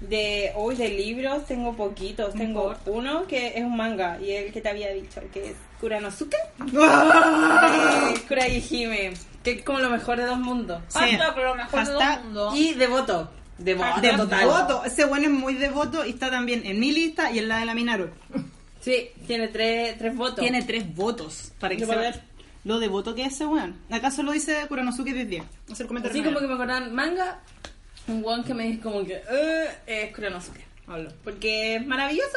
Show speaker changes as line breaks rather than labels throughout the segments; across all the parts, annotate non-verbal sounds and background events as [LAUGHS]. De, hoy de libros tengo poquitos.
No
Tengo
importa.
uno que es un manga y el que te había dicho, que es Kuranosuke. Kura Hime, que es como lo mejor de dos mundos. Ah,
Sí.
Hashtag lo mejor de todo
Hashtag
el mundo.
Y devoto. Devoto,
De
total.
Ah, voto. Ese bueno es muy devoto y está también en mi lista y en la de la Minaro.
Sí, tiene tres, tres votos.
Tiene tres votos para que
Yo
se
voy a
vea
ver.
lo devoto que es ese weón. ¿Acaso lo dice Kuranosuke 10 10? Es el comentario.
Así
de
como que
Minaro.
me acordaban manga, un one que me dijo como que "Eh, es Kuronosuke. Hablo. Porque es maravilloso.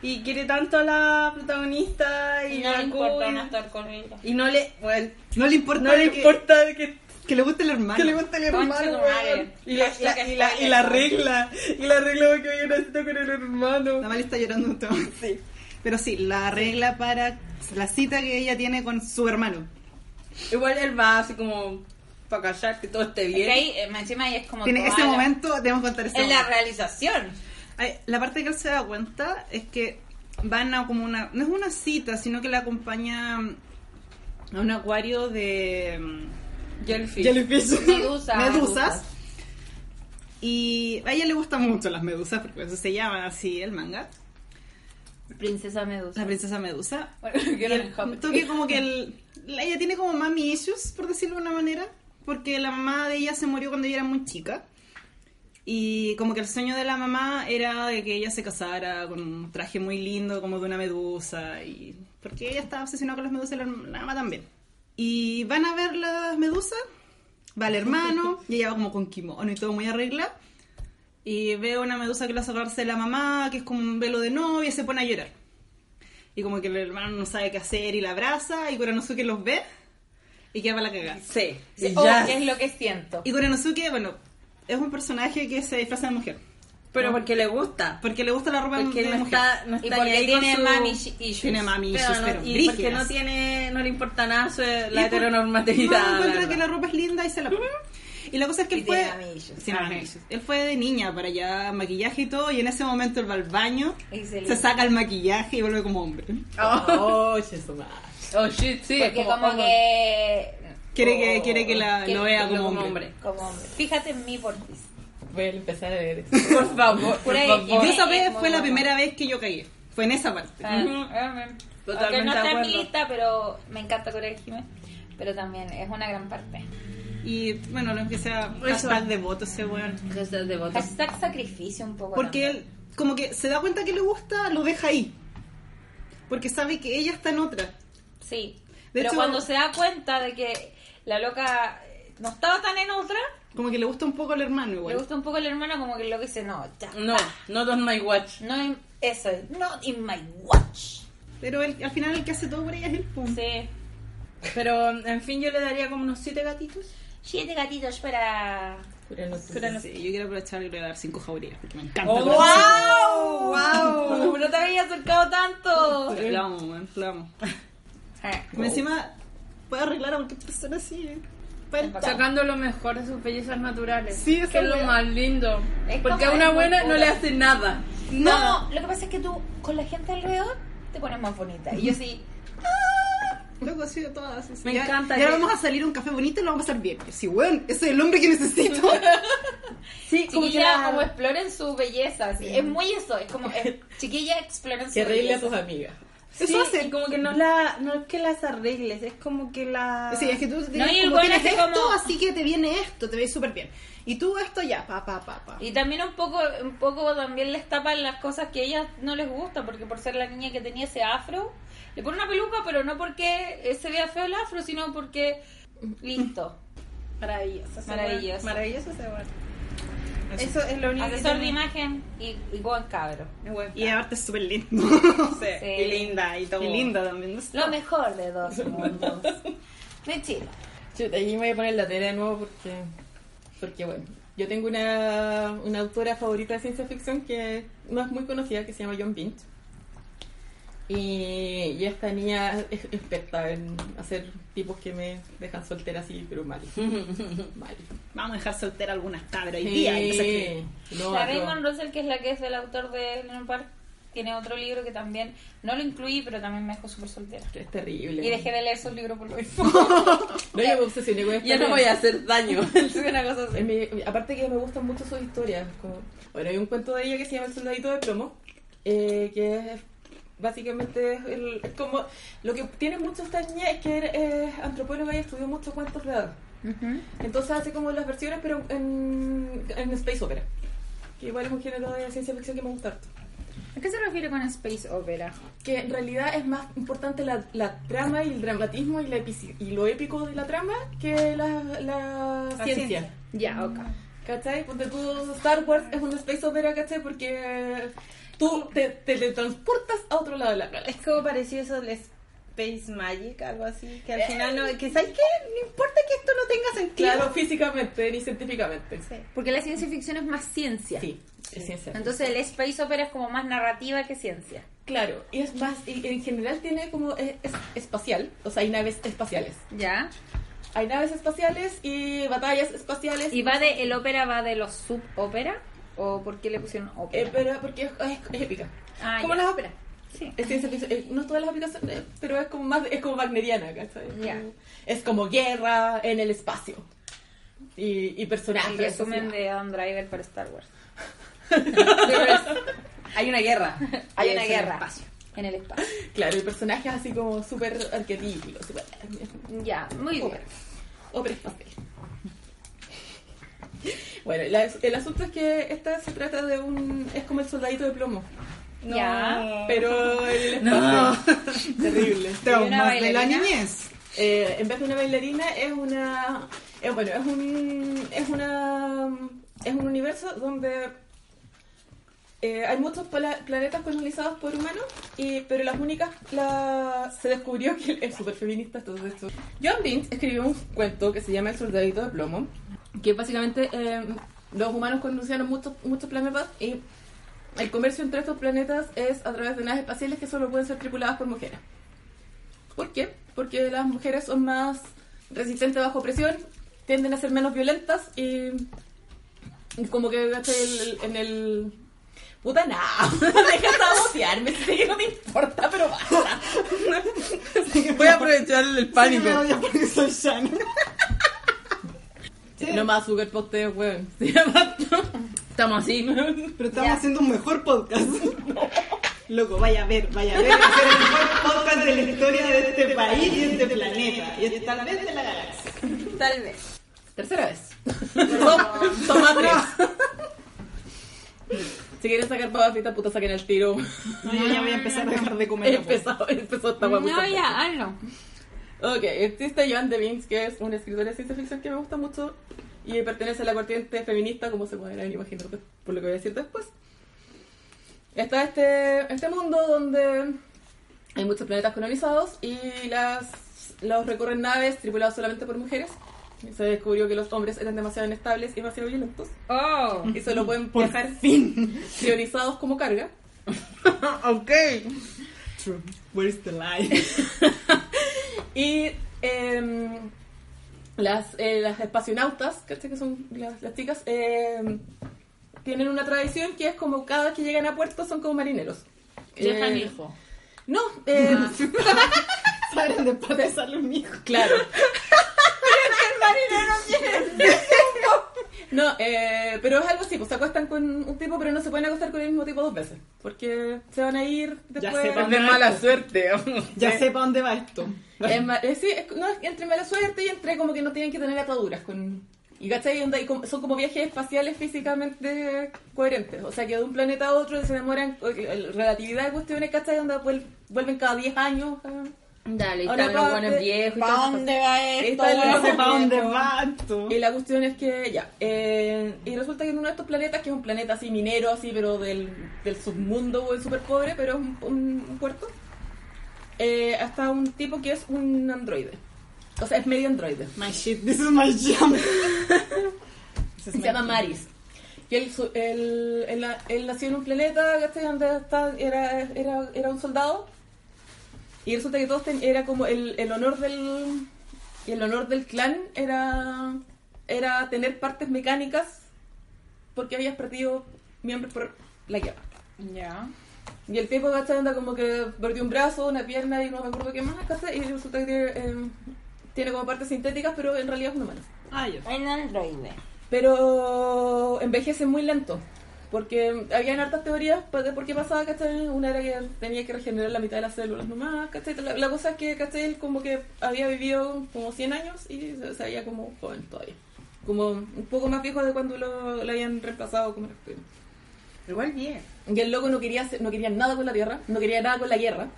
Y quiere tanto a la protagonista y,
Y no
la
le importa
cuida.
no estar con ella.
Y no le. bueno,
No le importa,
no le
que,
importa que.
que le guste el hermano.
que le guste el hermano,
Conche tu
weón.
madre.
Y la,
Hashtag
la- y la- y la regla. Y la regla porque yo necesito con el
La
hermano.
Mali está llorando un tema.
Sí.
Pero sí, la regla para la cita que ella tiene con su hermano.
Igual él va así como. Para callar que todo esté
Es que
bien.
ahí, eh, encima ahí es como.
Tiene
toda
ese
la-
momento, debemos contar ese
Es la
momento.
realización.
Ay, La parte que él se da cuenta es que van a como una... No es una cita, sino que la acompaña a un acuario de... mm,
Jellyfish.
[LAUGHS]
Medusa.
Medusas. Y a ella le gustan mucho las medusas, porque eso se llama así el manga.
Princesa Medusa.
La princesa medusa.
[LAUGHS] Bueno, [LAUGHS] que no
Y el
les jode.
punto que como que el- la- ella tiene como mami issues, por decirlo de una manera, porque la mamá de ella se murió cuando ella era muy chica. Y como que el sueño de la mamá era de que ella se casara con un traje muy lindo, como de una medusa, y porque ella estaba obsesionada con las medusas y la la mamá también. Y van a ver las medusas, va el hermano, y ella va como con kimono y todo muy arreglado. Y ve una medusa que la hace sacarse la mamá, que es como un velo de novia, y se pone a llorar. Y como que el hermano no sabe qué hacer y la abraza, y Kuranosuke los ve y queda para la cagada.
Sí.
Sí,
Y
oh,
ya.
¿Qué es lo que siento?
Y Kuranosuke, bueno, es un personaje que se disfraza de mujer.
Pero porque le gusta.
Porque le gusta la ropa
Porque
de
no
mujer.
está, no está
Y
ni
porque
ahí con
tiene
su-
mami shi- issues.
Tiene mami
Pero
issues,
no-
pero
y porque
brígidas.
no tiene no le importa nada su,
Y
la
es por-
heteronormatividad
No,
la
encuentra que
verdad.
la ropa es linda y se la pone. Y la cosa es que
Y
él fue...
tiene Ah, mami issues.
Tiene mami
Ajá.
issues. Él fue de niña para allá, maquillaje y todo, y en ese momento él va al baño,
Y se
se saca el maquillaje y vuelve como hombre.
oh, shit, oh shit sí es
Porque como,
oh,
que.
Quiere que,
oh,
quiere que la,
que-
lo vea
como
como hombre.
hombre.
Como hombre. Fíjate en mí por ti.
Voy a empezar a leer eso.
por favor por
Por ahí,
favor
Yo
Oye,
esa vez
es muy
fue la
bueno.
primera vez que yo caí. Fue en esa parte.
Ah,
Ujú.
amén. Aunque
Totalmente
no está
de
en mi
acuerdo.
lista, pero me encanta Corea Jiménez. Pero también es una gran parte.
Y bueno, lo que sea, hashtag devoto ese weón.
Hashtag de voto.
Hashtag sacrificio un poco.
Porque
también.
él, como que se da cuenta que le gusta, lo deja ahí. Porque sabe que ella está en otra.
Sí.
De
pero
hecho-
cuando se da cuenta de que la loca eh, no estaba tan en otra,
Como que le gusta un poco el hermano
le
igual.
gusta un poco el hermano, como que lo que dice, no, ya.
no not on my watch
No, in- eso es, not in my watch.
Pero él- al final el que hace todo por ella es pues. el pum.
Sí.
pero en fin yo le daría como unos siete gatitos
Siete gatitos para.
Kuranosuke.
Pero no sé, yo quiero aprovechar y le voy a dar cinco jaurías porque me encanta.
Oh,
Kuranosuke.
¡Wow! ¡Wow! No Oh, te había acercado tanto. Ah,
Lo amo, weón, lo amo. [LAUGHS] Como Encima, puede arreglar a cualquier persona así. eh. Puede-
Es bacán.
sacando lo mejor de sus bellezas naturales
Sí, esa
que es lo
wea.
más lindo
Es
porque a
como-
una
es muy
buena no
pura.
le hace nada
No, lo que pasa es que tú con la gente alrededor te pones más bonita. Y yo sí,
Loco, sí, de todas.
Me
Ya-
encanta
Y ahora
que-
vamos a salir a un café bonito y lo vamos a pasar bien. Yo, Sí, weón, ese es el hombre que necesito.
[LAUGHS] sí como que
chiquilla,
la-
como exploren su belleza. así. Es muy eso, es como, eh, chiquilla, exploren su
Que arregle a
belleza.
tus amigas.
Sí,
Eso hace.
y como que no la no es que las arregles es como que la
Sí, es que tú tienes,
y el
como,
weón
tienes
hace
esto,
como-
así que te viene esto, te ves súper bien. Y tú esto ya, pa, pa, pa, pa.
Y también un poco, un poco también les tapan las cosas que a ellas no les gusta, porque por ser la niña que tenía ese afro, le pone una peluca, pero no porque eh, se vea feo el afro, sino porque listo.
Maravilloso. ese
Maravilloso.
weón. Maravilloso ese weón. Eso es lo único
Asesor de
tiene.
imagen y, y buen cabro.
Es buen
Y
cabro.
aparte es súper lindo.
[LAUGHS] Sí,
Sí.
Y linda y todo.
Y linda también. ¿no?
Lo mejor de dos [LAUGHS] mundos. Mentira.
Chuta, allí me voy a poner la tela de nuevo porque. Porque bueno. Yo tengo una, una autora favorita de ciencia ficción que no es muy conocida, que se llama John Pinch. Y, y esta niña es experta en hacer tipos que me dejan soltera así,
[LAUGHS]
pero mal. mal.
Vamos a dejar soltera algunas cabras hoy día. y no sé qué.
Sí, no,
la
pero-
Raymond Russell, que es la que es el autor de Lennon Park, tiene otro libro que también no lo incluí, pero también me dejó súper soltera.
que es terrible.
Y dejé de leer sus libros por lo mismo. [LAUGHS]
No, yo me obsesioné con esta
Ya no
wea.
voy a hacer daño.
es una cosa así.
Es mi- aparte que eh, me gustan mucho sus historias. como- Bueno, hay un cuento de ella que se llama El soldadito de plomo, eh, que es básicamente es el- es como lo que tiene mucho esta niña es que eh, es antropóloga y estudió muchos cuentos de hadas. Entonces hace como las versiones, pero en, en space opera. Que igual es un género de ciencia ficción que me gusta harto.
¿A qué se refiere con Space Opera?
Que en realidad es más importante la, la trama y el dramatismo y, la epici- y lo épico de la trama que la, la ciencia.
Ya, ok.
¿Cachai? Ponte tú, Star Wars es una space opera, ¿cachai? Porque tú te te teletransportas a otro lado de la galaxia.
Es como pareció eso del Space Magic, algo así, que al final no, que sabes que no importa que esto no tenga sentido.
Claro, físicamente ni científicamente.
Sí.
Porque la ciencia ficción es más ciencia.
Sí, es ciencia.
Entonces el Space Opera es como más narrativa que ciencia.
Claro, y es más, y en general tiene como, es, es espacial, o sea, hay naves espaciales.
¿Ya?
Hay naves espaciales y batallas espaciales.
¿Y va de, el ópera va de los subópera? ¿O por qué le pusieron
Eh,
ópera?
pero porque es, es- es épica.
ah,
como
ya.
las óperas.
Sí.
Es ciencia ficción, eh, no es todas las aplicaciones, eh, pero es como más, es como wagneriana, ¿cachai?
Ya.
Es como guerra en el espacio. Y, y personajes.
El resumen
así.
de Adam Driver para Star
[LAUGHS]
Wars.
Hay una guerra.
Hay
Y
una
es el
guerra
espacio.
en el espacio.
Claro, y personajes así como súper arquetípicos. Súper...
Ya, muy bien.
Ópera. Ópera espacial. Bueno, la- el asunto es que esta se trata de un... Es como el soldadito de plomo.
No.
Ya.
Pero el espacio.
No.
Terrible.
[LAUGHS]
Traumas de la
bailarina?
niñez.
Eh, en vez de una bailarina es una eh, bueno es un es una es un universo donde eh, hay muchos pla- planetas colonizados por humanos y pero las únicas la, se descubrió que es súper feminista todo esto John Binks escribió un cuento que se llama El soldadito de plomo que básicamente eh, los humanos colonizaron muchos muchos planetas y el comercio entre estos planetas es a través de naves espaciales que solo pueden ser tripuladas por mujeres ¿Por qué? Porque las mujeres son más resistentes bajo presión, tienden a ser menos violentas y, y como que ¿cachai? El- el- en el... Puta, no, [LAUGHS] deja de sabotearme, sé que no te importa, pero basta.
Voy a aprovechar el pánico.
Me odia porque soy Shani.
No más azúcar para ustedes, weón. [LAUGHS] Se llama-
Estamos así.
Pero estamos
Ya.
haciendo un mejor podcast. Loco, vaya a ver, vaya a ver. Va a ser el mejor podcast de la historia de este país y de este planeta. Y tal vez de la galaxia.
Tal vez.
Tercera vez. Som- Toma tres. Si quieren sacar papas fritas, puta, saquen al tiro.
No, yo ya voy a empezar a dejar de comer.
[LAUGHS] Empezó, empezó esta weá muy
No,
compleja.
ya, hazlo.
Ok, existe Joan de Vince, que es una escritora de ciencia ficción que me gusta mucho y pertenece a la corriente feminista, como se podrán imaginar de- por lo que voy a decir después. Está este, este mundo donde hay muchos planetas colonizados y las, los recorren naves tripuladas solamente por mujeres. Se descubrió que los hombres eran demasiado inestables y demasiado violentos
Oh,
y solo pueden viajar fin priorizados como carga.
[LAUGHS] ok. True. Where's the lie? [LAUGHS]
Y em, las, eh, las espacionautas, ¿cachai? Que son las, las chicas, em, tienen una tradición que es como cada vez que llegan a puerto son como marineros.
dejan
Eh,
hijo.
No, em, [LAUGHS]
Saben después de pasarle un hijo.
claro. No, eh, pero es algo así, pues se acuestan con un tipo, pero no se pueden acostar con el mismo tipo dos veces, porque se van a ir después.
sepan
De mala suerte.
Ya sepa dónde va esto.
Es ma- eh, sí, es- no, es entre mala suerte y entre como que no tienen que tener ataduras con... Y ¿cachai? Onda, y com- son como viajes espaciales físicamente coherentes. O sea, que de un planeta a otro se enamoran eh, relatividad de cuestiones, ¿cachai? Onda, vuel- vuelven cada 10 años. ah. ¿cachai?
Dale,
Ahora,
están los
pa-
buenos viejos. y
¿Pa'
todas esas
dónde va esto?
Esta es la-
No sepa dónde va esto.
Y la cuestión es que, ya, eh, y resulta que en uno de estos planetas, que es un planeta así minero, así, pero del, del submundo, güey, súper pobre, pero es un, un- un puerto, eh, hasta un tipo que es un androide. O sea, es medio androide.
My shit, this is my jam. This is
se
my
llama
jam.
Maris. Y él, su- él- él- él nació en un planeta, ¿cachai? Donde está- era, era, era un soldado. Y resulta que todos ten- era como el, el honor del y el honor del clan era era tener partes mecánicas porque habías perdido miembros por la guerra.
Ya.
Y el tipo, ¿cachai? Anda como que perdió un brazo, una pierna y no me acuerdo qué más, ¿cachai? Y resulta que tiene, eh, tiene como partes sintéticas, pero en realidad es un humano.
Ah, ya.
En androide.
Pero envejece muy lento. Porque habían hartas teorías pa- de por qué pasaba, ¿cachai? Una era que tenía que regenerar la mitad de las células nomás, ¿cachai? La, la cosa es que, ¿cachai? Él como que había vivido como 100 años y se, se veía como joven todavía. Como un poco más viejo de cuando lo, lo habían reemplazado como era.
Igual bien.
Y el loco no quería, hacer- no quería nada con la Tierra, no quería nada con la guerra.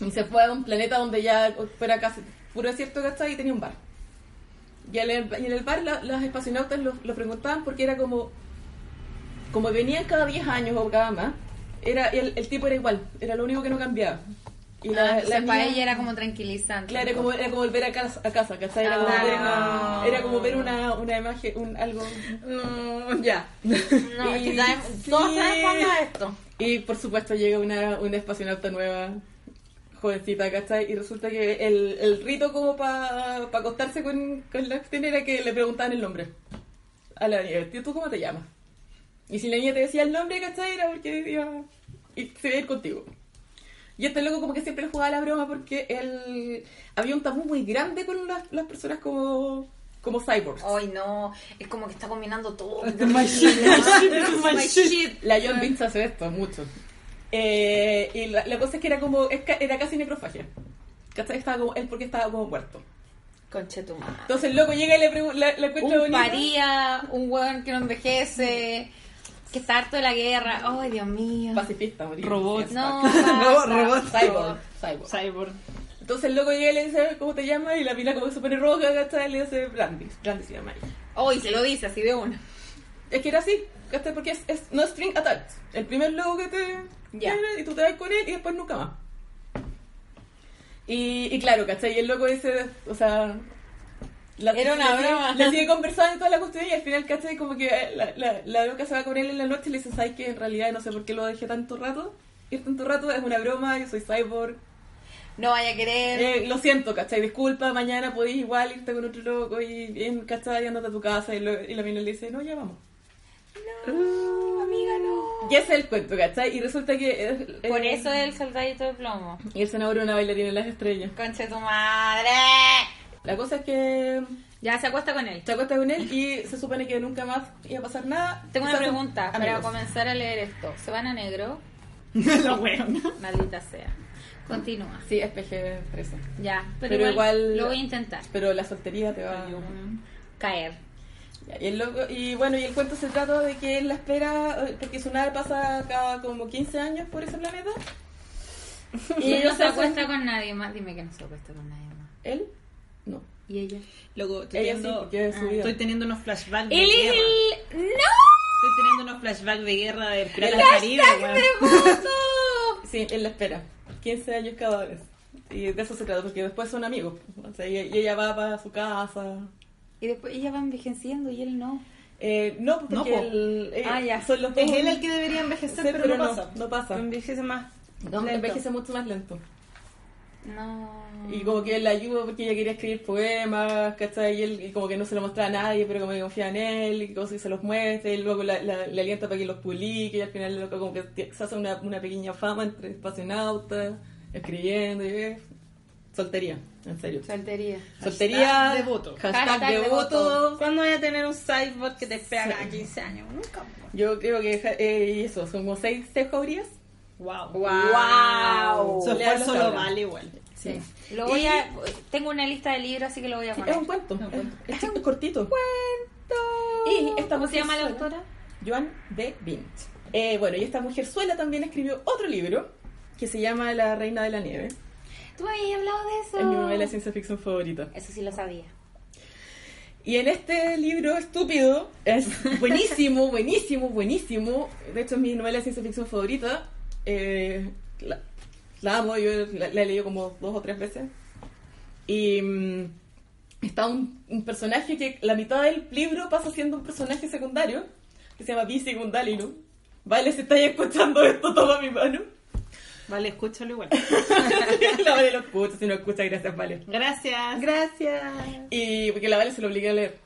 Y se fue a un planeta donde ya fuera casi puro desierto, ¿cachai? Y tenía un bar. Y en el, y en el bar la- las espacionautas lo, lo preguntaban porque era como... Como venían cada 10 años o cada más, era, el, el tipo era igual, era lo único que no cambiaba. Y la-
Ah, entonces
la
para
niña-
ella era como tranquilizante.
Claro, era como, era como volver a casa, a casa ¿cachai? Era como,
Ah.
ver, una, era como ver una, una imagen, un, algo...
No,
[LAUGHS]
ya.
No, es que sabemos- todos
Sí.
sabemos cuándo es esto.
Y por supuesto llega una, una espacionauta nueva, jovencita, ¿cachai? Y resulta que el, el rito como para acostarse con, con la cuestión era que le preguntaban el nombre a la niña, "Tío, ¿tú cómo te llamas? Y si la niña te decía el nombre, ¿cachai? Era porque iba, y se iba a ir contigo. Y este loco como que siempre le jugaba la broma porque él había un tabú muy grande con las, las personas como, como cyborgs.
Ay, no, es como que está combinando todo.
[LAUGHS]
[LAUGHS] my shit, my shit, my
My
shit.
shit.
La John Vince hace esto, mucho. Eh, y la, la cosa es que era como, es ca- era casi necrofagia. ¿Cachai? Estaba como, él porque estaba como muerto.
Conchetumada.
Entonces el loco llega y le pregunta, la, la encuentra
Un
bonita.
paría, un hueón que no envejece, que está harto de la guerra. Ay, Dios mío.
Pacifista, morir.
Robot.
[LAUGHS]
No,
Robot,
basta.
robot.
Cyborg, cyborg.
Cyborg. [LAUGHS]
Entonces el loco llega y le dice, ¿cómo te llamas? Y la mina como que se pone roja, ¿cachai? Le dice, Brandy. Brandy se llama ella.
Ay, se lo dice así de una.
Es que era así, ¿cachai? Porque es, es no string attached. El primer logo que te.
Ya.
Y tú te vas con él y después nunca más. Y, y claro, ¿cachai? Y el loco dice, o sea. la-
Era una
le sigue-
broma.
Le sigue conversando y toda la cuestión y al final, ¿cachai? Como que eh, la, la, la loca se va con él en la noche y le dice, ¿sabes que En realidad no sé por qué lo dejé tanto rato. Ir tanto rato es una broma, yo soy cyborg.
No vaya a querer.
Eh, lo siento, ¿cachai? Disculpa, mañana podéis igual irte con otro loco y, y ¿cachai? Andate a tu casa. Y, lo- y la mina le dice, no, ya vamos.
No, amiga, no.
Y ese es el cuento, ¿cachai? Y resulta que... eh,
Por
eh,
eso es el soldadito de plomo.
Y él se enamoró de una bailarina de las estrellas.
Conche tu madre.
La cosa es que
Ya se acuesta con él.
se acuesta con él y se supone que nunca más iba a pasar nada.
Tengo
Se
una
hacen
pregunta para
amigos.
comenzar a leer esto. ¿Se van a negro?
la weón.
Maldita sea. Continúa.
Sí, es PG 13.
Ya, pero,
Pero
igual,
igual-
lo voy a intentar.
Pero la soltería te va...
[LAUGHS] Caer.
Ya, Y, el loco, y bueno, y el cuento se trata de que él la espera, eh, porque su nave pasa cada como 15 años por ese planeta.
Y él no se
hacen-
acuesta con nadie más. Dime que no se acuesta con nadie más.
¿Él? No.
¿Y ella?
Loco, estoy
Ella sí,
teniendo,
porque es su vida.
estoy teniendo unos flashbacks de
¡Él es
guerra.
el... ¡No!
Estoy teniendo unos flashbacks de guerra de Piratas del Caribe,
¡Hashtag
weón.
rebozo!
Sí, él la espera. 15 años cada vez. Y de eso se trata, porque después son amigos. O sea, y, y ella va para su casa.
[LAUGHS] Y después ella va envejeciendo y él no.
Eh, no, porque
No, po.
él- eh,
Ah, ya.
son los dos.
Es él el que debería envejecer,
Sí,
pero, no pasa.
No pasa.
Envejece más.
No,
lento.
envejece mucho más lento.
No.
Y como que él la ayudó porque ella quería escribir poemas, ¿cachai? Y él y como que no se lo mostraba a nadie, pero como que confía en él, y como si se los muestre, y luego la, la- le alienta para que los publique, y al final loco como que t- se hace una, una pequeña fama entre espacionautas, escribiendo, y eh, soltería, en serio.
Soltería.
Soltería,
Hashtag devoto.
hashtag
Hashtag
devoto.
devoto.
¿Cuándo voy a tener un cyborg que te espera cada 15 años? Nunca.
Yo creo que ja- eh, eso, son como seis, seis jaurías.
Wow.
¡Wow!
Su
Lean
esfuerzo
los
lo
tablas.
vale igual.
Sí.
Lo voy a... Tengo una lista de libros, así que lo voy a
Sí,
poner.
es un cuento, es, es chico, es cortito.
¿Y
Y esta
¿Cómo se llama la
mujer
autora?
Joan de Vint. Eh, bueno, y esta mujerzuela también escribió otro libro que se llama La Reina de la Nieve.
Tú me habías hablado de eso.
Es mi novela de ciencia ficción favorita.
Eso sí lo sabía.
Y en este libro estúpido, es [LAUGHS] buenísimo, buenísimo, buenísimo. De hecho, es mi novela de ciencia ficción favorita. Eh, la, la amo, yo la, la he leído como dos o tres veces. Y mm, está un, un personaje que la mitad del libro pasa siendo un personaje secundario, que se llama B. Secundalino. Vale, si estáis escuchando esto, toma mi mano. [LAUGHS]
Vale, escúchalo [LAUGHS] igual.
la Vale lo escucha, si no escucha, gracias, Vale.
Gracias.
Gracias.
Y porque la Vale se lo obligué a leer.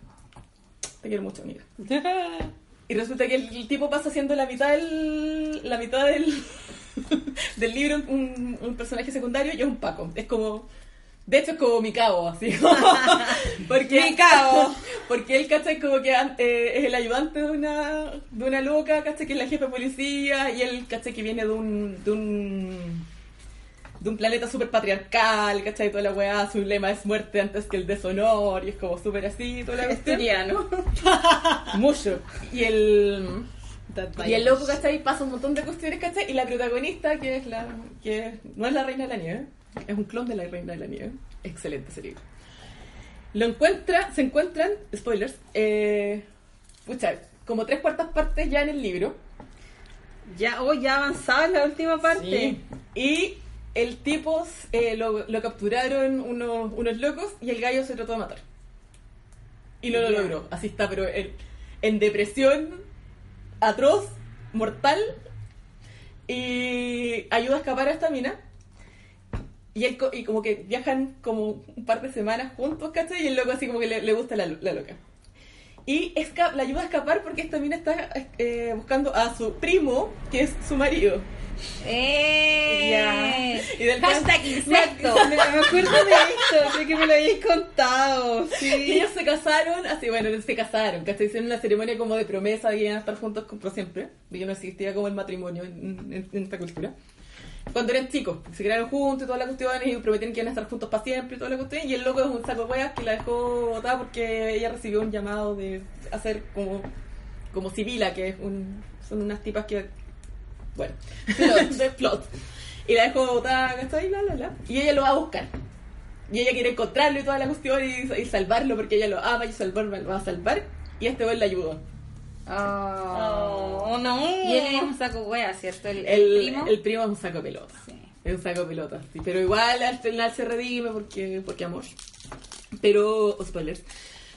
Te quiero mucho, amiga. Y resulta que el, el tipo pasa haciendo la mitad del, [LAUGHS] la mitad del, del libro un, un personaje secundario y es un Paco. Es como. De hecho, es como Mikao, así. como- porque,
Mikao.
Porque él, ¿cachai? Como que an- eh, es el ayudante de una, de una loca, ¿cachai? Que es la jefa de policía y él, ¿cachai? Que viene de un. De un de un planeta súper patriarcal, ¿cachai? Toda la weá, su lema es muerte antes que el deshonor, y es como súper así, toda la cuestión.
Asturiano.
Mucho. Y el.
That
Y el
violence.
loco, ¿cachai? Pasa un montón de cuestiones, ¿cachai? Y la protagonista, que es la. que es- no es la reina de la nieve, es un clon de la reina de la nieve. Excelente ese libro. Lo encuentra, se encuentran, spoilers, eh, pucha, como tres cuartas partes ya en el libro.
Ya, oh, ya avanzada en la última parte.
Y el tipo eh, lo, lo capturaron unos, unos locos y el gallo se trató de matar. Y no lo
Ya.
logró. Así está, pero en, en depresión atroz, mortal. Y ayuda a escapar a esta mina. Y, él co- y como que viajan como un par de semanas juntos, ¿cachai? Y el loco así como que le, le gusta la, lo- la loca. Y esca- la ayuda a escapar porque esta mina está eh, buscando a su primo, que es su marido.
¡Eh!
Y del
Hashtag insecto.
Me, me acuerdo de esto, sé que me lo habéis contado.
Y
Sí.
[LAUGHS] ellos se casaron, así, bueno, se casaron, que hasta hicieron una ceremonia como de promesa de que iban a estar juntos con- por siempre, de que no existía como el matrimonio en, en- en esta cultura. Cuando eran chicos, se crearon juntos y todas las cuestiones y prometieron que iban a estar juntos para siempre y toda la cuestión. Y el loco es un saco de weas que la dejó botada porque ella recibió un llamado de hacer como, como civila, que es un, son unas tipas que. Bueno, [LAUGHS] de plot. Y la dejó botada, ¿cachai? La, la, la. Y ella lo va a buscar. Y ella quiere encontrarlo y toda la cuestión y, y salvarlo porque ella lo ama y salvarlo lo va a salvar. Y este güey la ayudó.
Oh, no.
Y él es un saco wea, ¿cierto? El, el
El,
primo.
el primo es un saco de pelota. Es un saco de pelota. sí. Pero igual al final se redime porque, porque amor. Pero, oh, spoilers.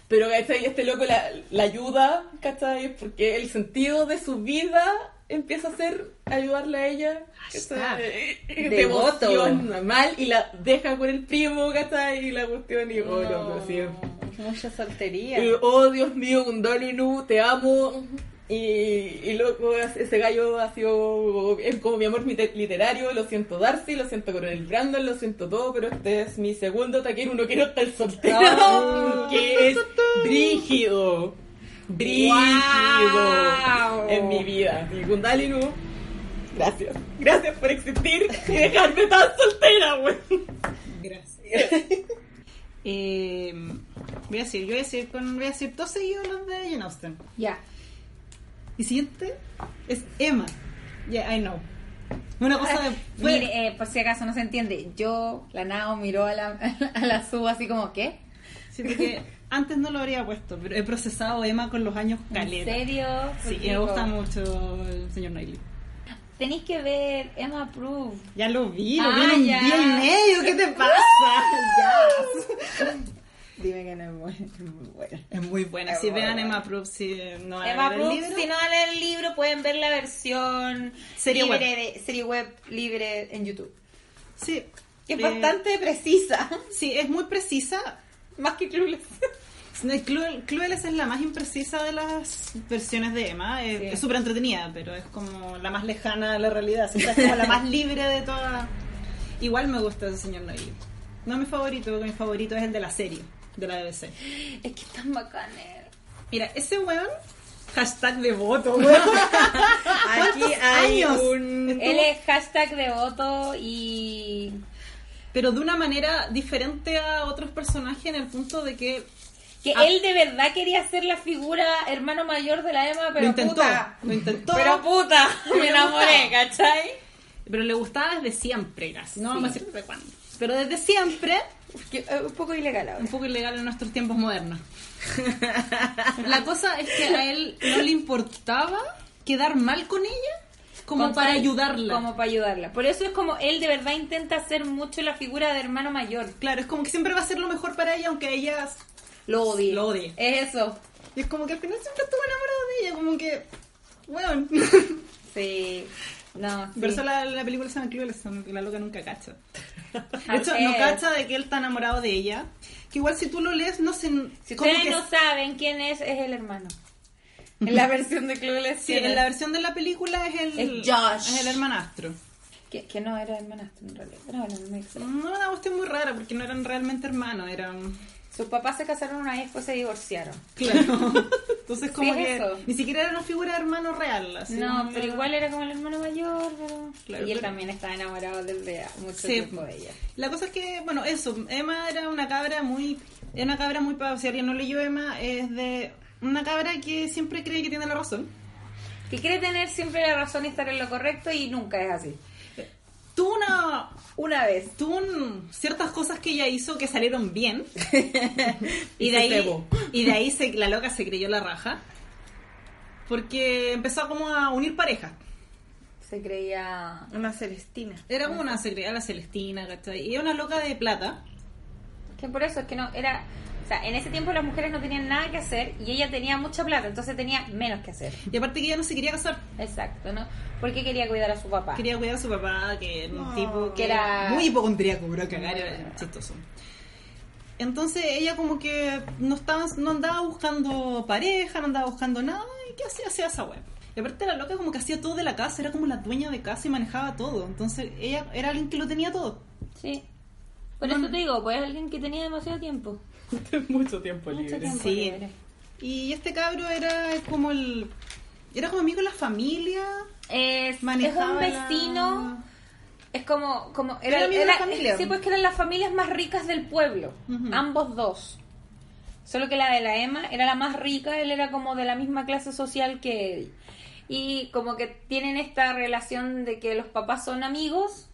Pero ¿cachai? este loco la, la ayuda, ¿cachai? Porque el sentido de su vida empieza a ser ayudarla a ella. ¿cachai?
Devoto.
Devoción, mal. Y la deja con el primo, ¿cachai? Y la cuestión y oh, loco,
No, Eh,
sí.
Mucha soltería.
Y, oh, Dios mío, Gundalinu, te amo. Y, y loco, ese gallo ha sido es como mi amor mite- literario. Lo siento, Darcy, lo siento, Coronel Brandon, lo siento todo, pero este es mi segundo taquero. No quiero estar soltero.
No.
[LAUGHS] que es brígido. Brígido
Guau.
en mi vida. Y Gundalinu, gracias. Gracias por existir y dejarme tan soltera, güey.
Gracias. [LAUGHS] Eh, voy a decir, yo voy a decir, con, voy a decir dos seguidos los de Jane Austen.
Ya.
Y siguiente es Emma. Yeah, I know. Una cosa de. fue-
[LAUGHS] Mire, eh, por si acaso no se entiende, yo, la Nao, miró a la, [LAUGHS] a la Su así como, ¿qué?
Siento que antes no lo habría puesto, pero he procesado Emma con los años
¿En
caleta.
serio?
Sí, me gusta mucho el señor Knightley.
Tenéis que ver Emma Proof.
Ya lo vi, lo
Ah,
vi en un
ya.
día y medio, ¿qué te
[LAUGHS]
pasa?
Dime que no es bueno. es muy bueno.
ya. Es muy buena, si vean Emma Proof, si no van a
Emma
ver el
Proof,
libro.
si no van a leer el libro, pueden ver la versión
Serie
libre de- serie web libre en YouTube.
Sí.
Que es
Eh,
bastante precisa,
[LAUGHS]
Sí, es muy precisa,
más que Clueless.
Cluel- Clueless es la más imprecisa de las versiones de Emma. Es
Sí.
es súper entretenida, pero es como la más lejana de la realidad. Siempre es como la más libre de todas. Igual me gusta ese señor Noir. No es mi favorito, porque mi favorito es el de la serie, de la BBC.
Es que es tan bacana.
Mira, ese weón, hashtag devoto, weón.
Aquí
[LAUGHS] ¿Cuántos
hay
años?
un.
Él es hashtag devoto y
Pero de una manera diferente a otros personajes en el punto de que
que
Ah.
él de verdad quería ser la figura hermano mayor de la Emma, pero
lo intentó.
puta.
Lo intentó.
Pero puta,
[LAUGHS]
me
Pero
enamoré,
puta.
¿cachai?
Pero le gustaba desde siempre, Gas. No
Sí.
vamos a decir desde cuándo. Pero desde siempre,
un poco ilegal ahora.
eh, un poco ilegal en nuestros tiempos [LAUGHS] modernos. La cosa es que a él no le importaba quedar mal con ella como
Con-
para ayudarla.
Como para ayudarla. Por eso es como él de verdad intenta hacer mucho la figura de hermano mayor.
Claro, es como que siempre va a ser lo mejor para ella, aunque ella...
Lo odie.
Lo odie.
Es eso.
Es como que al final siempre estuvo enamorado de ella, como que... Bueno,
Sí. No. sí.
por eso la, la película se me incluye, la loca nunca [LAUGHS] cacha. De hecho,
Así
no
es.
cacha de que él está enamorado de ella. Que igual si tú lo lees, no se...
Si
como que
ustedes no saben quién es, es el hermano.
[LAUGHS]
En la versión de Clueless.
Sí,
¿quién
en
es?
la versión de la película es el
Es Josh.
es el hermanastro.
Que, que no era hermanastro en realidad, era la misma hija.
No, una cuestión muy rara porque no eran realmente hermanos, eran.
Sus papás se casaron una vez, después se divorciaron. [LAUGHS]
Claro. Entonces, como
Sí,
que
eso.
ni siquiera era una figura de hermano real. así,
no, pero
era-
igual era como el hermano mayor, pero...
Claro,
y él
pero-
también estaba enamorado desde mucho
Sí.
tiempo de ella.
La cosa es que, bueno, eso, Emma era una cabra muy, era una cabra muy pava. Si alguien no leyó Emma, es de una cabra que siempre cree que tiene la razón.
Que quiere tener siempre la razón y estar en lo correcto y nunca es así.
Tuvo una,
Una vez.
tuvo un- ciertas cosas que ella hizo que salieron
[LAUGHS]
bien. y, de
se
ahí,
cebó.
y de ahí se- la loca se creyó la raja. Porque empezó como a unir parejas.
Se creía...
Una Celestina.
Era como una secretaria, la Celestina, ¿cachai? Y era una loca de plata.
Que por eso es que no, era... O sea, en ese tiempo las mujeres no tenían nada que hacer y ella tenía mucha plata, entonces tenía menos que hacer.
Y aparte que ella no se quería casar.
Exacto, ¿no? Porque quería cuidar a su papá.
Quería cuidar a su papá, que era un tipo
Que
que
era-
era muy hipocondríaco, bro, cagar,
Muy-
era chistoso. Entonces ella como que no, estaba, no andaba buscando pareja, no andaba buscando nada, y qué hacía, hacía esa web. Y aparte la loca como que hacía todo de la casa, era como la dueña de casa y manejaba todo. Entonces ella era alguien que lo tenía todo.
Sí. Por eso te digo, pues alguien que tenía demasiado tiempo.
Mucho tiempo
Mucho
libre.
tiempo
Sí.
libre.
Y este cabro era como el... Era como amigo de la familia.
Es, es
Manejaba
un
la-
vecino, es como, como era,
Era amigo de
era-
la familia.
Sí, pues que eran las familias más ricas del pueblo,
Ujú.
ambos dos. Solo que la de la Emma era la más rica, él era como de la misma clase social que él. Y como que tienen esta relación de que los papás son amigos,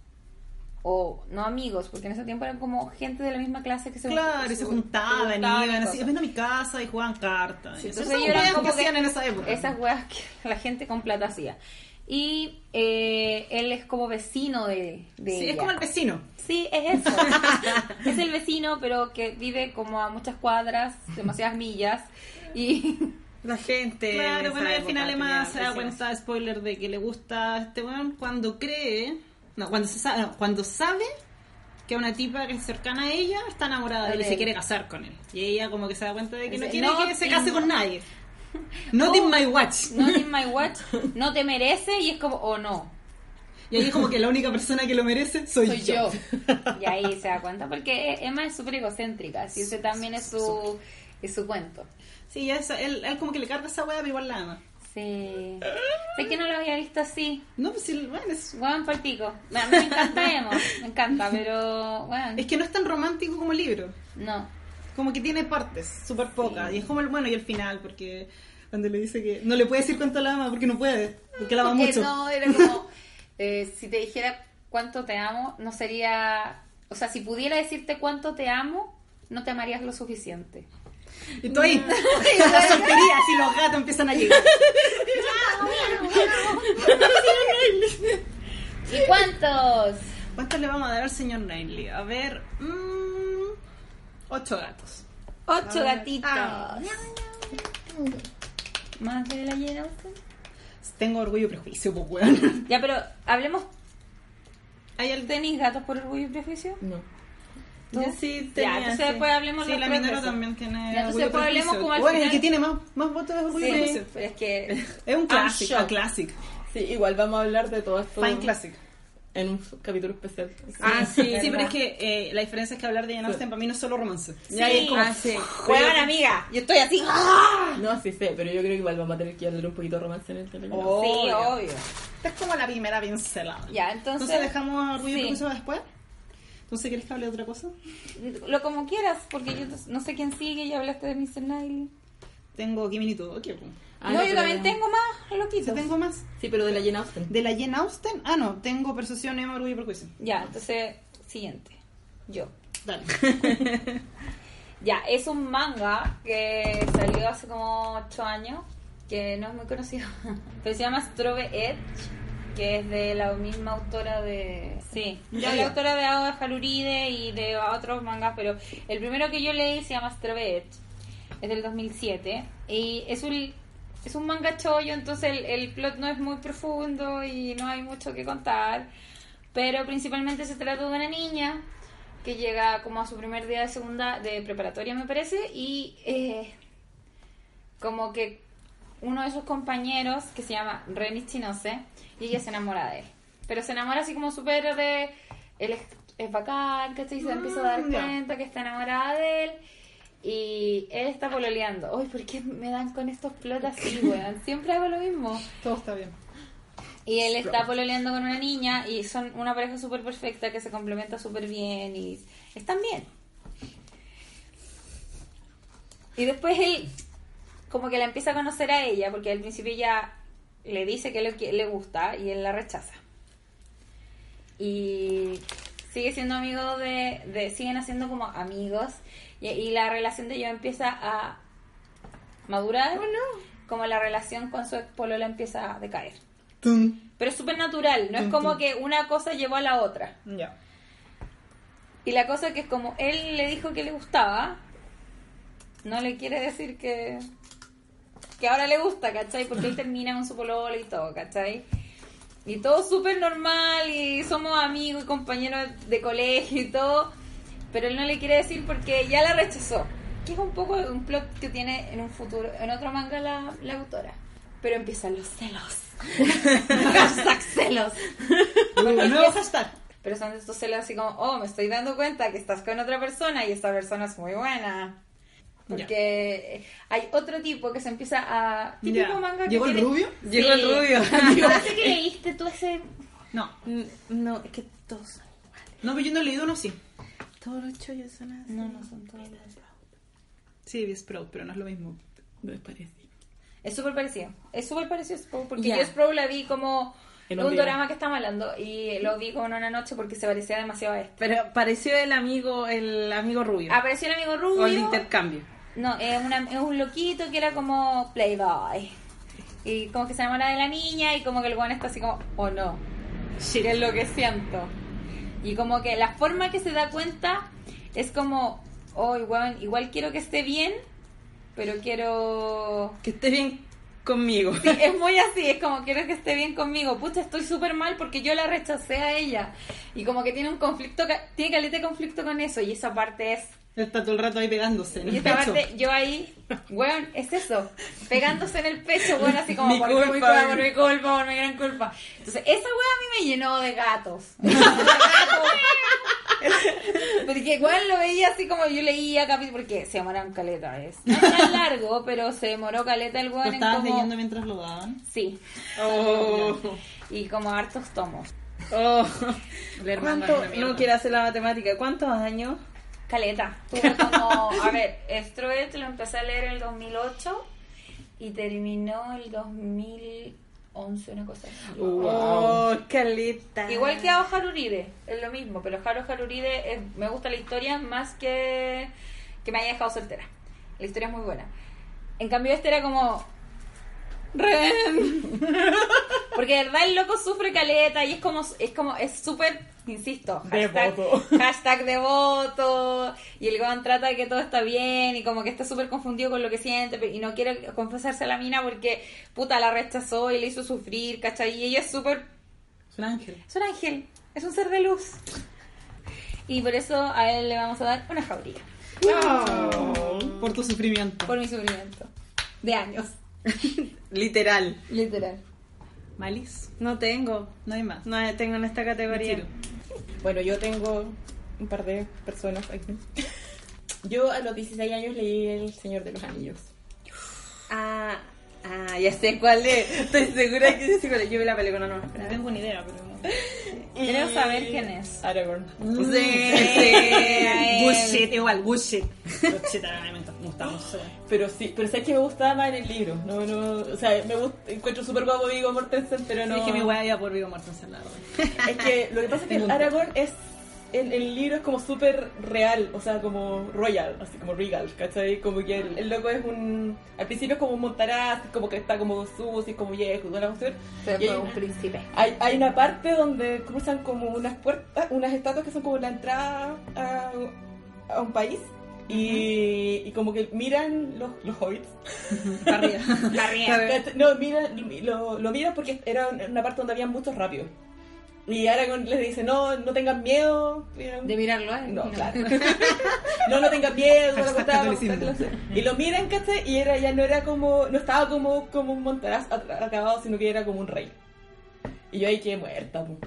o no amigos, porque en ese tiempo eran como gente de la misma clase que se
Claro, y se juntaban,
juntaban y
iban así,
cosas.
ven a mi casa y jugaban cartas.
Sí,
Esas
entonces ellos
son
eran
weas
como
que hacían en esa época.
Esas weas que [LAUGHS] la gente con plata hacía. Y eh, él es como vecino de, de
Sí,
ella.
es como el vecino.
Sí, es eso. es el vecino, pero que vive como a muchas cuadras, demasiadas millas. Y [LAUGHS]
La gente.
Claro, bueno, y al final
Emma
además se da cuenta, spoiler, de que le gusta a este weón cuando cree, no, cuando se sabe, no, cuando sabe que una tipa que es cercana a ella está enamorada de él y
De
se
él.
quiere casar con él. Y ella como que se da cuenta de que no
Dice,
quiere
"Not
que se
in-
case con nadie. Not in my watch.
no in my watch, no te merece. Y es como, oh no,
Y ahí como que la única persona que lo merece soy,
soy
yo.
yo. Y ahí se da cuenta, porque E-, Emma es súper egocéntrica. Así ese también es su, es su cuento.
Sí, esa- él, él como que le carga esa weá, pero igual la ama.
Sí. Sé que no lo había visto así.
No, pues sí, bueno, es,
Weón palpico. A mí me encanta Emo, me encanta, pero weón.
es que no es tan romántico como el libro.
No.
Como que tiene partes, súper pocas. Y es como el bueno y el final, porque cuando le dice que no le puede decir cuánto la ama, porque no puede, porque la ama
Porque
mucho.
No, era como. [LAUGHS] eh, si te dijera cuánto te amo, no sería. O sea, si pudiera decirte cuánto te amo, no te amarías lo suficiente.
Y tú [LAUGHS] ahí, con las solterías y los gatos empiezan a llegar.
¿Y cuántos?
¿Cuántos le vamos a dar al señor Knightley? A ver, mmm, ocho gatos.
Ocho gatitos.
Ah.
Más de la llena. usted?
Tengo orgullo y prejuicio, pues
[LAUGHS]
weón.
Ya, pero hablemos.
Hay al
¿Tenéis gatos por orgullo y prejuicio?
No.
¿Tú?
Yo sí
Ya,
tenía,
entonces
sí.
después hablemos
Sí,
los
la
tres de
minero
eso.
también tiene
Ya, entonces
orgullo y
después hablemos
prejuicio.
como al
Bueno, el
final-
que tiene más, más votos es orgullo y
Sí,
prejuicio.
pero es que.
Es un clásico,
shock.
un clásico.
Sí, igual vamos a hablar de todo esto
Fine classic.
en un capítulo especial.
Ah, sí.
Sí, pero
verdad.
es que eh, la diferencia es que hablar de Jane Austen para mí no es solo romance.
Sí.
Ya es como,
Ah, sí.
Weón, amiga, yo estoy así. ¡ah!
No, sí sé, pero yo creo que igual vamos a tener que hablar un poquito de romance en el teléfono.
Oh.
Sí,
Obvio.
obvio.
Esta es como la primera pincelada.
Ya, entonces-
Entonces dejamos orgullo
Sí.
y prejuicio para después. Entonces, ¿quieres que hable de otra cosa?
Lo como quieras, porque yo no sé quién sigue y hablaste de Mr. Nile.
Tengo qué minuto. Ok, pues.
Ah,
no, yo
pero-
también tengo más loquitos.
¿Sí tengo más?
Sí, pero de la Jane Austen.
De la Jane Austen. Ah, no. Tengo persuasión, emo, orgullo y prejuicio.
Ya, entonces, siguiente. Yo.
[LAUGHS] Dale.
Ya, es un manga que salió hace como 8 años, que no es muy conocido, [LAUGHS] pero se llama Strobe Edge, que es de la misma autora de... Sí,
Ya,
es la
ya.
autora de Ao de Haluride y de otros mangas, pero el primero que yo leí se llama Strobe Edge, es del 2007, y es un, es un manga chollo, entonces el, el plot no es muy profundo y no hay mucho que contar, pero principalmente se trata de una niña que llega como a su primer día de segunda de preparatoria me parece y eh, como que uno de sus compañeros que se llama Renis Chinose y ella se enamora de él Pero se enamora así como súper de... Él es, es bacán, ¿cachai? Y se
Ah,
empieza a dar
ya.
cuenta que está enamorada de él. Y él está pololeando. Uy, ¿por qué me dan con estos plot así, weón? Siempre hago lo mismo.
Todo está bien.
Y él está pololeando con una niña y son una pareja súper perfecta que se complementa súper bien y están bien. Y después él como que la empieza a conocer a ella porque al principio ella le dice que lo que- le gusta y él la rechaza. Y sigue siendo amigo de, de- siguen haciendo como amigos y, y la relación de ellos empieza a madurar. Como la relación con su ex polola empieza a decaer. Pero es súper natural, no es como que una cosa llevó a la otra.
Ya.
Y la cosa que es como él le dijo que le gustaba, no le quiere decir que, que ahora le gusta, ¿cachai? Porque él termina con su pololo y todo, ¿cachai? Y todo súper normal y somos amigos y compañeros de colegio y todo, pero él no le quiere decir porque ya la rechazó. Que es un poco un plot que tiene en un futuro, en otro manga la, la autora. Pero empiezan los celos. Hashtag celos. Porque
no
empieza-
vas a estar.
pero son estos celos así como, oh, me estoy dando cuenta que estás con otra persona y esta persona es muy buena. Porque hay otro tipo que se empieza a... Típico
Ya.
manga que
¿Llegó el
tiene-
rubio?
Sí.
Llegó el
[LAUGHS]
rubio. eh.
Parece que leíste tú ese...
No.
No, es que todos,
No, pero yo no he leído uno sí.
todos los chollos son así.
No, no son todos los-
Sí, vi Sprout, pero no es lo mismo. Me parece.
Es súper parecido. Es súper parecido a Sproul, porque
Ya.
yo Sproul la vi como
El
un
ombligo.
drama que estaba hablando y lo vi como en una noche porque se parecía demasiado a este.
Pero pareció el amigo, el amigo rubio.
Apareció el amigo
o el de
Ah, rubio.
intercambio.
No, es, una- es un loquito que era como playboy. Y como que se enamora de la niña y como que el guan está así como, oh no, shit es lo que siento. Y como que la forma que se da cuenta es como, oh, igual, igual quiero que esté bien, pero quiero... [LAUGHS]
Que esté bien conmigo. [LAUGHS]
Sí, es muy así, es como quiero que esté bien conmigo. Pucha, estoy súper mal porque yo la rechacé a ella. Y como que tiene un conflicto, ca- tiene caleta de conflicto con eso. Y esa parte es
Está todo el rato ahí pegándose. En
y
el
esta
pecho.
parte, yo ahí, weón, es eso, pegándose en el pecho, weón, así como
Mi
por mi
culpa.
culpa, por mi culpa, por mi gran culpa. Entonces, esa weón a mí me llenó de gatos. Me llenó de gatos. Porque weón lo veía así como yo leía capítulo, porque se demoraron caleta, es. No es tan largo, pero se demoró caleta el
Lo
weón en
estabas
como...
leyendo mientras lo daban.
Sí,
Oh,
y como hartos tomos.
oh.
La
¿Cuánto?
hermana es una mierda.
No quiere hacer la matemática. ¿Cuántos años?
Caleta. Tuve como, a ver, Stroet lo empecé a leer en el 2008 y terminó el 2011, una cosa así.
Oh, caleta.
Igual que a Haruride, es lo mismo, pero Haru Haruride es- me gusta la historia más que que me haya dejado soltera. La historia es muy buena. En cambio este era como Ren. [LAUGHS] Porque de verdad el loco sufre caleta y es como es como es súper insisto, hashtag,
Devoto.
[LAUGHS] hashtag devoto y el Gohan trata de que todo está bien y como que está súper confundido con lo que siente pe- y no quiere confesarse a la mina porque puta la rechazó y le hizo sufrir, ¿cachai? Y ella es súper
Es un ángel.
es un ángel, es un ser de luz. Y por eso a él le vamos a dar una jauría.
Por tu sufrimiento.
Por mi sufrimiento. De años.
Literal.
Literal.
Malis.
No tengo.
No hay más.
No tengo en esta categoría.
Mentira.
Bueno, yo tengo un par de personas aquí. [LAUGHS] Yo a los 16 años leí El Señor de los Anillos.
Ah, ah, ya sé cuál es. Estoy segura que sé cuál es. Yo vi la película [LAUGHS] no.
No tengo ni idea, pero.
Quiero saber quién es.
Eh, Aragorn.
Sí,
a él.
Bullshit, igual, bullshit. Bullshit, a mí me gusta mucho.
Pero sí, pero sabes que me gustaba más en el libro. No, no, o sea, me gusta, encuentro súper guapo Vigo Mortensen, pero no.
Es que mi hueá iba por Vigo Mortensen la verdad.
Es que lo que pasa es que
[LAUGHS] Tengo un-
Aragorn es. En el libro es como súper real, o sea, como royal, así como regal, ¿cachai? Como que
Ah.
el, el loco es un. Al principio es como un montaraz, como que está como sucio, como viejo, toda la cuestión.
Pero
Y
fue
hay-
un príncipe.
Hay, hay una parte donde cruzan como unas puertas, unas estatuas que son como la entrada a, a un país y, y como que miran los, los hobbits.
Arriba.
[LAUGHS]
Carrier.
No, miran, lo, lo miran porque era una parte donde había muchos rápidos. Y Aragorn les dice, no, no tengan miedo.
De mirarlo a él.
¿eh? No, claro. [LAUGHS] no, no tengan miedo. la
Hashtag
cuestión,
catolicismo.
la cuestión. y lo miran, ¿cachai? Y era, ya no era como, no estaba como, como un montaraz at- acabado, sino que era como un rey. Y yo ahí quedé muerta. po.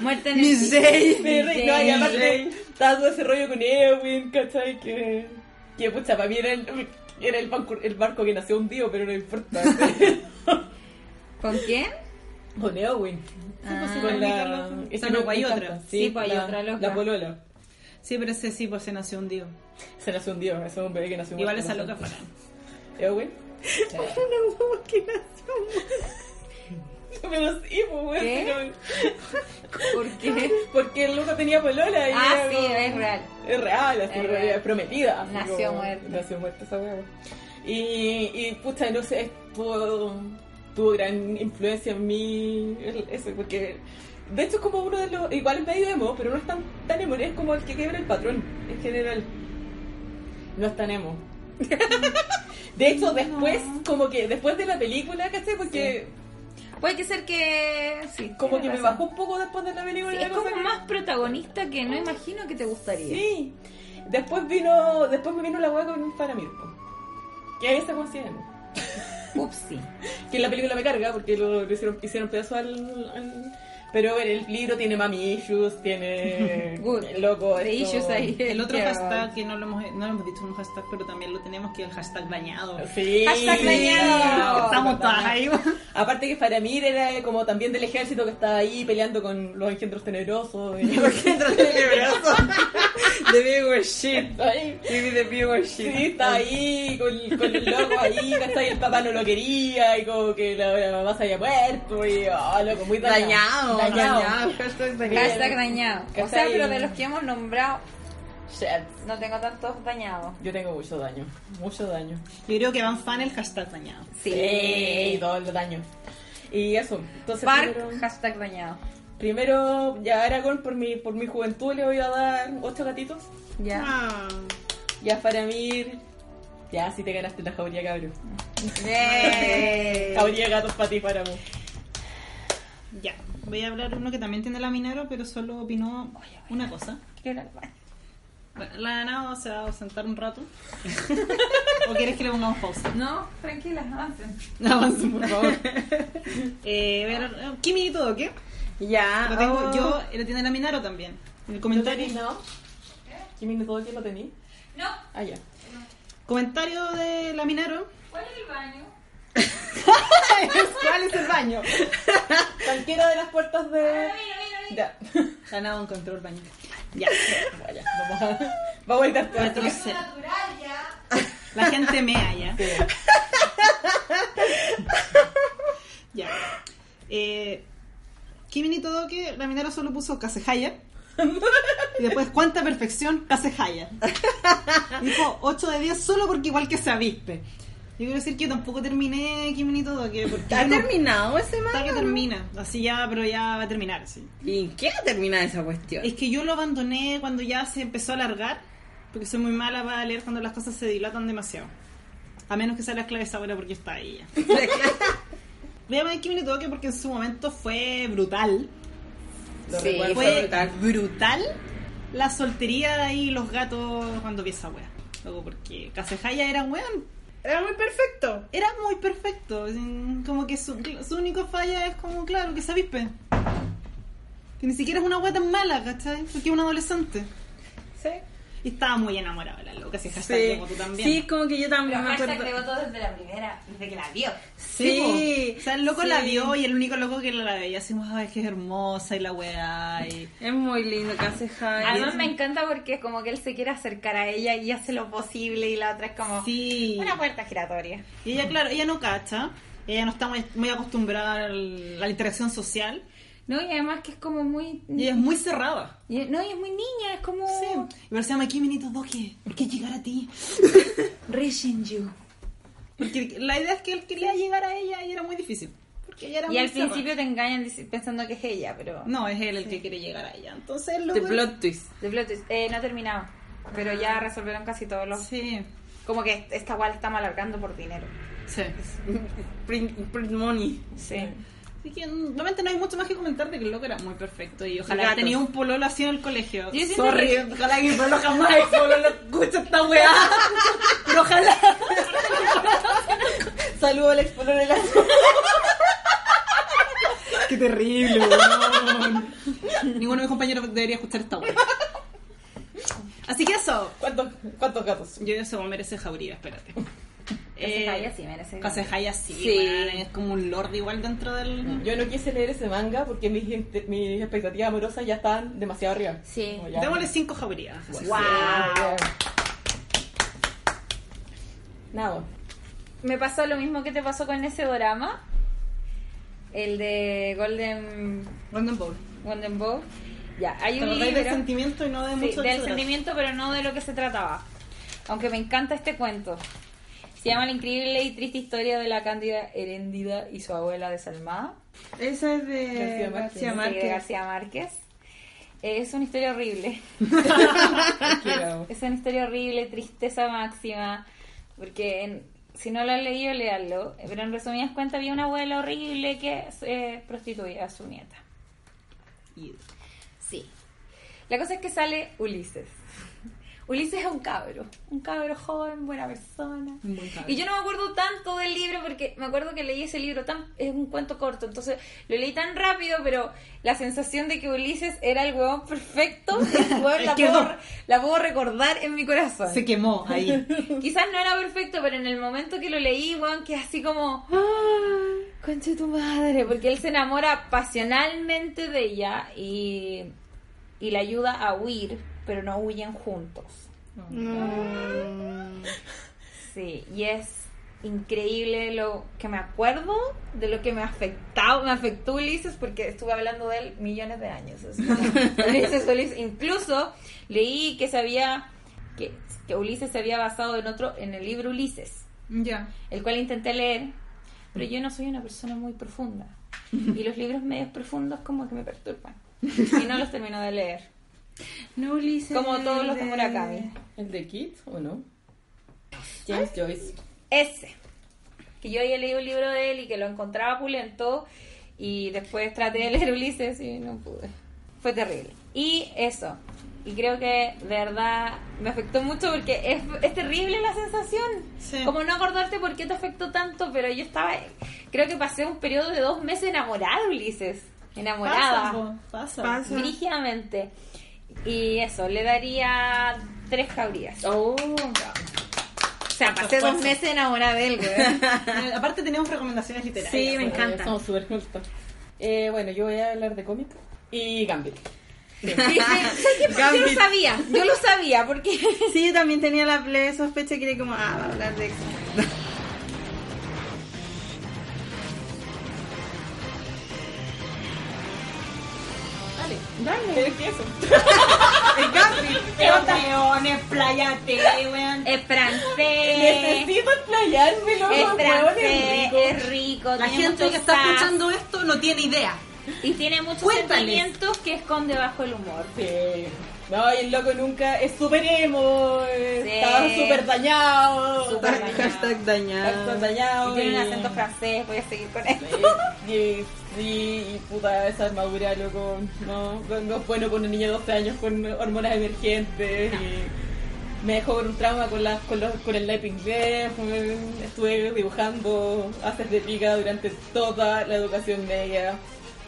Muerte en
Mi
el
Zey.
Mi
Me reí, no, y
Zey.
aparte estaba todo ese rollo con Ewin, ¿cachai? Que, que pucha, para mí era el, era el, banco- el barco que nació hundido, pero no importa.
¿Con quién?
con Ewin.
Ah.
con la...
Carlos.
es
O sea,
que
no,
me-
pues hay
me
otra.
encanta,
Sí, pues hay
la-
otra loca.
La polola.
Sí, pero ese sí, pues se nació hundido.
Se nació hundido, ese es un bebé que nació
Igual
muerto,
esa loca
¿no?
fue.
Ewin. [LAUGHS] Pero sí, pues, weón,
¿Qué?
pero-
¿Por qué?
Porque el loco tenía polola y
Ah,
era
sí,
como-
es real.
Es real, así,
Es
pero
real.
era prometida. así
Nació muerta.
Nació muerta esa hueá. Y, y puta, no sé, tuvo, tuvo gran influencia en mí, el- eso, porque de hecho es como uno de los, igual es medio emo, pero no es tan, tan emo, es como el que quebra el patrón en general. No es
[LAUGHS]
tan emo. De hecho, después, como que después de la película, ¿cachai? Porque
Puede que ser que. Sí,
como que
tienes
me
razón.
bajó un poco después de la película.
Sí,
la
es
cosa
como
que-
más protagonista que no imagino que te gustaría.
Sí. Después vino, después me vino la hueá con Faramirko. Que ahí se considera.
Upsi.
Que en la película me carga porque lo, lo hicieron, hicieron pedazo al, al- Pero en el libro tiene mami issues, tiene...
[LAUGHS] Good.
Loco,
De
esto-
issues ahí.
El otro
Ya.
hashtag que no lo, hemos, no lo hemos dicho en un hashtag, pero también lo tenemos, que es el hashtag dañado.
Sí.
Hashtag dañado.
Estamos todas ahí.
Aparte que Faramir era como también del ejército que estaba ahí peleando con los engendros
[LAUGHS]
tenebrosos. y- [LAUGHS]
[LAUGHS]
The big shit.
ahí.
the big
Sí, está ahí con, con el loco ahí,
[LAUGHS]
¿cachai? El papá no lo quería y como que la, la mamá se había muerto y, oh, loco, muy dañado.
Dañado.
Dañado.
Hashtag
Hashtag dañado. O sea,
Hashtag-
pero de los que hemos nombrado,
Shit.
no tengo tantos dañados.
Yo tengo mucho daño, mucho daño.
Yo creo que van fan el hashtag dañado.
Sí.
Sí, todo el daño. Y eso, entonces
Park,
primero,
hashtag dañado.
primero, ya Aragorn por mi, por mi juventud le voy a dar ocho gatitos.
Ya.
Ah.
Ya Faramir, ya si te ganaste la jauría, cabrón.
Bien.
[LAUGHS] Jauría de gatos para ti, Faramir.
Ya. Voy a hablar uno que también tiene la Minero, pero solo opinó una cosa.
Quiero ir al baño.
Bueno, La nada se va a ausentar un
[LAUGHS]
rato. ¿O quieres que le pongamos pausa?
No, tranquila, avancen.
Avancen, por favor. [LAUGHS] eh, ver, eh, Kimi y todo, ¿qué?
Ya,
Lo tengo
oh.
yo, lo tiene la Minaro también. En el comentario.
¿No? ¿Qué minuto que lo tení?
No,
Ah, ya.
Comentario de la Minaro.
¿cuál es el baño?
[LAUGHS] ¿Cuál es el baño? Cualquiera de las puertas de. Ya. [LAUGHS]
Ganado encontró el baño. Ya.
Vaya, vamos a. Vamos a ir después.
Cuatro cero. La gente me halla.
[LAUGHS]
Ya. Eh, Kimi todo que la minera solo puso Kasehaya. Y después, ¿cuánta perfección Kasehaya? Dijo 8 de 10 solo porque igual que se avispe. Yo quiero decir que tampoco terminé Kimi todo que porque
¿Ha
uno-
terminado ese
está
manga?
que termina. Así ya, pero ya va a terminar. Sí.
¿Y en qué ha terminado esa cuestión? [LAUGHS]
[LAUGHS] Es que yo lo abandoné cuando ya se empezó a alargar, porque soy muy mala para leer cuando las cosas se dilatan demasiado. A menos que sea la clave ahora porque está ahí ya. Voy a poner Kimi no Todoke porque en su momento fue brutal.
Lo
Sí,
recuerdo.
fue brutal.
brutal la soltería y los gatos cuando vi esa wea. Luego, porque Casejaya era un weón.
Era muy perfecto.
Era muy perfecto. sin- Como que su, su único falla es como, claro, que se avispe. Que ni siquiera es una wea tan mala, ¿cachai? Porque es un adolescente.
Sí.
Y estaba muy enamorada de la loca, si hashtag
Sí.
como tú también.
sí, como que yo también me acuerdo.
todo desde la primera, desde que la vio.
Sí.
po. O sea, el loco
Sí.
la vio y el único loco que la veía así, ay, es que es hermosa y la weá. Y...
Es muy lindo que hace Este Jaime.
Además me encanta porque es como que él se quiere acercar a ella y hace lo posible y la otra es como
Sí.
una puerta giratoria.
Y ella, claro, ella no cacha. Ella no está muy, muy acostumbrada a la interacción social.
No, y además que es como muy...
Y ella es muy cerrada.
y- no, y es muy niña, es como...
Sí. Y por eso se llama Kiminito Doke. ¿Por qué llegar a ti?
Reaching you.
Porque la idea es que él quería llegar a ella y era muy difícil. Porque ella era
Y
muy
al
cerrada.
principio te engañan dic- pensando que es ella, pero...
No, es él el que quiere llegar a ella. Entonces, el
The
loco.
plot twist.
The plot twist. Eh, no ha terminado, pero
Ah.
ya resolvieron casi todos los...
Sí.
Como que esta guay la estamos alargando por dinero.
Sí.
Print, print money.
Sí.
Así que mm, realmente no hay mucho más que comentar de que el loco era muy perfecto y ojalá
Gatos.
tenía un pololo así en el colegio.
Yo siento
Sorry,
que-
ojalá que mi pololo jamás el pololo [LAUGHS] escucha esta weá.
[LAUGHS]
Pero ojalá.
Saludo al explorador de la
Qué terrible, weón. [LAUGHS] Ninguno de mis compañeros debería escuchar esta weón. Así que eso.
¿Cuántos, cuántos gatos?
Yo eso merece Jauría, espérate. Eh,
Casejaya sí merece.
Casejaya sí,
Sí.
weón, es como un lord igual dentro del...
Yo no quise leer ese manga porque mis, inte- mis expectativas amorosas ya estaban demasiado arriba.
Sí.
Como ya-
Démosle cinco Jaurías.
Sí,
Wow.
ya. Nada.
Me pasó lo mismo que te pasó con ese drama. El de Golden
Random Bowl.
Golden Bow. Ya, hay
Te
un
acordáis del
libro
sentimiento y no de
sí,
mucho
del
detrás.
sentimiento, pero no de lo que se trataba. Aunque me encanta este cuento. Se llama La increíble y triste historia de la cándida Heréndida y su abuela desalmada.
Esa es
García
de
Márquez.
García
Sí,
Márquez.
de García Márquez. Es una historia horrible.
Quiero-
Es una historia horrible, tristeza máxima, porque en- si no lo han leído, leanlo. Pero en resumidas cuentas había una abuela horrible que eh, prostituía a su nieta.
Y-
Sí. La cosa es que sale Ulises. [LAUGHS] Ulises es un cabro, un cabro joven, buena persona.
Un buen cabro.
Y yo no me acuerdo tanto del libro porque me acuerdo que leí ese libro, tan, es un cuento corto, entonces lo leí tan rápido, pero la sensación de que Ulises era el huevón perfecto, [LAUGHS] el huevón la,
Quedó.
puedo, la puedo recordar en mi corazón.
Se quemó
[LAUGHS]
ahí.
Quizás no era perfecto, pero en el momento que lo leí, weón, que así como. ¡Ah! Concha de tu madre. Porque él se enamora pasionalmente de ella y, y la ayuda a huir, pero no huyen juntos. Sí, y es increíble lo que me acuerdo de lo que me ha afectado, me afectó Ulises porque estuve hablando de él millones de años. Es- Ulises, Ulises, incluso leí que sabía que, que Ulises se había basado en otro en el libro Ulises,
Ya.
el cual intenté leer, pero yo no soy una persona muy profunda y los libros medios profundos como que me perturban y no los termino de leer,
No, Ulises.
como todos los de
de-
Murakami.
¿El de Kit o no? James Joyce.
Ese. Que yo había leído un libro de él y que lo encontraba pulento y después traté de [LAUGHS] leer Ulises y no pude. Fue terrible. Y eso. Y creo que de verdad me afectó mucho porque es, es terrible la sensación.
Sí.
Como no acordarte por qué te afectó tanto, pero yo estaba, creo que pasé un periodo de dos meses enamorada, de Ulises.
Pasa,
Enamorada.
po, pasa.
Pasa.
Brígidamente. Y eso, le daría tres cabrías.
Oh,
O sea, pasé dos meses enamorada de él, güey.
Eh, Aparte tenemos recomendaciones literarias. pues.
Sí, me encanta.
Somos súper cultos. Eh, bueno, yo voy a hablar de cómic y Gambit.
Dije, ¿sabes qué? Yo lo sabía, yo lo sabía, porque
Sí, yo también tenía la leve sospecha que era como, ah, va a hablar de eso.
Dale, ¿qué es eso?
Campeones, playate, weón.
es francés,
Necesito explayarme, loco.
es
huevón,
francés,
rico.
es rico,
La
tiene
gente
mucho
que está
sass
escuchando esto no tiene idea.
y tiene muchos
Cuéntales.
sentimientos que esconde bajo el humor.
Sí. No, y el loco nunca es súper emo. eh,
Sí.
Estaba súper dañado.
Súper
Hashtag
Hashtag dañado.
Súper dañado.
Y tiene un
y-
acento francés, voy a seguir con él.
[LAUGHS] Y, y- y puta, esa armadura, loco. No, no, no es bueno con una niña de 12 años con hormonas emergentes. Y me dejó con un trauma con, las con, los- con el live inglés. fue- Estuve dibujando haces de pica durante toda la educación media.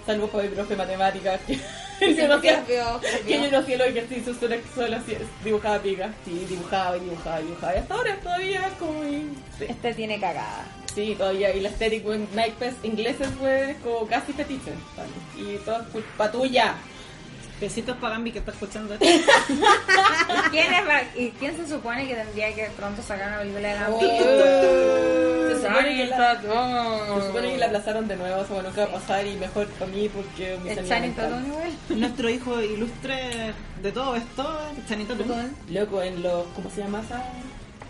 Salvo para mi profe de matemáticas. Que, [LAUGHS] que no
[LAUGHS]
hacía-
Vio,
que yo
vio.
no hacía los ejercicios, solo, solo hacía- dibujaba pica. Sí, dibujaba y dibujaba y dibujaba. Y hasta ahora todavía es como... mi- sí.
Este tiene cagada.
Sí, todavía. Y las Terry en naipes ingleses fue como casi fetiche. ¿vale? Y todo es culpa tuya.
Besitos para Gambi que está escuchando esto. [LAUGHS]
¿Y quién, es la- y quién se supone que tendría que pronto sacar una película de la
[LAUGHS] Se supone que la- se supone que la
Supone
aplazaron de nuevo, o sea, bueno, nunca va a pasar y mejor para mí porque mis
¿El
amigos
Channing
no están.
Tatum igual?
Nuestro hijo ilustre de todo esto, Chanito Tum.
Loco, en los. ¿Cómo se llama esa?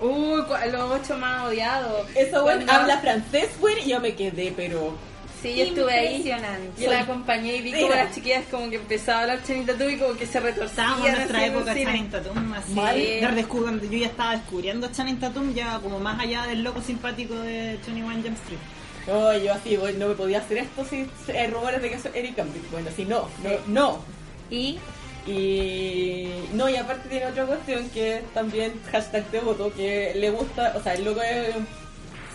Uy, cua- los ocho más odiados.
Eso, bueno,
Cuando-
habla francés, güey, y yo me quedé, pero.
Sí, yo estuve ahí.
Impresionante. Yo la acompañé y vi como
Mira.
las chiquillas como que empezaba a hablar chanita tú y como que se retorzaban.
Estábamos en nuestra
así el
época de
cine.
Channing Tatum, así.
Mal.
Yo, redescu- cuando yo ya estaba descubriendo a Channing Tatum, ya como más allá del loco simpático de 21 Jump Street.
No, yo así, güey, no me podía hacer esto si hay rumores de que soy Eric Cambridge. Bueno, si no, no, no.
Y
Y no, y aparte tiene otra cuestión que es también hashtag devoto, que le gusta, o sea, el loco es-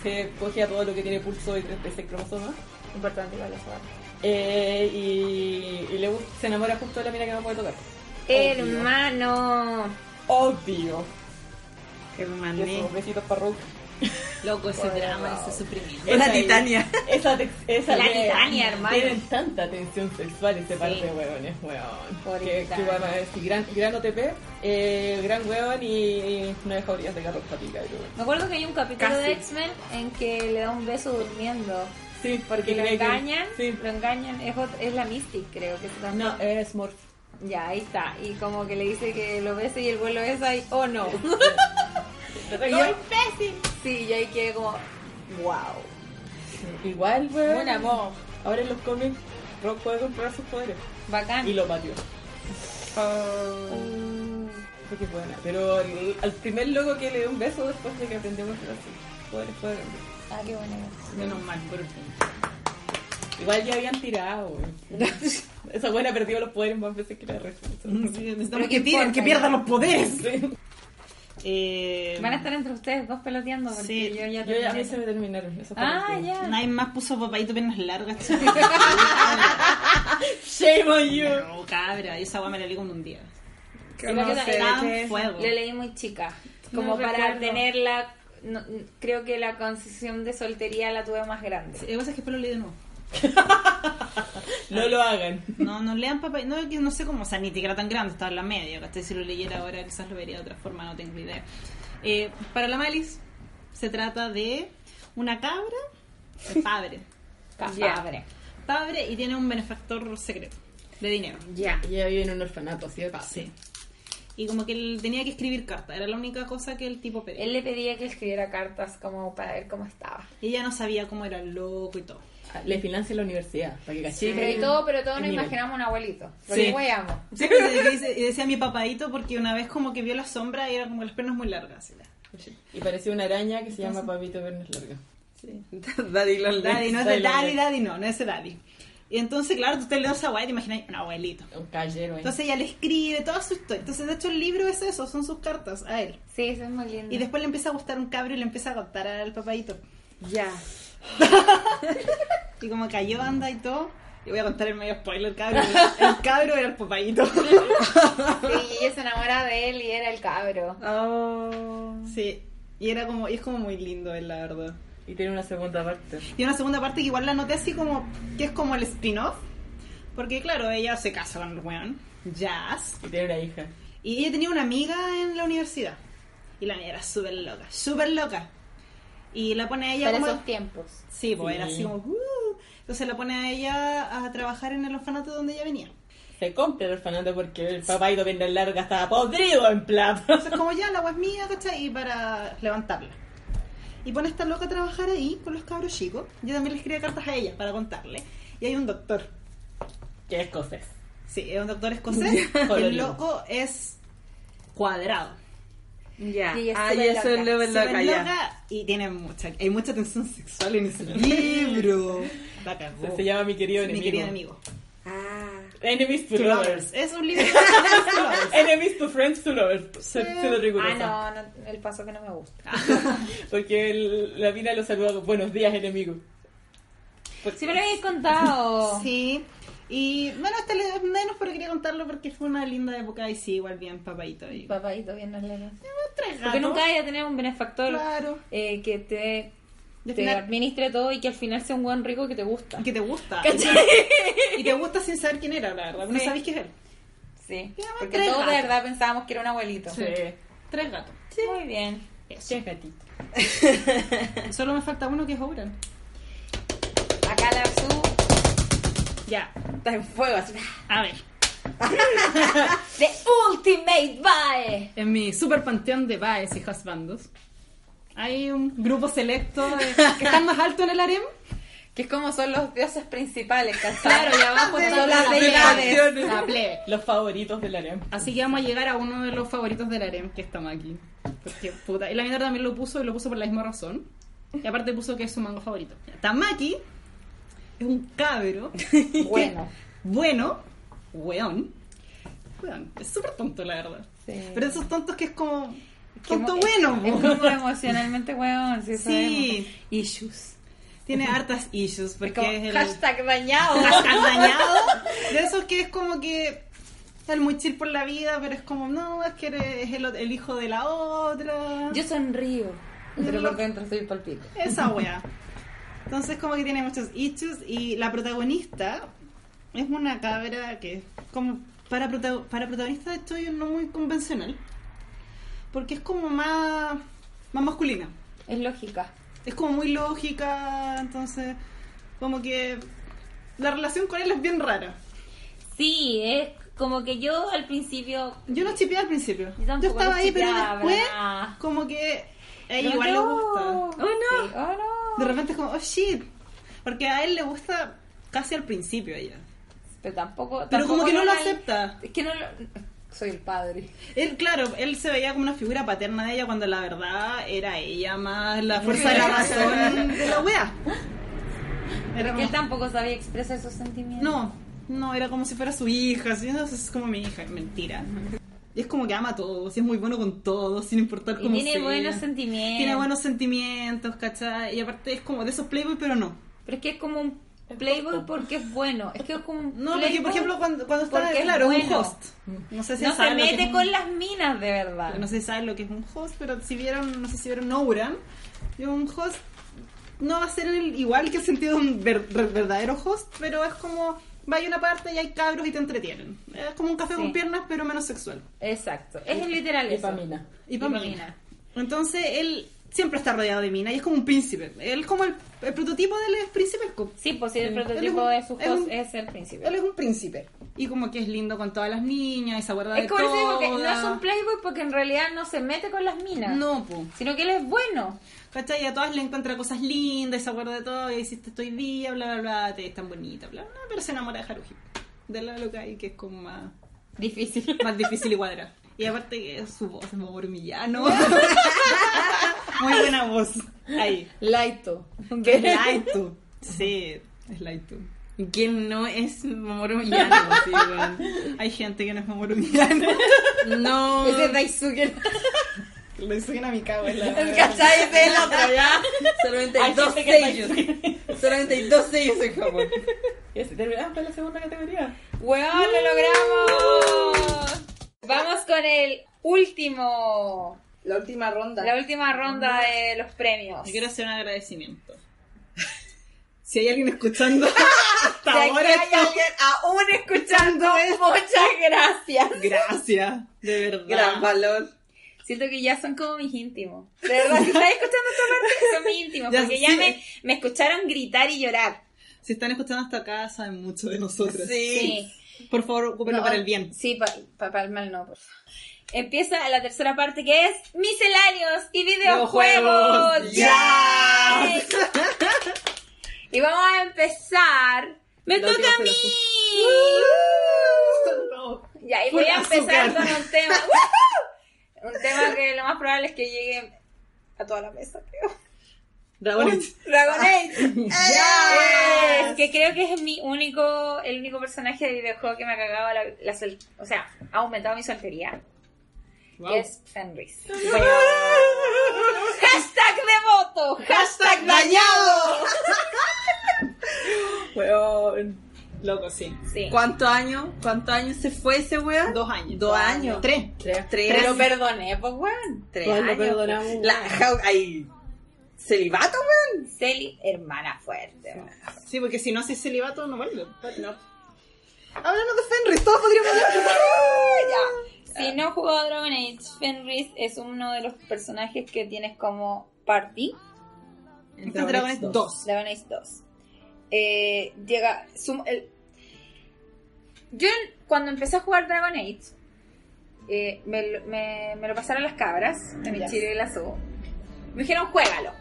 se coge a todo lo que tiene pulso y 36 cromosomas. Importante para la saga. Eh, y, y le gust- se enamora justo de la mina que no puede tocar.
Hermano.
Obvio. Y
Hermané.
eso, besitos para Rook.
Loco,
[LAUGHS]
ese
Wow.
drama, ese sufrimiento.
Es la
Esa-
Titania.
Esa, tex- esa
La
de-
Titania, hermano.
Tienen tanta tensión sexual ese par
Sí.
de hueones, hueón.
Pobre
Que, que
Titania.
van a decir, gran, gran OTP, eh, gran hueón y no deja orillas de carro patica. yo-
Me acuerdo que hay un capítulo
Casi.
de X-Men en que le da un beso durmiendo.
Sí,
Porque lo
cree que-
engañan,
Sí.
lo engañan. Es, ot- es la Mystic, creo que se llama.
No, eh. es Morph.
Ya, ahí está. Y como que le dice que lo bese y el vuelo es ahí. Oh no. [LAUGHS]
Y
yo- Sí, y ahí quedé como. ¡Wow!
yo- Igual, hueón.
Un amor.
Ahora en los cómics, Rock puede comprar sus poderes.
Bacán.
Y lo pateó.
Mm,
Porque es buena. Pero al, al primer loco que le dio un beso después de que aprendimos que sus poderes pueden cambiar.
ah, qué bueno.
Menos mal, por fin.
Igual ya habían tirado, güey. [LAUGHS] Esa buena perdió los poderes más veces que la resto.
[LAUGHS] Sí, necesitamos
Pero
que
que
tiren,
importa,
que
ya.
pierdan los poderes. Eh,
Van a estar entre ustedes dos peloteando porque
Sí,
yo ya
Yo
terminé.
ya, a mí se me terminaron. Eso fue
Ah,
lo
[LAUGHS]
que-
ya.
Nadie más puso papadito piernas largas.
Shame on you.
no, Oh, cabra, esa agua me la ligo en un día.
[LAUGHS]
Sí,
no
porque
sé,
tan
qué es.
fuego.
Lo leí muy chica.
No
Como para
recuerdo.
tener la. no, n- creo que la concesión de soltería la tuve más grande.
Lo que pasa es que después lo leí de nuevo.
No lo hagan.
No, no lean papá. No, que no sé cómo, o sea, ni siquiera tan grande, estaba en la media. ¿cachai? Si lo leyera ahora, quizás lo vería de otra forma, no tengo idea. Eh, para la Malis, se trata de una cabra, de
[LAUGHS]
padre.
Ya.
Cafabre.
Padre y tiene un benefactor secreto de dinero.
Ya.
Ella vive en un orfanato, ¿cierto?
Sí. Y como que él tenía que escribir cartas, era la única cosa que el tipo pedía.
Él le pedía que escribiera cartas como para ver cómo estaba.
Y ella no sabía cómo era el loco y todo.
Le financia la universidad, para que caché.
Pero y todo, pero todo
El
nos
nivel.
imaginamos un abuelito.
Sí.
Porque hueamos.
Sí, pues, y dice- y decía mi papadito porque una vez como que vio la sombra y era como las piernas muy largas. y la-
Y pareció una araña que se llama Papito Vernos Larga.
Sí.
[LAUGHS] Daddy Long Legs.
Daddy, no es
Soy
de daddy,
Lola.
daddy, no, no es de daddy. Y entonces, claro, tú te lees esa guay y te imaginas un abuelito.
Un callero, ahí.
Entonces ella le escribe toda su historia. Entonces, de hecho, el libro es eso, son sus cartas a él.
Sí, eso es muy lindo.
Y después le empieza a gustar un cabro y le empieza a contar al papadito.
Ya.
Y como cayó banda y todo. Y voy a contar el medio spoiler, cabro. El cabro era el papadito. [LAUGHS]
[LAUGHS] Sí, y ella se enamora de él y era el cabro.
Oh.
Sí. Y era como, y es como muy lindo, él, la verdad.
Y tiene una segunda parte.
Y una segunda parte que igual la noté así como que es como el spin-off. Porque claro, ella se casa con el weón, Jazz.
Y tiene una hija.
Y ella tenía una amiga en la universidad. Y la amiga era súper loca, súper loca. Y la pone a ella
Para
como...
esos tiempos.
Sí, pues era
Sí.
así como... "Uh". Entonces la pone a ella a trabajar en el orfanato donde ella venía.
Se compra el orfanato porque el Papito Vernos Larga estaba podrido en [LAUGHS] plata.
Entonces como ya, la agua es mía, ¿cachai? Y para levantarla. Y pone a esta loca a trabajar ahí con los cabros chicos. Yo también le escribí cartas a ella para contarle. Y hay un doctor.
que es escocés.
Sí, es un doctor escocés. y el
Colorido.
loco es cuadrado.
Ya.
Sí, es
Ah,
súper
ya soy
loca.
Love Loca,
Súper
ya.
loca y tiene mucha, hay mucha tensión sexual en ese libro. La cagó.
Se, se llama Mi querido
Mi
enemigo.
querido enemigo.
Ah.
Enemies to,
To
lovers.
Lovers. Es un libro. To Lovers.
[LAUGHS] Enemies to friends to lovers. Se, se lo
Ah,
reconozco.
no, no, el paso que no me gusta.
Porque el- la mina lo saluda con buenos días, enemigo. Pues-
Sí me lo habéis contado.
[LAUGHS] Sí. Y bueno, este le- menos, pero quería contarlo porque fue una linda época y sí, igual bien papadito. Y...
Papadito bien nos lees.
Tres
Porque
gatos.
nunca vaya a tener un benefactor
Claro.
eh, que te,
Y al
te
final-
administre todo y que al final sea un buen rico que te gusta. [LAUGHS]
Que te gusta. Y te gusta sin saber quién era, la verdad. No
Sí.
sabéis quién es él.
Sí.
Te llaman
Porque
tres
todos de
gatos.
verdad pensábamos que era un abuelito.
Sí.
Tres gatos.
Muy bien.
Sí, es
[LAUGHS]
gatito.
Solo me falta uno que es Ouran.
Acá la su
Ya.
Está en fuego. así.
A ver.
The Ultimate Bye.
En mi super panteón de baes y husbandos hay un grupo selecto de- que están más alto en el harem.
Que es como son los dioses principales, ¿cachai?
Claro, y abajo
son
están
las
las
deidades.
deidades.
La plebe.
Los favoritos del área.
Así que vamos a llegar a uno de los favoritos del harem, que es Tamaki. Porque, puta, y la mierda también lo puso y lo puso por la misma razón. Y aparte puso que es su mango favorito. Tamaki es un cabro. que-
[LAUGHS] Bueno.
bueno. Weón. Weón. Es súper tonto, la verdad.
Sí.
Pero esos tontos que es como...
Que
Tonto
emo-
bueno.
Es
po.
como emocionalmente weón, sí,
Sí.
sabemos. Issues.
Tiene hartas issues porque
Como
es el
Hashtag bañado.
hashtag dañado. De esos que es como que el muy chill por la vida, pero es como, no, es que eres el, el hijo de la otra.
Yo sonrío.
Pero por
dentro estoy palpito.
Esa wea. Entonces como que tiene muchos issues y la protagonista es una cabra que es como para, prota- para protagonista de estudio no muy convencional. Porque es como más, más masculina.
Es lógica.
Es como muy lógica, entonces como que la relación con él es bien rara.
Sí, es como que yo al principio.
Yo no chipeé al principio.
Yo
Yo,
tampoco
estaba
lo
ahí, pero
chipeaba,
después
¿verdad?
como que a
No,
ella igual le
no.
gusta.
Oh no. oh
De
no.
repente es como, oh shit. Porque a él le gusta casi al principio ella.
Pero tampoco.
Pero
tampoco
como que no lo
era el-
acepta.
Es que no lo. Soy el padre.
Él, claro, él se veía como una figura paterna de ella cuando la verdad era ella más la fuerza de
[LAUGHS]
la razón de la wea. Era
Él
como,
tampoco sabía expresar sus sentimientos.
no, no, era como si fuera su hija, así, no, es como mi hija, mentira. Y es como que ama a todos, y es muy bueno con todos, sin importar
Y
cómo
tiene
sea.
buenos sentimientos.
Tiene buenos sentimientos, ¿cachai? Y aparte es como de esos playboys, pero no.
Pero es que es como un playboy porque es bueno. Es que es como un
No, porque
playboy
por ejemplo cuando, cuando está,
porque es
claro, es un
bueno.
host. No sé si
No se
saben lo que es
mete
un-
con las minas de verdad.
No sé si saben lo que es un host, pero si vieron, no sé si vieron Ouran, un host no va a ser el- igual que el sentido de un ver- ver- verdadero host, pero es como vaya a una parte y hay cabros y te entretienen. Es como un café
Sí.
con piernas, pero menos sexual.
Exacto. Es literal
Y
eso.
pa' mina.
Y
pa'
para
mina.
Entonces él siempre está rodeado de mina y es como un príncipe. Él como el, el prototipo de él es príncipe. co-
Sí, pues sí, el
Mm.
prototipo
Él
de
es
su
un-
host
es un-
es el príncipe.
Él es un príncipe. Y como que es lindo con todas las niñas y se acuerda de
Es como les digo que no
todas.
es un playboy porque en realidad no se mete con las minas.
No, po.
Sino que él es bueno.
¿Cachai? Y a todas le encuentra cosas lindas, y se acuerda de todo, y hiciste esto hoy día, bla, bla, bla, te ves tan bonita, bla, bla, pero se enamora de Haruhi. De la loca ahí que es como más,
[LAUGHS] Difícil.
más difícil y cuadrar. Y aparte que su voz es muy
[LAUGHS]
hormillano. muy buena voz. Ahí.
[LAUGHS]
Laito.
Es Laitu. Sí, es Laitu.
¿Quién no es Mamoru Miyano? Sí, weón.
Hay gente que no es Mamoru Miyano.
No.
Ese es Daisuke.
Lo hizo una Mikawa. la
El
verdad.
cachai es el otro ya.
Solamente
Hay
hay dos
gente que está
sellos. Solamente hay dos sellos en Japón.
Y así terminamos con la segunda categoría.
¡Weón, lo logramos! Vamos con el último.
La última ronda.
La última ronda de los premios.
Yo quiero hacer un agradecimiento. [LAUGHS] Si hay alguien escuchando [LAUGHS] hasta
Si aquí
ahora
hay
esto-
alguien aún escuchando, [LAUGHS] muchas gracias.
Gracias, de verdad.
Gran valor.
Siento que ya son como mis íntimos.
[LAUGHS]
De verdad, si estás escuchando esta parte, son mis íntimos.
Ya,
porque
sí.
ya me, me escucharon gritar y llorar.
Si están escuchando hasta acá, saben mucho de nosotras.
Sí.
Por favor, ocúpenlo
No,
para el bien.
Sí, pa- pa- para el mal no, por favor. Empieza la tercera parte que es misceláneos y videojuegos.
Videojuegos.
¡Ya! Y vamos a empezar. ¡Me
La
toca
última
a
fue la
mí! Ya, y voy a
Full
empezar
azúcar.
con un
[LAUGHS]
tema. ¡Woohoo! un tema que lo más probable es que llegue a toda la mesa, creo. [LAUGHS]
Dragones.
Dragon Age.
Yes.
Es que creo que es mi único, el único personaje de videojuego que me ha cagado la, la sol- o sea, ha aumentado mi soltería.
Wow.
Y es Fenris. Hashtag devoto. Hashtag dañado.
Weón.
Loco, sí.
Sí.
¿Cuántos años? ¿Cuántos años se fue ese weón?
Dos años.
Dos años.
Tres.
Tres.
Tres.
Pero perdoné, pues weón.
Tres
Todos lo
años.
perdonamos.
La, how, ay, ¿Celibato, weón?
Celi, hermana fuerte. weón.
Sí, porque si no haces celibato, no vuelve.
No.
Háblanos de Fenris, todos podríamos hablar. [LAUGHS]
Ya. Si no jugó Dragon Age, Fenris es uno de los personajes que tienes como party.
Este es Dragones 2.
Dragon Age 2. Eh, llega. su- el- yo en- cuando empecé a jugar Dragon Age, eh, me, lo- me- me lo pasaron las cabras de mi
Ya.
chile y la subo. Me dijeron, juégalo.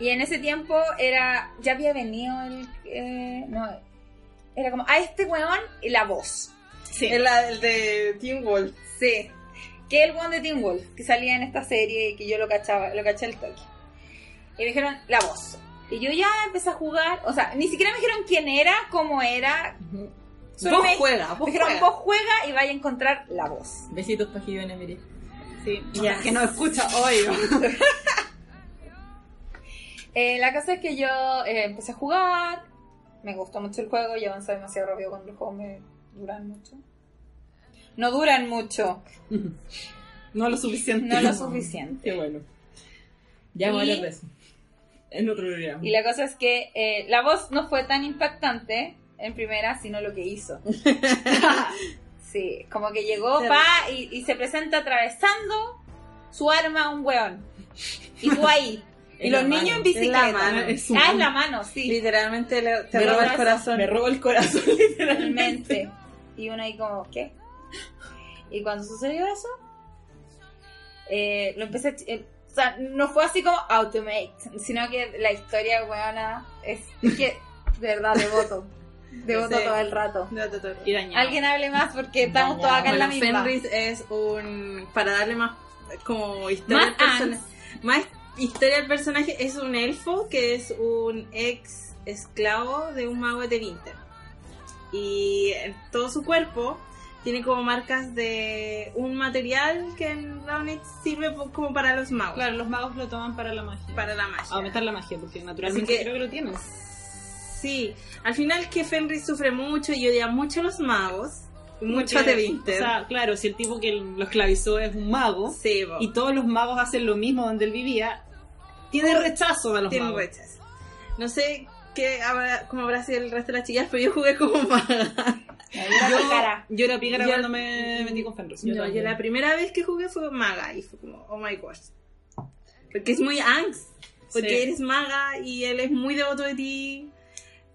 y en ese tiempo era. Ya había venido el. eh, no, era como, a este weón y la voz.
Sí.
El, el de Team Wolf.
Sí. Que el one de Teen Wolf, que salía en esta serie y que yo lo cachaba, lo caché el toque. Y me dijeron la voz. Y yo ya empecé a jugar, o sea, ni siquiera me dijeron quién era, cómo era. Solo
Vos
me,
juega,
me
vos
dijeron,
juega.
vos juega y vaya a encontrar la voz.
Besitos para Jimena, Miri.
Sí. Ya. Que nos escucha hoy.
[LAUGHS] Eh, la cosa es que yo eh, empecé a jugar, me gustó mucho el juego y avancé demasiado rápido cuando los juegos me duran mucho. No duran mucho,
No lo suficiente.
no lo suficiente.
Qué bueno.
Y-
Ya voy a hablar de eso. En otro programa.
Y la cosa es que eh, la voz no fue tan impactante en primera, sino lo
[LAUGHS]
que hizo. sí, como que llegó pa y, y se presenta atravesando su arma a un weón. Y
[LAUGHS]
tú ahí. y
Es
los
la
niños
mano.
en bicicleta.
Es la mano,
es su
ah, es
mano.
la mano, sí.
Literalmente le- te
Me
roba
roba-
el corazón.
Me robo el corazón. [LAUGHS]
Literalmente. Y uno ahí como, ¿qué? Y cuando sucedió eso, eh, lo empecé a... ch- eh, o sea, no fue así como automate, sino que la historia, weona, es, es que, de
[LAUGHS]
verdad, devoto. Devoto
Sí.
todo el rato.
No, no, no.
Y dañado.
Alguien hable más porque estamos todos acá en la
Bueno,
misma.
Fenris es un. Para darle más. Como historia
Más
al personaje. Más historia al personaje, es un elfo que es un ex esclavo de un mago de Winter. Y en todo su cuerpo tiene como marcas de un material que en Rounded sirve po- como para los magos.
Claro, los magos lo toman para la magia.
Para la
Ah.
magia.
Aumentar la magia, porque naturalmente
Así que-
creo que lo tienes.
Sí, al final que Fenris sufre mucho y odia mucho a los magos, y mucho a
Porque,
The Winter.
O sea, claro, si el tipo que lo esclavizó es un mago
sí, po.
y todos los magos hacen lo mismo donde él vivía, tiene rechazo a los
tiene
magos.
rechazo. No sé qué habrá, cómo habrá sido el resto de las chicas, pero yo jugué como
[LAUGHS]
maga.
Me vio la cara.
Yo era pícara
Yo-
cuando me metí con Fenris.
no, yo la primera vez que jugué fue maga y fue como, oh my gosh. Porque es muy angst. Porque
Sí.
eres maga y él es muy devoto de ti.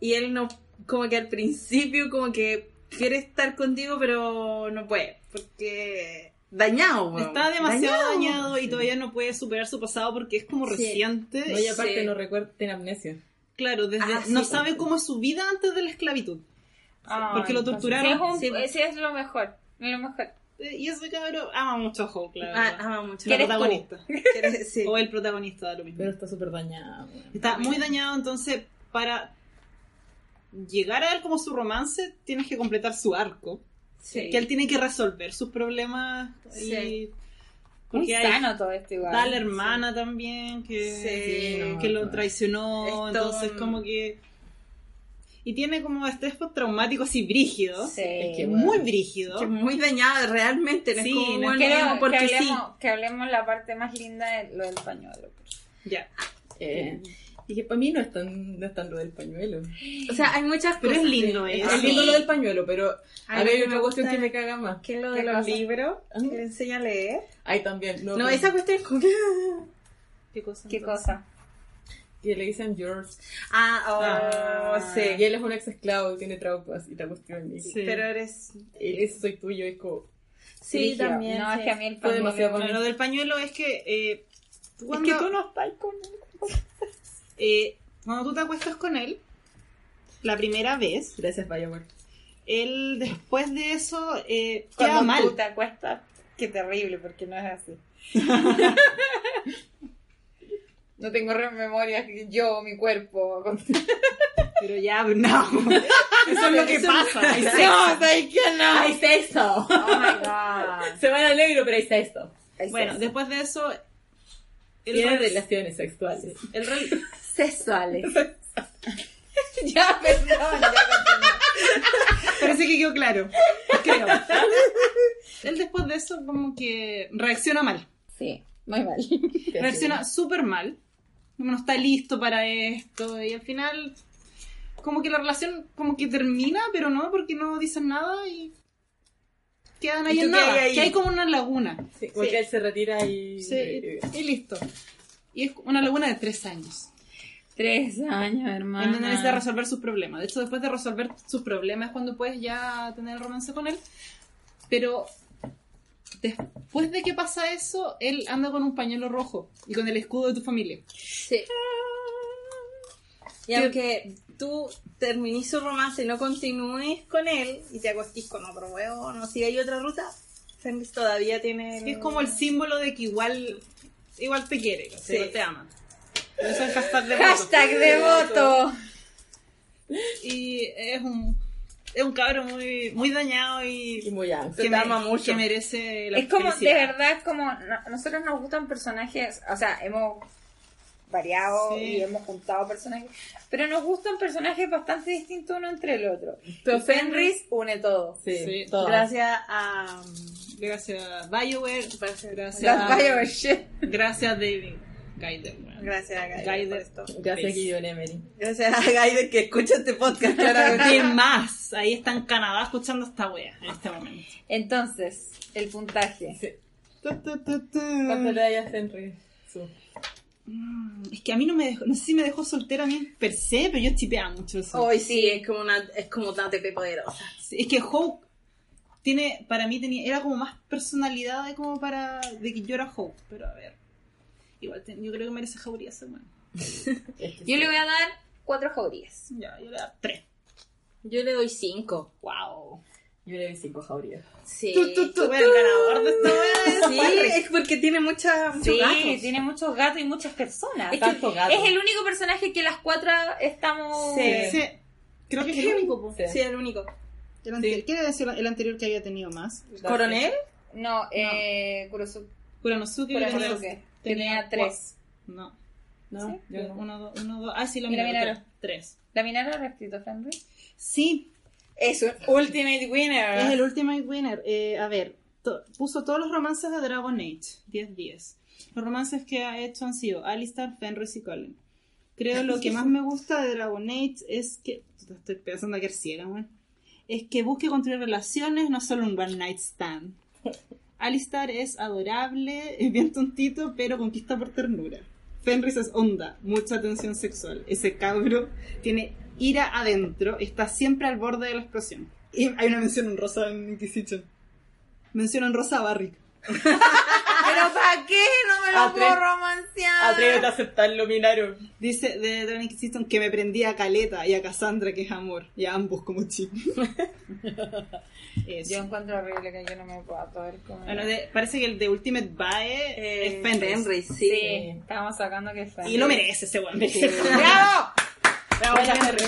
Y él no, como que al principio, como que quiere estar contigo, pero no puede. Porque dañado, weón.
Está demasiado dañado y todavía no puede superar su pasado porque es como
Sí.
reciente.
No, y aparte
Sí.
no recuerdo, tiene amnesia.
Claro, desde,
Ah, sí,
no
pues.
sabe cómo es su vida antes de la esclavitud.
Ay,
porque lo
Ah, entonces,
torturaron.
sí, es un-
Sí.
Ese es lo mejor. Lo mejor.
Eh, Y ese cabrón ama mucho a Hulk, la
Ah,
verdad.
ama mucho.
La
¿Quieres tú?
protagonista.
¿Quieres-
[LAUGHS]
sí.
O el protagonista, da lo mismo.
Pero está súper dañada. weón.
Está muy dañado, entonces para llegar a él como su romance, tienes que completar su arco.
Sí.
Que él tiene que resolver sus problemas.
Sí.
Y...
Muy
Porque hay
sano todo esto igual.
está la hermana también que,
Sí,
no,
que lo
no.
traicionó,
Es todo
entonces
un-
como que... Y tiene como estrés postraumático así brígido.
Sí.
Es que
Muy brígido.
Que es muy dañada realmente, no
Sí,
es como
no es
bueno,
Quiero
no, porque
que,
sí.
hablemos, que hablemos la parte más linda de lo del pañuelo.
Ya.
Eh, y que para mí no es, tan, no es tan lo del pañuelo.
O sea, hay muchas
Pero
cosas.
es lindo
Es
eso.
lindo lo del pañuelo, pero
Ay,
a ver, hay
me
otra cuestión
gusta.
que me caga más.
Que lo
¿Qué
de los
cosa?
libros,
Ah.
que le enseña a leer.
Ahí también. No,
No,
pero-
esa cuestión es como...
¿Qué cosa?
¿Qué
entonces?
cosa?
Que le dicen yours.
[LAUGHS] Ah, oh,
Ah.
sí.
Y él es un ex esclavo y tiene traumas y la cuestión. Y
Sí.
Pero eres...
Eso soy tuyo, es como.
Sí,
Brígido.
también.
No,
sí.
es que a mí el
Fue
pañuelo-
demasiado
Bueno, lo del pañuelo es que... eh, tú
Es
cuando-
que tú no estás con él.
eh, cuando tú te acuestas con él, la primera vez,
Gracias, Bioware.
él después de eso eh, queda
Cuando
mal.
tú te acuestas, qué terrible, porque no es así. [LAUGHS] no tengo re- memoria que yo, mi cuerpo. [LAUGHS] con-
[LAUGHS] Pero ya, no. [LAUGHS] Eso es lo que pasa. Hay sexo.
¿sabes qué? No, ah. ahí está eso.
Oh my god.
Se van al negro, pero ahí está esto.
Ahí
Bueno,
se-
después de eso, el
Tiene
rol,
relaciones sexuales.
el rol-
[LAUGHS] sexuales.
[LAUGHS]
ya,
pues.
perdón. ya
parece que quedó claro. [LAUGHS] Creo. Él después de eso como que reacciona mal.
sí, muy mal.
Reacciona súper mal. No está listo para esto. Y al final, como que la relación como que termina, pero no, porque no dicen nada y quedan ahí
¿Y tú
en
qué hay
nada.
ahí?
Que hay como una laguna.
Sí, como
Sí.
que él se retira y.
Sí, y, y listo. Y es una laguna de tres años.
Tres años, hermano.
En donde necesita resolver sus problemas. De hecho, después de resolver sus problemas es cuando puedes ya tener el romance con él. Pero después de que pasa eso, él anda con un pañuelo rojo y con el escudo de tu familia.
Sí. Y aunque tú terminís su romance y no continúes con él y te acostís con otro huevo, no si hay otra ruta, Fenris todavía tiene...
Es como el símbolo de que igual igual te quiere, o sea,
Sí.
igual te ama. Por Eso es hashtag de
Hashtag devoto.
voto. Y es un, es un cabro muy, muy dañado
Y
y
muy
Que
antes.
te ama mucho.
que merece la
es como, de
felicidad.
verdad, es como, no- nosotros nos gustan personajes, o sea, hemos variado
Sí.
y hemos juntado personajes. Pero nos gustan personajes bastante distintos uno entre el otro.
Pero
Y Fenris une todo.
Sí,
Sí,
todo.
Gracias a. um,
Gracias a BioWare, gracias,
Las
gracias,
BioWare shit.
gracias a David Gaider. bueno.
Gracias a Gaider por
Gaider.
esto.
Gracias, Guillaume Emery.
Gracias a Gaider que escucha este podcast, [LAUGHS] claramente.
¿Qué más? Ahí está en Canadá escuchando esta wea en este momento.
Entonces, el puntaje.
¿Cuánto le hayas Henry? Su.
Mm, Es que a mí no me dejó, no sé si me dejó soltera a mí per se, pero yo chipeaba mucho eso.
Hoy sí, es como una, es como una TP poderosa.
Sí, Es que Hope tiene, para mí tenía, era como más personalidad de como para, de que yo era Hope, pero a ver. Igual te- yo creo que merece jauría esa weá.
Es que
Yo
sí.
le voy a dar cuatro jaurías.
Ya, yo le da tres.
Yo le doy 5.
Wow.
Yo le doy cinco jaurías.
Sí.
el ganador de esta
[LAUGHS]
wea.
Sí, es porque tiene mucha, muchos
Sí,
gatos.
tiene muchos gatos y muchas personas.
Es que- Tanto gato.
Es el único personaje que las cuatro estamos...
Sí.
Sí. Creo que es el único, po.
Sí.
Sí, el único.
El anterior, ¿Quiere decir el anterior que había tenido más?
¿Coronel?
No, eh, Kurosu-
Kuranosuke.
Kuranosuke.
Kuranosuke.
Tenía tres.
No.
No,
Sí.
yo no.
Uno, dos, uno, dos. Ah, sí, la
Mira,
mira,
mira.
tres. tres.
¿La minera ha escrito Fenris?
Sí,
Es un ultimate winner.
es el Ultimate Winner. Eh, a ver, to- puso todos los romances de Dragon Age. 10-10. Los romances que ha hecho han sido Alistar, Fenris y Colin. Creo lo que más me gusta de Dragon Age es que... Puta, Estoy pensando a que ciega, weón. Es que busque construir relaciones, no solo un one night stand. Alistar es adorable, es bien tontito, pero conquista por ternura. Fenris es onda, mucha tensión sexual. Ese cabro tiene ira adentro, está siempre al borde de la explosión. Y hay una mención en rosa en Inquisition. Mención en rosa a Barrick.
¿Pero para qué? No me
Atre-
lo puedo romancear.
Ah, Atrévete a aceptarlo, Minaro.
Dice de Dragon Inquisition que me prendía a Caleta y a Cassandra, que es amor, y a ambos como chip. [LAUGHS] Eso.
Yo encuentro horrible que yo no me pueda poder comer.
Bueno, de- parece que el de Ultimate Bae es Eh, Fenris.
Eh, sí.
sí, estábamos sacando que es Fenris.
Y lo merece ese weón. merece el-
¡Bravo!
Ah,
Buena, Henry.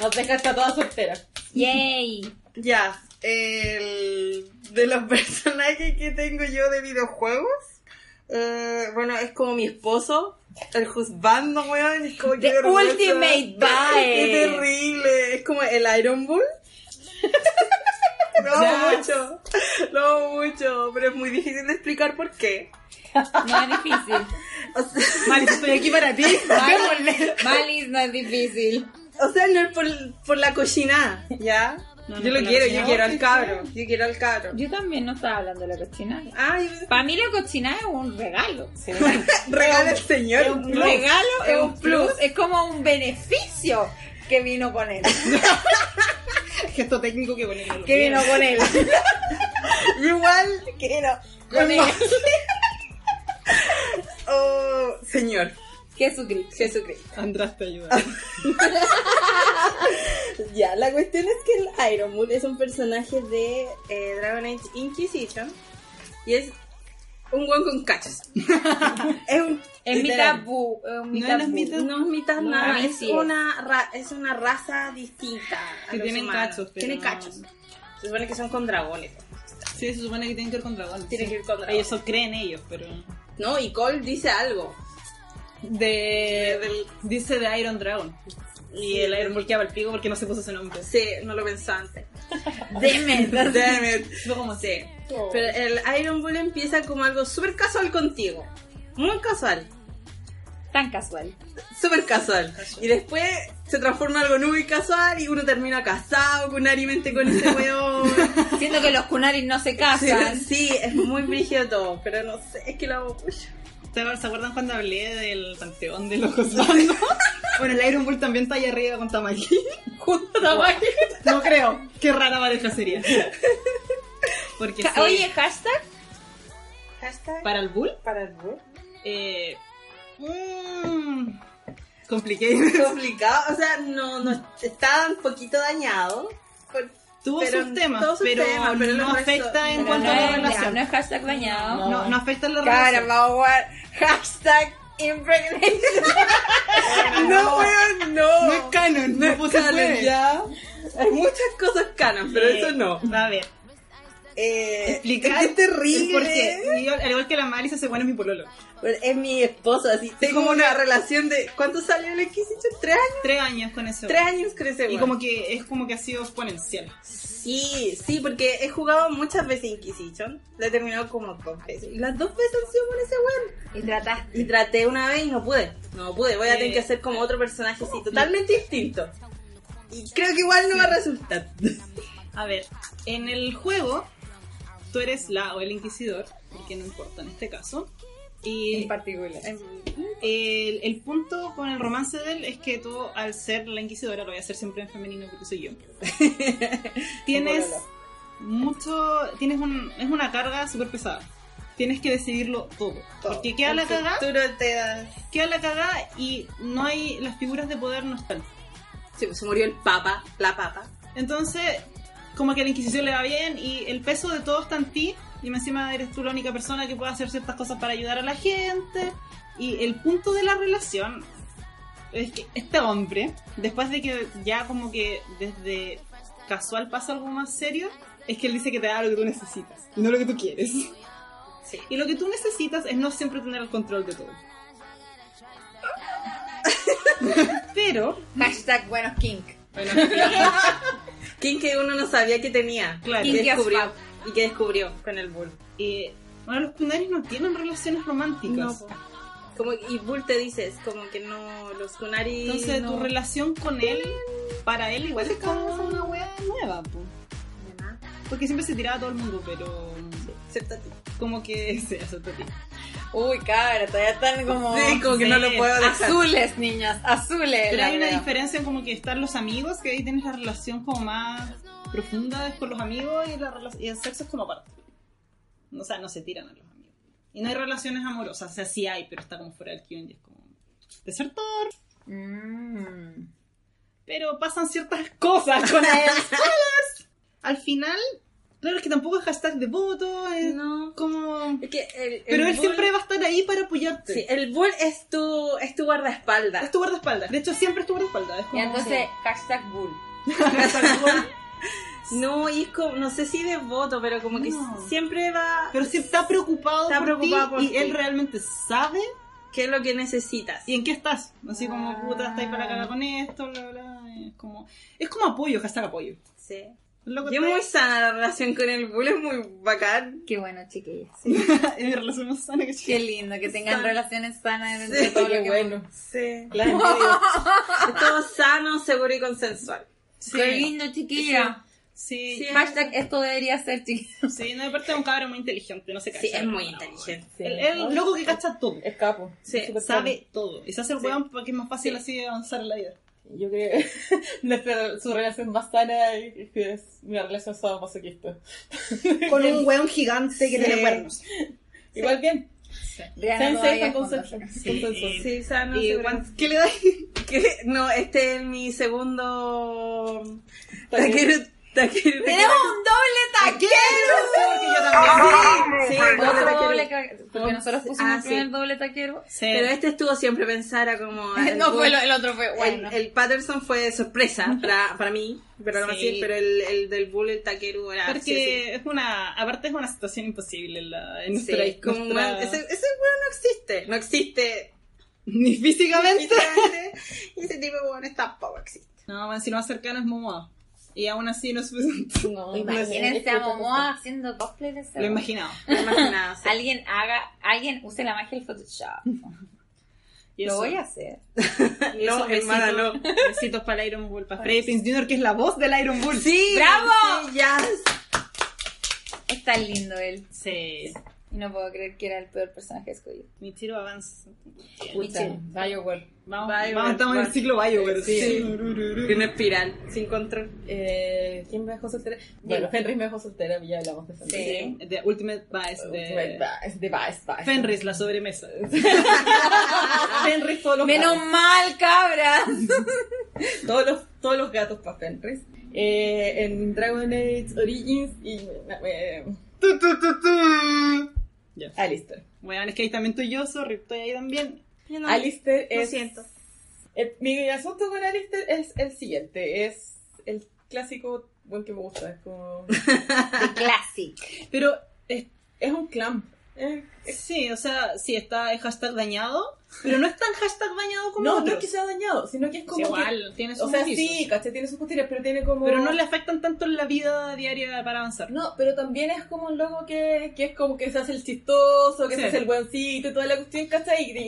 Nos dejaste a todas solteras.
¡Yay!
Ya. El, de los [LAUGHS] personajes que tengo yo de videojuegos. eh, bueno, es como mi esposo, el husbando, weón. Es como que
The
vergüenza.
ultimate vibe.
[LAUGHS] Qué terrible. Es como el Iron Bull. Lo amo
Ya.
mucho. Lo amo mucho. Pero es muy difícil de explicar por qué.
No es difícil.
O sea,
[LAUGHS] Vale, estoy aquí para ti.
Malice, Malice no es difícil.
O sea, no es por, por la cochinada, ¿ya?
No, no,
yo lo
por la
quiero, yo
cochinada.
quiero al cabro. Yo quiero al cabro.
Yo también no estaba hablando de la cochinada.
Ah,
Para mí la cochinada es un regalo.
regalo el señor.
Un regalo es un plus.
plus.
Es como un beneficio que vino con él.
[LAUGHS] Gesto técnico que bonito.
Que vino con él.
[LAUGHS] Igual quiero.
Con él.
Oh, señor.
[LAUGHS] Jesucristo. Jesucristo.
András te ayuda.
Ya, la cuestión es que el Iron Bull es un personaje de eh, Dragon Age Inquisition y es un guan con [LAUGHS] cachos. es un.
Es
literal.
mitad bu. eh,
no
mitad
es
bu.
mitad-
No es mitad
No, a
nada,
mí
es,
sí es.
una ra- es una raza distinta. a
Que
los
tienen
humanos.
cachos, pero
Tiene
no-
cachos. Se supone que son con dragones.
Sí, se supone que tienen que ir con dragones.
Tienen
sí.
que ir con dragones.
Ellos eso creen ellos, pero.
No, y Cole dice algo.
De, del- dice de Iron Dragon. Y
Sí.
el Iron Bull queda para el pico porque no se puso ese nombre.
Sí, no lo pensaba [LAUGHS] antes.
Damn it.
Damn it.
Fue como así.
Sí. Pero el Iron Bull empieza como algo súper casual contigo. Muy casual.
Tan casual.
Súper casual. Y después se transforma en algo muy casual y uno termina casado cunarimente con [LAUGHS] ese weón.
Siento que los Kunaris no se
Sí,
casan.
sí, es muy brígido todo, pero no sé, es que lo hago mucho.
¿Se acuer- se acuerdan cuando hablé del panteón de [LAUGHS] los Osvaldo? bueno, el Iron Bull también está ahí arriba con Tamaki.
Junto a
[LAUGHS] no creo. Qué rara pareja sería. Porque
Ca-
sí,
Oye, hashtag.
Hashtag [LAUGHS]
para el Bull,
para el Bull.
eh. Mmm. Complicated.
Complicado, o sea, no, no está un poquito dañado. por-
Tuvo
Pero
sus temas,
todos sus
pero,
temas, pero
no
el resto-
afecta en
pero
cuanto
no,
a la
es, ya,
relación.
no es hashtag dañado.
No, no, afecta en la
Cara,
relación.
vamos a hashtag impregnation.
No, weón, no.
No es canon, no, es
canon, ya. Hay muchas cosas canon, pero eso no.
A ver.
eh,
Explicar
es terrible.
Porque yo, al igual que la Marisa, se bueno es mi pololo.
Bueno, Es mi esposo, así. Tengo
como
una relación de. ¿Cuánto salió el X-Dicho? ¿Tres años?
Tres años con eso.
Tres años crece,
Y como que es como que ha sido exponencial.
Sí, sí, porque he jugado muchas veces Inquisition. La he terminado como dos veces. Y las dos veces han sido con ese weón.
Y trataste.
Y traté una vez y no pude. No pude. Voy a
Eh,
tener que hacer como otro personaje así, totalmente distinto. Y creo que igual no va a
[LAUGHS]
resultar.
A ver, en el juego, tú eres la o el inquisidor, porque no importa en este caso. Y
En particular.
el, el punto con el romance de él es que tú, al ser la inquisidora, lo voy a hacer siempre en femenino
[LAUGHS]
porque soy yo. tienes mucho. Tienes un, es una carga súper pesada. Tienes que decidirlo todo. Porque queda la cagada,
Tú no te das.
queda la cagada y no hay. Las figuras de poder no están.
Sí, pues se murió el papa, la papa.
Entonces, como que a la Inquisición le va bien y el peso de todo está en ti. Y más encima eres tú la única persona que puede hacer ciertas cosas para ayudar a la gente. Y el punto de la relación es que este hombre, después de que ya como que desde casual pasa algo más serio, es que él dice que te da lo que tú necesitas y no lo que tú quieres.
Sí.
Y lo que tú necesitas es no siempre tener el control de todo. Pero,
Hashtag buenos kink.
bueno,
¿Quién que uno no sabía que tenía?
Claro.
Y
Kinky as
descubrió.
fuck.
Y que descubrió con el bull.
Eh, bueno, los cunarios no tienen relaciones románticas.
No, po. Como, y Bull te dices, como que no, los Kunari.
Entonces
no. Pues
tu relación con él, para él igual es como una wea nueva, po. porque siempre se tiraba a todo el mundo, pero
Excepto a ti.
como que [LAUGHS] se aceptó a ti.
Uy, cabra, todavía están como.
Sí, como que
sí.
no lo puedo dejar.
Azules, niñas, azules.
Pero
la
hay una
veo.
diferencia en como que están los amigos, que ahí tienes la relación como más profunda es con los amigos y, la rela- y el sexo es como aparte. O sea, no se tiran a los amigos. Y no hay relaciones amorosas, o sea, sí hay, pero está como fuera del guión y es como desertor.
Mm.
pero pasan ciertas [LAUGHS] cosas con él.
[LAUGHS]
¡Spoilers! Al final, claro que tampoco es hashtag de voto, es
No.
como...
Es que el, el
Pero él
Bull-
siempre va a estar ahí para apoyarte.
Sí, el Bull es tu, es tu guardaespaldas.
Es tu guardaespaldas. De hecho, siempre es tu guardaespaldas. Es
Y
como- [LAUGHS]
[LAUGHS]
entonces, hashtag bull.
No, y es como, no sé si devoto, pero como que
No.
s- siempre va.
Pero si está preocupado
Está
por
preocupado
ti
por
y
ti.
él realmente sabe
¿Qué es lo que necesitas?
y en qué estás. Así como,
Ah.
puta, estáis para cagar con esto, bla, bla. Es como, es como apoyo, hashtag apoyo.
Sí.
Loco,
Y es
[LAUGHS]
muy sana la relación con el Bull, es muy bacán.
Qué bueno, chiquillas.
está- es mi relación más sana que
Qué lindo que tengan
Sana.
relaciones sanas entre
Sí,
todo lo
Qué
que-
bueno.
Sí.
La envidia.
Es todo sano, seguro y consensual.
[LAUGHS] Sí.
Qué lindo, chiquilla.
Sí.
Sí.
Hashtag esto debería ser, chiquilla.
Sí, no, aparte es un cabrón muy inteligente, no se calla.
Sí, es muy inteligente.
Sí.
El, el loco que cacha todo.
Es capo.
Sí,
Es súper
Sabe todo. Y se hace el
Sí.
weón porque es más fácil así avanzar en la vida.
capo. Yo creo que [LAUGHS] nuestra, su relación más sana es que es una relación sadomasoquista.
Con un weón gigante
que tiene cuernos. Igual bien.
Rihanna
Sense
todavía
con
es
consenso.
consenso.
Consenso.
Sí, sano,
Y
seguro.
Juan, ¿Qué le da?
¿Qué? No, este es mi segundo.
Taquero.
Taquero. Taquero.
¡Tenemos un doble taquero!
Sí, doble
Otro
taquero.
doble taquero. Porque nosotros pusimos
Ah,
el
sí.
primer doble taquero.
Sí.
Pero este estuvo siempre pensara [LAUGHS] como. el
[LAUGHS] No fue
buen-
lo- el otro fue bueno.
El, el Patterson fue sorpresa para, para mí, pero, no
Sí.
así, pero el, el del Bull, el Takeru, era
Porque
sí, sí.
es una. Aparte, es una situación imposible en, la, en
Sí, [LAUGHS]
nuestra.
como un
nuestra-
weón- ese, ese weón no existe, no [LAUGHS] existe.
[LAUGHS] Ni físicamente.
físicamente, y ese tipo de weones tampoco existe.
No, man, si lo más cercano es Momoa. Y aún así
[LAUGHS]
no es suficiente.
No, no
Imagínense
sé,
a
es que-
Momoa haciendo cosplay de ese
Lo he
weón.
imaginado.
No [LAUGHS] más nada, o sea,
Alguien haga, alguien use la magia del Photoshop.
Y
Lo
eso.
voy a hacer.
Y
No,
eso,
hermana,
besitos- Besitos para el Iron Bull, para Freddy Prinze Jr., que es la voz del Iron Bull.
Sí,
¡Bravo!
sí, ya.
Es tan lindo él.
Sí.
Y no puedo creer que era el peor personaje de Scooby.
Mi tiro avanza.
Pucha,
Bioware.
Vamos,
Bioware,
vamos, estamos en el
va.
ciclo Bioware.
Sí.
Sí.
Una espiral, sin control.
Eh, ¿Quién me dejó soltera? Bueno, Fenris me dejó soltera, ya hablamos de Fenris. Eh,
Sí.
The Ultimate Vice
Ultimate
de
Vice, The Vice, Vice.
Fenris, la
[LAUGHS]
sobremesa. Fenris todos los
Menos mal, cabra.
Todos los, todos los gatos para Fenris. Eh, en Dragon Age Origins y eh,
Tu, tu, tu, tu. Ya.
Alistair.
Bueno, es que ahí también estoy yo, sorry, estoy ahí también.
Yo no-
Alistair
lo
es.
siento.
eh, mi asunto con Alistair es el siguiente: es el clásico bueno, que me gusta. Es como.
Classic.
Pero es, es un clamp. Es-
Sí, o sea, sí, está el hashtag dañado, pero no es tan hashtag dañado como
no, no
otros.
es que sea dañado, sino que es como.
Sí,
que-
igual, tiene sus
o sea,
matices.
sí, caché, tiene sus costines, pero tiene como.
Pero no le afectan tanto en la vida diaria para avanzar.
No, pero también es como un loco que, que es como que se hace el chistoso, que
Sí.
se hace el guancito y toda la cuestión, ¿cachai? Y,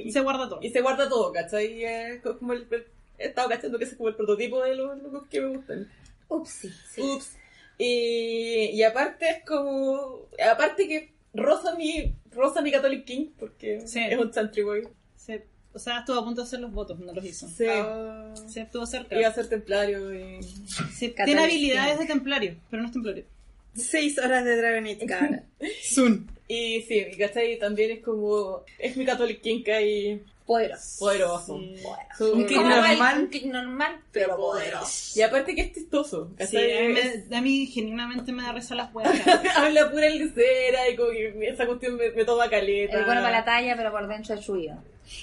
y-
Y se guarda todo.
y se guarda todo, ¿cachai? Y es co- como el, el- he estado cachando que ese es como el prototipo de los locos que me gustan.
Upsi. Sí.
Ups. Y, y aparte es como. Aparte que rosa mi, rosa mi Catholic King, porque
Sí.
es un country boy.
Se- o sea, estuvo a punto de hacer los votos, no los hizo.
Sí.
Se estuvo cerca.
Iba a ser templario y.
Sí, tiene
Catolicismo.
habilidades de templario, pero no es templario.
Seis horas de [LAUGHS] Dragonite, cabra.
Soon.
Y sí, y ¿cachai? También es como. Es mi Catholic King y.
Poderoso.
Poderoso. Su-
Un
Como
Kick
Mike,
normal.
un kick normal, pero poderoso.
[LAUGHS] Y aparte que es chistoso.
Sí,
¿cachai?
a mí,
Es-
me- a mí genuinamente me da risa las weas.
[LAUGHS]
[LAUGHS]
Habla pura licera y como que esa cuestión me, me toma caleta.
El bueno para la talla, pero por dentro es suyo.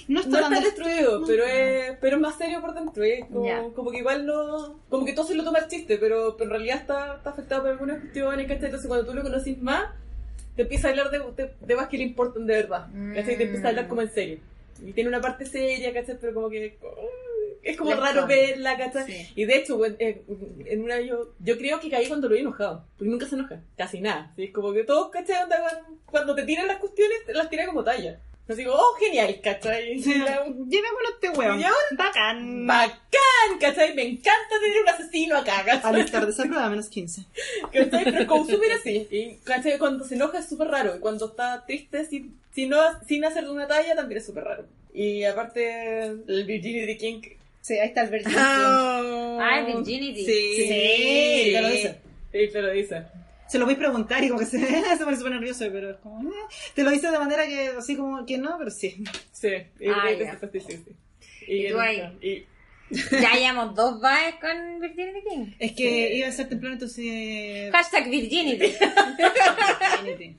No está
No está
tan
destruido, pero es, pero es más serio por dentro. y Es como,
Ya.
como que igual no. Como que todo se lo toma el chiste, pero, pero en realidad está, está afectado por algunas cuestiones, ¿cachai? Entonces cuando tú lo conocís más, te empieza a hablar de, de, de más que le importan de verdad. ¿cachai? Te empieza a hablar como en serio. Y tiene una parte seria, ¿cachai? Pero como que. uh, Es como
La
raro
historia.
verla, ¿cachai?
Sí.
Y de hecho, bueno, eh, en una yo, yo creo que caí cuando lo vi enojado, porque nunca se enoja, casi nada. ¿sí? Es como que todos, ¿cachai? Onda, cuando, cuando te tiran las cuestiones, te las tira como talla. Así como, oh, genial, ¿cachai?
Sí,
La-
Llevémoslo a este weón.
Y ahora-
Bacán.
Bacán, ¿cachai? Me encanta tener un asesino acá,
Al [LAUGHS]
¿cachai?
estar de esa prueba, menos 15.
¿Cachai? Pero como súper así. Y, ¿cachai? Cuando se enoja es súper raro, y cuando está triste, sin, sin, no, sin hacer una talla, también es súper raro. Y aparte, el Virginity King.
Sí, ahí está el verso.
Ah, virginity.
Oh. Sí.
Sí, claro, dice.
Sí, te lo eh, dice.
Se lo voy a preguntar y como que se, [LAUGHS] se pone súper nervioso, pero es como... eh, Te lo dice de manera que así como que no, pero sí.
Sí, y-
Ah,
y-
ya.
sí, sí, sí.
Y tú
el-
ahí.
y-
Ya llevamos dos baes con Virginity
[LAUGHS]
King.
Es que iba a ser temprano, entonces... eh,
Hashtag Virginity.
imagínate.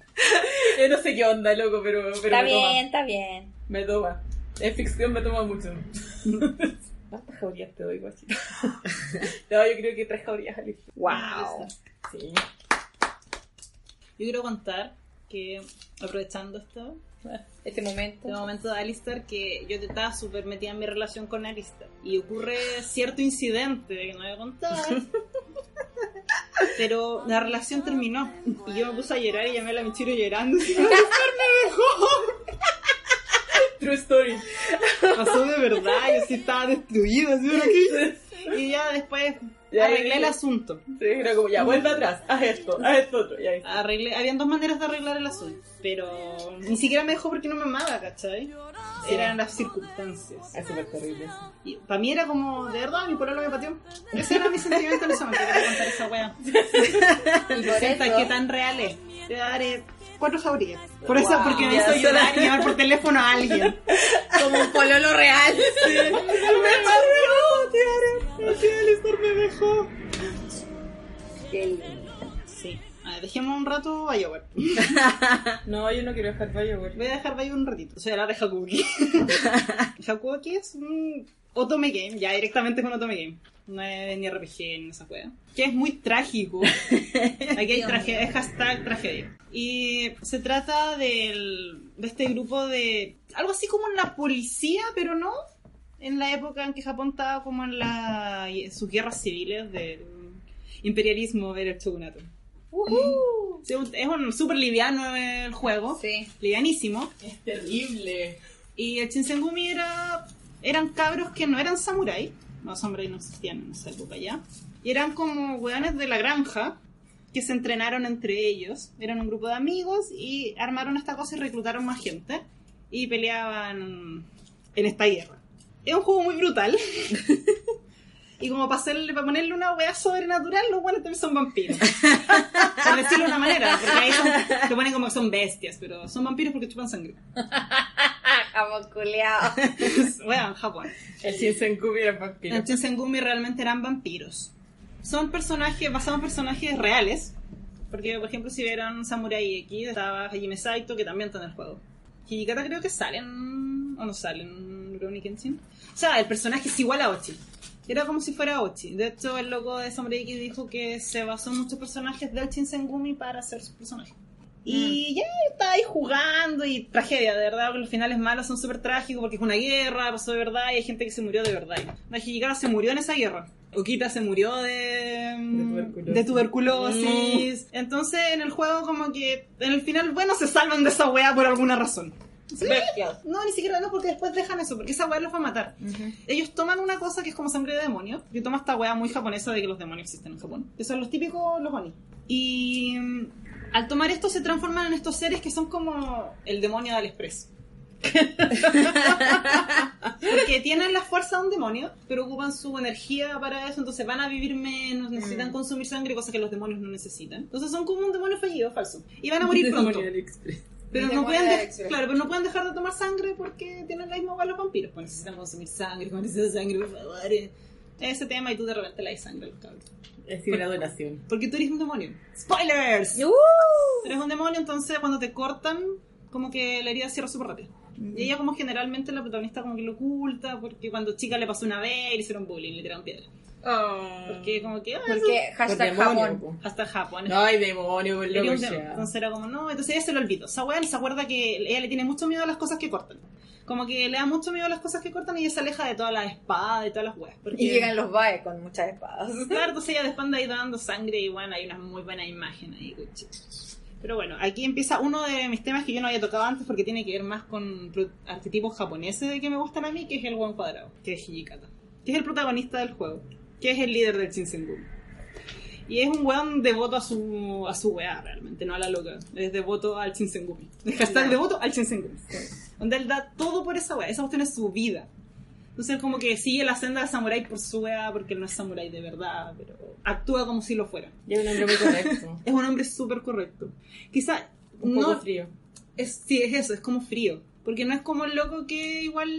yo eh, no sé qué onda, loco, pero, pero
Está
me
bien, está bien.
toma. Me toma. En ficción me toma mucho.
Mm.
[LAUGHS] ¿Cuántas jaurías te doy, guachita? [LAUGHS] no, yo creo que tres jaurías, Alice.
Wow.
Sí.
Yo quiero contar que, aprovechando esto,
Este momento.
este momento de Alistair, que yo estaba súper metida en mi relación con Alistair. Y ocurre cierto incidente que no voy a contar. Pero la relación terminó. Y yo me puse a llorar y llamé a la Michiro llorando.
True story.
Pasó de verdad, yo sí estaba destruida. ¿sí? ¿Pero qué hice? Y ya después arreglé
Ya arreglé.
el asunto.
Sí, era como, ya, vuelve atrás, haz esto, haz esto otro. Y ahí.
Arreglé, habían dos maneras de arreglar el asunto. Pero ni siquiera me dejó porque no me amaba, ¿cachai? Eran las circunstancias.
Es súper terrible.
Y para mí era como, de verdad, mi pololo me pateó. Ese era mi sentimiento en ese momento, quería contar esa wea.
Y por
Sienta
eso-
que tan real es. Te daré eh, cuatro jaurías. Por eso,
Wow.
porque me
Ya
hizo
suena-
llorar y llamar por teléfono a alguien.
Como un pololo real.
Qué lindo.
Sí. A ver, dejemos un rato Bioware.
No, yo no quiero dejar fallo, güey.
Voy a dejar Bioware un ratito. Soy hablar de Hakuoki. Hakuoki es un Otome Game, ya directamente es un Otome Game. No es ni RPG ni esa juega. Que es muy trágico. Aquí hay
Dios
tragedia, es hashtag tragedia. Y se trata del, de este grupo de. Algo así como una policía, pero no. En la época en que Japón estaba como en, la, sus guerras civiles del imperialismo del shogunato. Sí, un- Es un súper liviano el juego,
Sí.
livianísimo.
Es terrible.
Y el Shinsengumi era, eran cabros que no eran samuráis. Los samuráis no existían en esa época ya. Y eran como weones de la granja que se entrenaron entre ellos. Eran un grupo de amigos y armaron esta cosa y reclutaron más gente. Y peleaban en esta guerra. Es un juego muy brutal. [LAUGHS] y como para, hacerle, para ponerle una wea sobrenatural, los buenos también son vampiros. Por decirlo de una manera. Porque ahí son- lo ponen como que son bestias, pero son vampiros porque chupan sangre.
Ah, jamón culeado.
Bueno, Japón.
El Shinsenku era vampiro.
Los Shinsengumi realmente eran vampiros. Son personajes, basados en personajes reales. Porque, por ejemplo, si vieron Samurai X, estaba Hajime Saito, que también está en el juego. Hijikata creo que salen, o no salen, en Rurouni Kenshin. O sea, el personaje es igual a Ochi. Era como si fuera Ochi. De hecho, el loco de Samureki dijo que se basó en muchos personajes del Shinsengumi para hacer sus personajes. Y ya está ahí jugando y tragedia, de verdad, porque los finales malos son súper trágicos porque es una guerra, pasó de verdad y hay gente que se murió de verdad. Najigara se murió en esa guerra. Okita se murió de,
tuberculosis.
de tuberculosis. Entonces en el juego como que en el final bueno se salvan de esa weá por alguna razón. Sí, no, ni siquiera no, porque después dejan eso, porque esa weá los va a matar. Ellos toman una cosa que es como sangre de demonio. Yo tomo esta weá muy japonesa de que los demonios existen en Japón. Que son los típicos los oni. Y mm, al tomar esto se transforman en estos seres que son como el demonio del expreso. [LAUGHS] Porque tienen la fuerza de un demonio, pero ocupan su energía para eso, entonces van a vivir menos, necesitan consumir sangre, cosas que los demonios no necesitan. Entonces son como un demonio fallido, falso. Y van a
[LAUGHS]
morir pronto. Pero
El
no,
demonio
pueden
de
de-
Express.
claro, pero no pueden dejar de tomar sangre porque tienen la misma hueá los vampiros. Pues necesitan consumir sangre, [LAUGHS] como necesitan sangre, por favor. eh. Ese tema y tú de repente le das sangre a los cabros.
Es una donación.
Porque tú eres un demonio. ¡Spoilers!
¡Uh!
Tú eres un demonio, entonces cuando te cortan, como que la herida cierra súper rápido. Y ella como generalmente la protagonista como que lo oculta porque cuando chica le pasó una vez y le hicieron bullying, le tiraron piedra.
Oh.
Porque como que... ah,
Porque hashtag jamón.
eso- hasta Japón.
No, hay demonio, por
Era
loco.
un tema.
ya.
Entonces era como, no, entonces ella se lo olvidó. Esa weá se acuerda que ella le tiene mucho miedo a las cosas que cortan. Como que le da mucho miedo a las cosas que cortan y ella se aleja de todas las espadas, de todas las weas. Porque,
Y llegan los bae con muchas espadas.
[LAUGHS] Claro, entonces ella después anda ahí dando sangre y bueno, hay una muy buena imagen ahí. cuchi. Pero bueno, aquí empieza uno de mis temas que yo no había tocado antes porque tiene que ver más con pro- arquetipos japoneses de que me gustan a mí, que es el One Cuadrado, que es Hijikata, que es el protagonista del juego, que es el líder del Shinsengumi. Y es un weón devoto a su, a su weá, realmente, no a la loca. Es devoto al Shinsengumi. Hashtag devoto al Shinsengumi. Donde él da todo por esa weá. Esa cuestión es su vida. Entonces él como que sigue la senda del samurái por su weá, porque él no es samurái de verdad, pero actúa como si lo fuera.
Ya un hombre muy correcto.
Es un hombre súper correcto. Quizá
Un
no,
poco frío.
es, sí, es eso, es como frío. Porque no es como el loco que igual,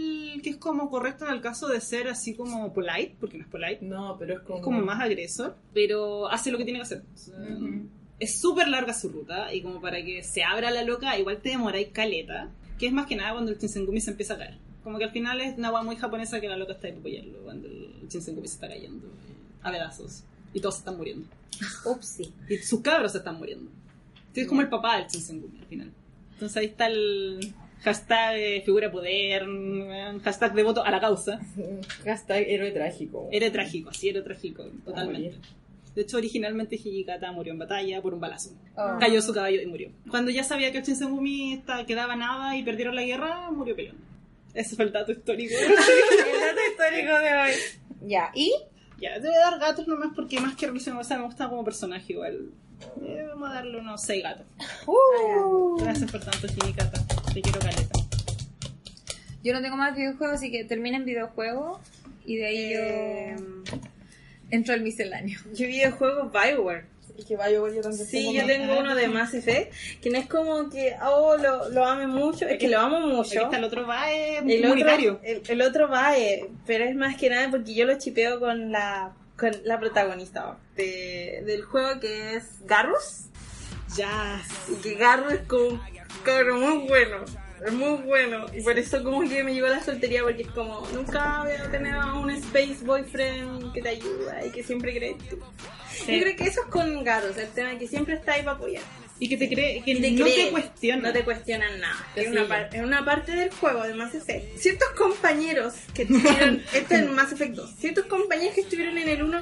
que es como correcto en el caso de ser así como polite, porque no es polite,
No, pero es como.
es como más agresor, pero hace lo que tiene que hacer. O sea, Es súper larga su ruta y como para que se abra la loca, igual te demoráis caleta, que es más que nada cuando el Shinsengumi se empieza a caer. Como que al final es una agua muy japonesa que la loca está ahí para apoyarlo, cuando el Shinsengumi se está cayendo eh, a pedazos y todos se están muriendo.
Upsi.
Y sus cabros se están muriendo. Entonces es como el papá del Shinsengumi al final. Entonces ahí está el hashtag de figura poder, mm, hashtag devoto a la causa.
Hashtag héroe trágico.
Era trágico, así era trágico, totalmente.
Ah,
morir.
De hecho, originalmente Hijikata murió en batalla por un balazo.
Oh.
Cayó su caballo y murió. Cuando ya sabía que el Shinsengumi esta- quedaba nada y perdieron la guerra, murió peleando. Ese fue el
[LAUGHS]
dato histórico.
El dato histórico de hoy. Ya, y
ya, debe dar gatos nomás porque más que relación, o sea, me gusta como personaje igual. Eh, vamos a darle unos 6 gatos. Gracias por tanto, Hijikata. Te quiero caleta.
Yo no tengo más videojuegos, así que termina en videojuego y de ahí
Eh,
yo entro al misceláneo.
Yo videojuego Bioware.
Y que vaya, yo también
Sí,
tengo
yo
más.
tengo uno de Mass Effect, que no es como que, oh, lo, lo ame mucho, es que lo amo
Aquí
mucho.
está el otro va eh,
El
comunitario.
otro, el, el otro va, eh, pero es más que nada porque yo lo chipeo con la, con la protagonista de- del juego que es Garrus.
Ya.
Y que Garrus es como, cabrón, muy bueno. Es muy bueno. Y por eso como que me llegó la soltería porque es como, nunca voy a tener a un space boyfriend que te ayuda y que siempre crees tú. Yo creo que eso es con Garrus, el tema que siempre está ahí para apoyar
Y que te cree, que
te
no
creen,
te cuestiona.
No te cuestionan nada.
Te
Es una,
siguen.
par- es una parte del juego de Mass Effect. Ciertos compañeros
[LAUGHS]
que tuvieron. esto en Mass Effect 2. Ciertos compañeros que estuvieron en el 1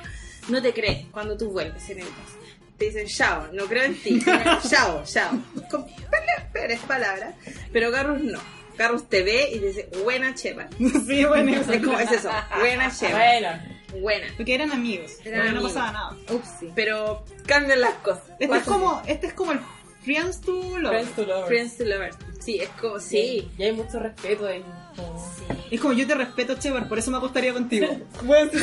no te creen cuando tú vuelves en el 2. Te dicen, chao, no creo en
[LAUGHS]
ti. Chao, chao. Con peores, peores palabras. Pero Garrus no. Garrus te ve y te dice, buena chepa.
[LAUGHS] sí, bueno.
[LAUGHS]
eso.
Es como es eso, buena chepa.
Bueno,
Buena.
[LAUGHS] Porque eran amigos.
Eran
porque
amigos.
no pasaba nada.
Upsi.
Pero cambian las cosas.
Este es como, este es como el Friends to Love.
friends to lovers.
Friends to lovers. Sí, es como, sí.
Y hay mucho respeto ahí. como-
Es como yo te respeto, Chever, por eso me acostaría
[LAUGHS]
contigo.
Bueno, sí,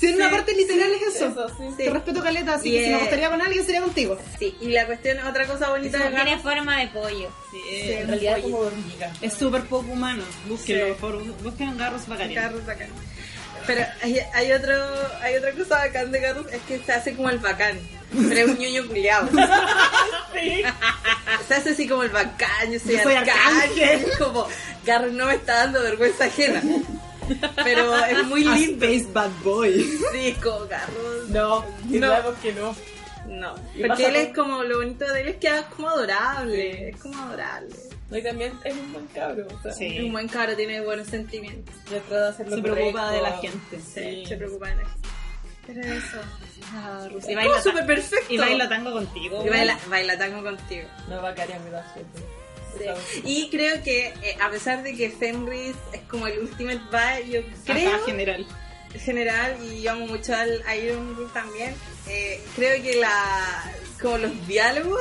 si en una parte literal es eso.
eso, sí.
Te respeto, Caleta, así que si
Bien.
me acostaría con alguien sería contigo.
Sí, y la cuestión, otra cosa bonita de
Tiene
Garrus
forma de pollo.
[LAUGHS] En realidad es como hormiga.
Es súper poco humano. Búsquenlo,
Sí.
por favor. Busquen garros bacanes.
Garrus bacán. Pero hay, hay otro, hay otra cosa bacán de Garrus, es que se hace como el bacán. Pero es un ñoño culiado. Se hace así como el bacán, yo soy,
Yo
[LAUGHS]
soy
arcángel. Como, Garrus no me está dando vergüenza ajena. Pero es muy
A
lindo.
Ah, Space Bad Boy.
Sí, como Carlos.
No,
[LAUGHS] No.
digamos que no.
No.
Y
Porque
pasa
él es
con-
como, lo bonito de él es que es como adorable.
Sí.
Es como adorable.
No, y también es un buen cabro. O sea,
Es un buen cara, tiene buenos sentimientos.
ya trata de hacer lo
Se preocupa
correcto.
de la gente.
Se, se preocupa de la gente. Pero eso. Ah, Rusia.
Y
Es
baila
como súper perfecto.
Y baila tango contigo.
Y baila, baila tango contigo.
No va a caer en la gente.
Sí. Y creo que eh, a pesar de que Fenris es como el ultimate bye, yo
Creo.
creo
general.
general y yo amo mucho al Iron Bull también. eh, creo que la como los diálogos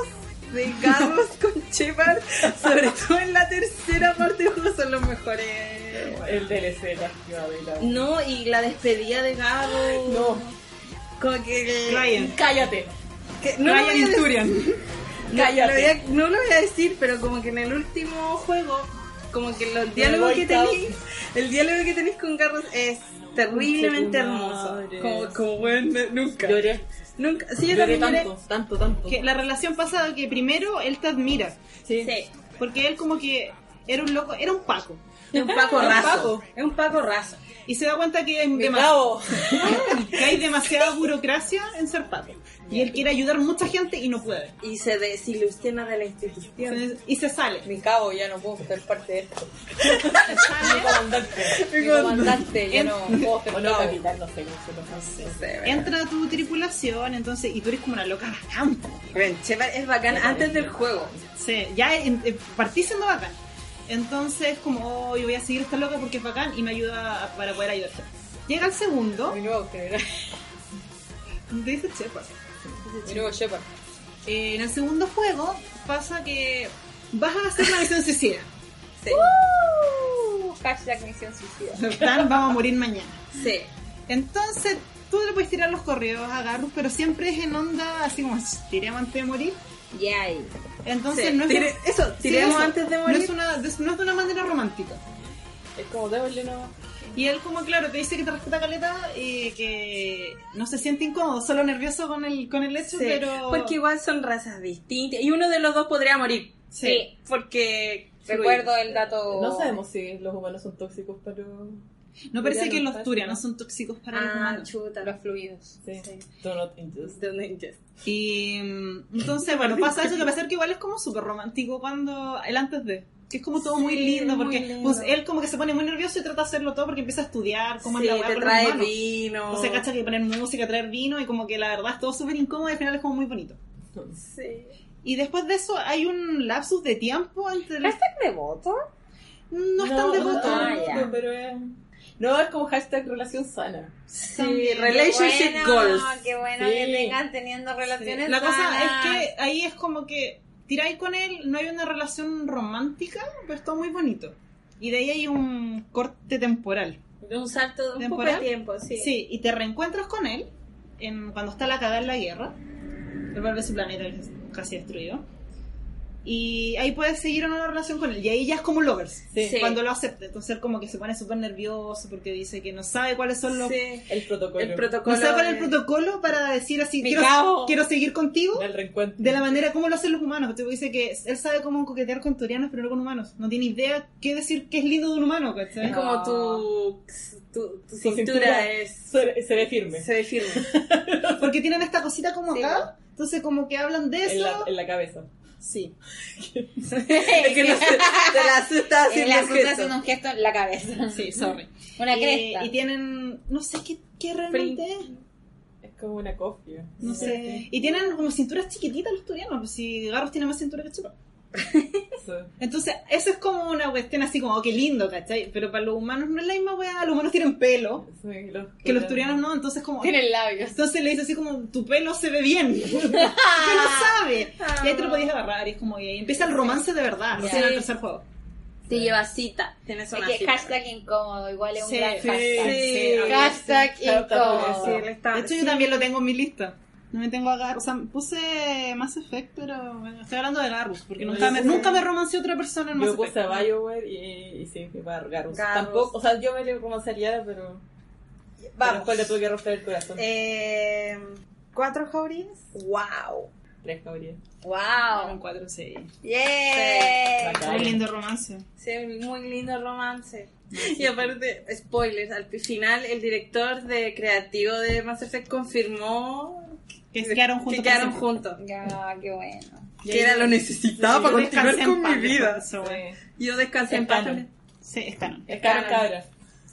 de [LAUGHS] Carlos con Shepard, sobre todo en la tercera parte del juego, son los mejores.
El DLC, la esquiva de la...
No, y la despedida de Gabo.
No,
Como que.
Ryan.
cállate.
que- no, lo voy a
Ryan
decir,
Turian.
no,
cállate.
lo voy a- no lo voy a decir, pero como que en el último juego, como que los diálogos
voy,
que
Carlos.
tenéis, el diálogo que tenéis con Carlos es terriblemente
Conche tu
hermoso.
madre.
Como, como bueno, nunca.
Lloré.
Nunca, sí, yo
Lloré
también lloré.
tanto, tanto, tanto.
Que la relación pasa que primero él te admira.
Sí.
Porque él como que era un loco, era un paco.
Es un Paco
Es un
raso.
Paco.
Es un Paco raso.
Y se da cuenta que, hay
Me
dema-
cago.
que hay demasiada burocracia en ser paco. Y él quiere ayudar a mucha gente y no puede.
Y se desilusiona de la institución.
Entonces, Y se sale.
Me cago, ya no puedo ser parte de
[LAUGHS]
esto.
Se sale,
Mi comandante, ya
En-
[LAUGHS]
no puedo ser
O no, Oh,
cabo.
capitán, no sé cómo se lo hace.
entra a tu tripulación, entonces, y tú eres como una loca bacán. po.
Bueno, Shepard es bacán antes del juego.
Sí, ya en- eh, partí siendo bacán. Entonces, como, oh, yo voy a seguir esta loca porque es bacán y me ayuda a- para poder ayudarte. Llega el segundo,
Mi nuevo general.
¿qué dice Shepard?
Mi nuevo Shepard.
Eh, en el segundo juego pasa que vas a hacer una misión suicida.
Sí.
Uh, Hashtag misión suicida.
Tan, vamos a morir mañana.
Sí.
Entonces, tú le puedes tirar los correos a Garrus, pero siempre es en onda así como "Shh, tiremos antes de morir.
Yay.
Entonces,
Sí.
no es
Tire- eso,
sí,
tiremos
eso.
antes de
No
morir.
es una- de- no es de una manera romántica.
Es como déjole no.
Y él como claro te dice que te respeta caleta y que no se siente incómodo, solo nervioso con el con el hecho,
Sí.
pero
Porque igual son razas distintas. Y uno de los dos podría morir.
sí.
Porque.
Recuerdo el dato.
No sabemos si los humanos son tóxicos, pero.
No parece
Turianos
que los
parece,
turianos
¿no?
son tóxicos para los
Ah,
humanos.
chuta.
Los fluidos.
Sí.
Sí.
Do not ingest.
Don't ingest.
Y mm, entonces, bueno, pasa eso que a pesar que igual es como súper romántico cuando el antes de. Que es como todo muy
Sí,
lindo,
muy
porque
lindo.
pues él como que se pone muy nervioso y trata de hacerlo todo porque empieza a estudiar cómo
Sí,
es la weá
te
con los
trae
humanos.
vino.
O sea, cacha que poner música, traer vino y como que la verdad es todo súper incómodo y al final es como muy bonito.
Sí.
Y después de eso hay un lapsus de tiempo
[LAUGHS]
entre... los-
¿Hashtag devoto?
No es tan devoto.
Ah,
no,
ya.
pero es. No, es como hashtag relación sana.
Sí,
También.
relationship
Qué bueno,
goals.
Qué bueno
Sí.
que tengan teniendo relaciones.
La cosa
sanas. [LAUGHS]
es que ahí es como que tiráis con él, no hay una relación romántica, pero es todo muy bonito. Y de ahí hay un corte temporal.
Un salto de un poco de
¿Temporal?
tiempo, sí.
Sí, y te reencuentras con él en, cuando está la cagada en la guerra. Él vuelve a su planeta que es casi destruido. Y ahí puedes seguir una relación con él. Y ahí ya es como lovers.
Sí.
Sí.
Cuando lo acepta. Entonces él como que se pone súper nervioso porque dice que no sabe cuáles son los...
Sí.
El protocolo.
El protocolo.
No sabe cuál es el
de-
protocolo para decir así,
Me
quiero,
cago.
quiero seguir contigo.
El reencuentro.
De la manera como lo hacen los humanos. Te dice que él sabe cómo coquetear con turianos, pero no con humanos. No tiene idea qué decir qué es lindo de un humano, ¿cachai?
Es como tu, tu, tu cintura,
cintura.
es.
Se, se ve firme.
Se ve
[LAUGHS]
firme.
Porque tienen esta cosita como
Sí,
acá, entonces como que hablan de
En la,
eso.
en la cabeza.
Sí.
es que no se, te la asusta [LAUGHS]
Y
haciendo
la Susa
gesto.
haciendo un gesto en la cabeza.
Sí, sorry.
[LAUGHS] Una
y,
cresta.
y tienen, no sé qué, qué realmente es.
Es como una cofia.
No sé. Y tienen como cinturas chiquititas los turianos, pues si Garros tiene más cintura que chupa.
Eso.
Entonces, eso es como una cuestión así como, oh, qué lindo, ¿cachai? Pero para los humanos no es la misma weá, los humanos tienen pelo,
Sí, los
que los turianos no, entonces como...
Tienen labios.
Entonces le dice así como, tu pelo se ve bien. [LAUGHS] Pero no sabe.
Ah.
Y ahí te lo podías agarrar y es como, y ahí empieza el romance de verdad. O sea, en el tercer juego.
Te lleva cita. Tienes
Es
una
que
cita.
hashtag incómodo, igual es un
Sí,
gran
sí,
hashtag.
sí.
Hashtag
Claro, claro,
incómodo.
Sí, él está-
De hecho,
Ah, sí.
yo también lo tengo en mi lista. No me tengo a Garrus. O sea, puse Mass Effect, pero bueno, estoy hablando de Garrus, porque
Yo
nunca me,
puse-
nunca me romancé otra persona en Mass
Yo puse
Effect.
a BioWare y, y sí, fui para Garros.
Garrus.
Tampoco, o sea, yo me lo romancearía, pero. Pero
Vamos.
después le tuve que romper el corazón.
Eh, ¿Cuatro jaurías? ¡Wow!
Tres cabrías.
Con
Wow.
cuatro, Ah, sí.
Yeah.
Bacán.
Un lindo romance.
Sí, un muy lindo romance. Y aparte, spoilers, al final el director de creativo de Mass Effect confirmó
Que se quedaron juntos.
que quedaron
para
juntos.
Ya, qué bueno.
Que era lo necesitaba para
siempre. Yo
continuar
descansé en
con mi
paz después
vida.
de eso, güey.
Yo descansé en paz.
Canon.
Sí, es canon.
Es caro,
Canon.
cabra.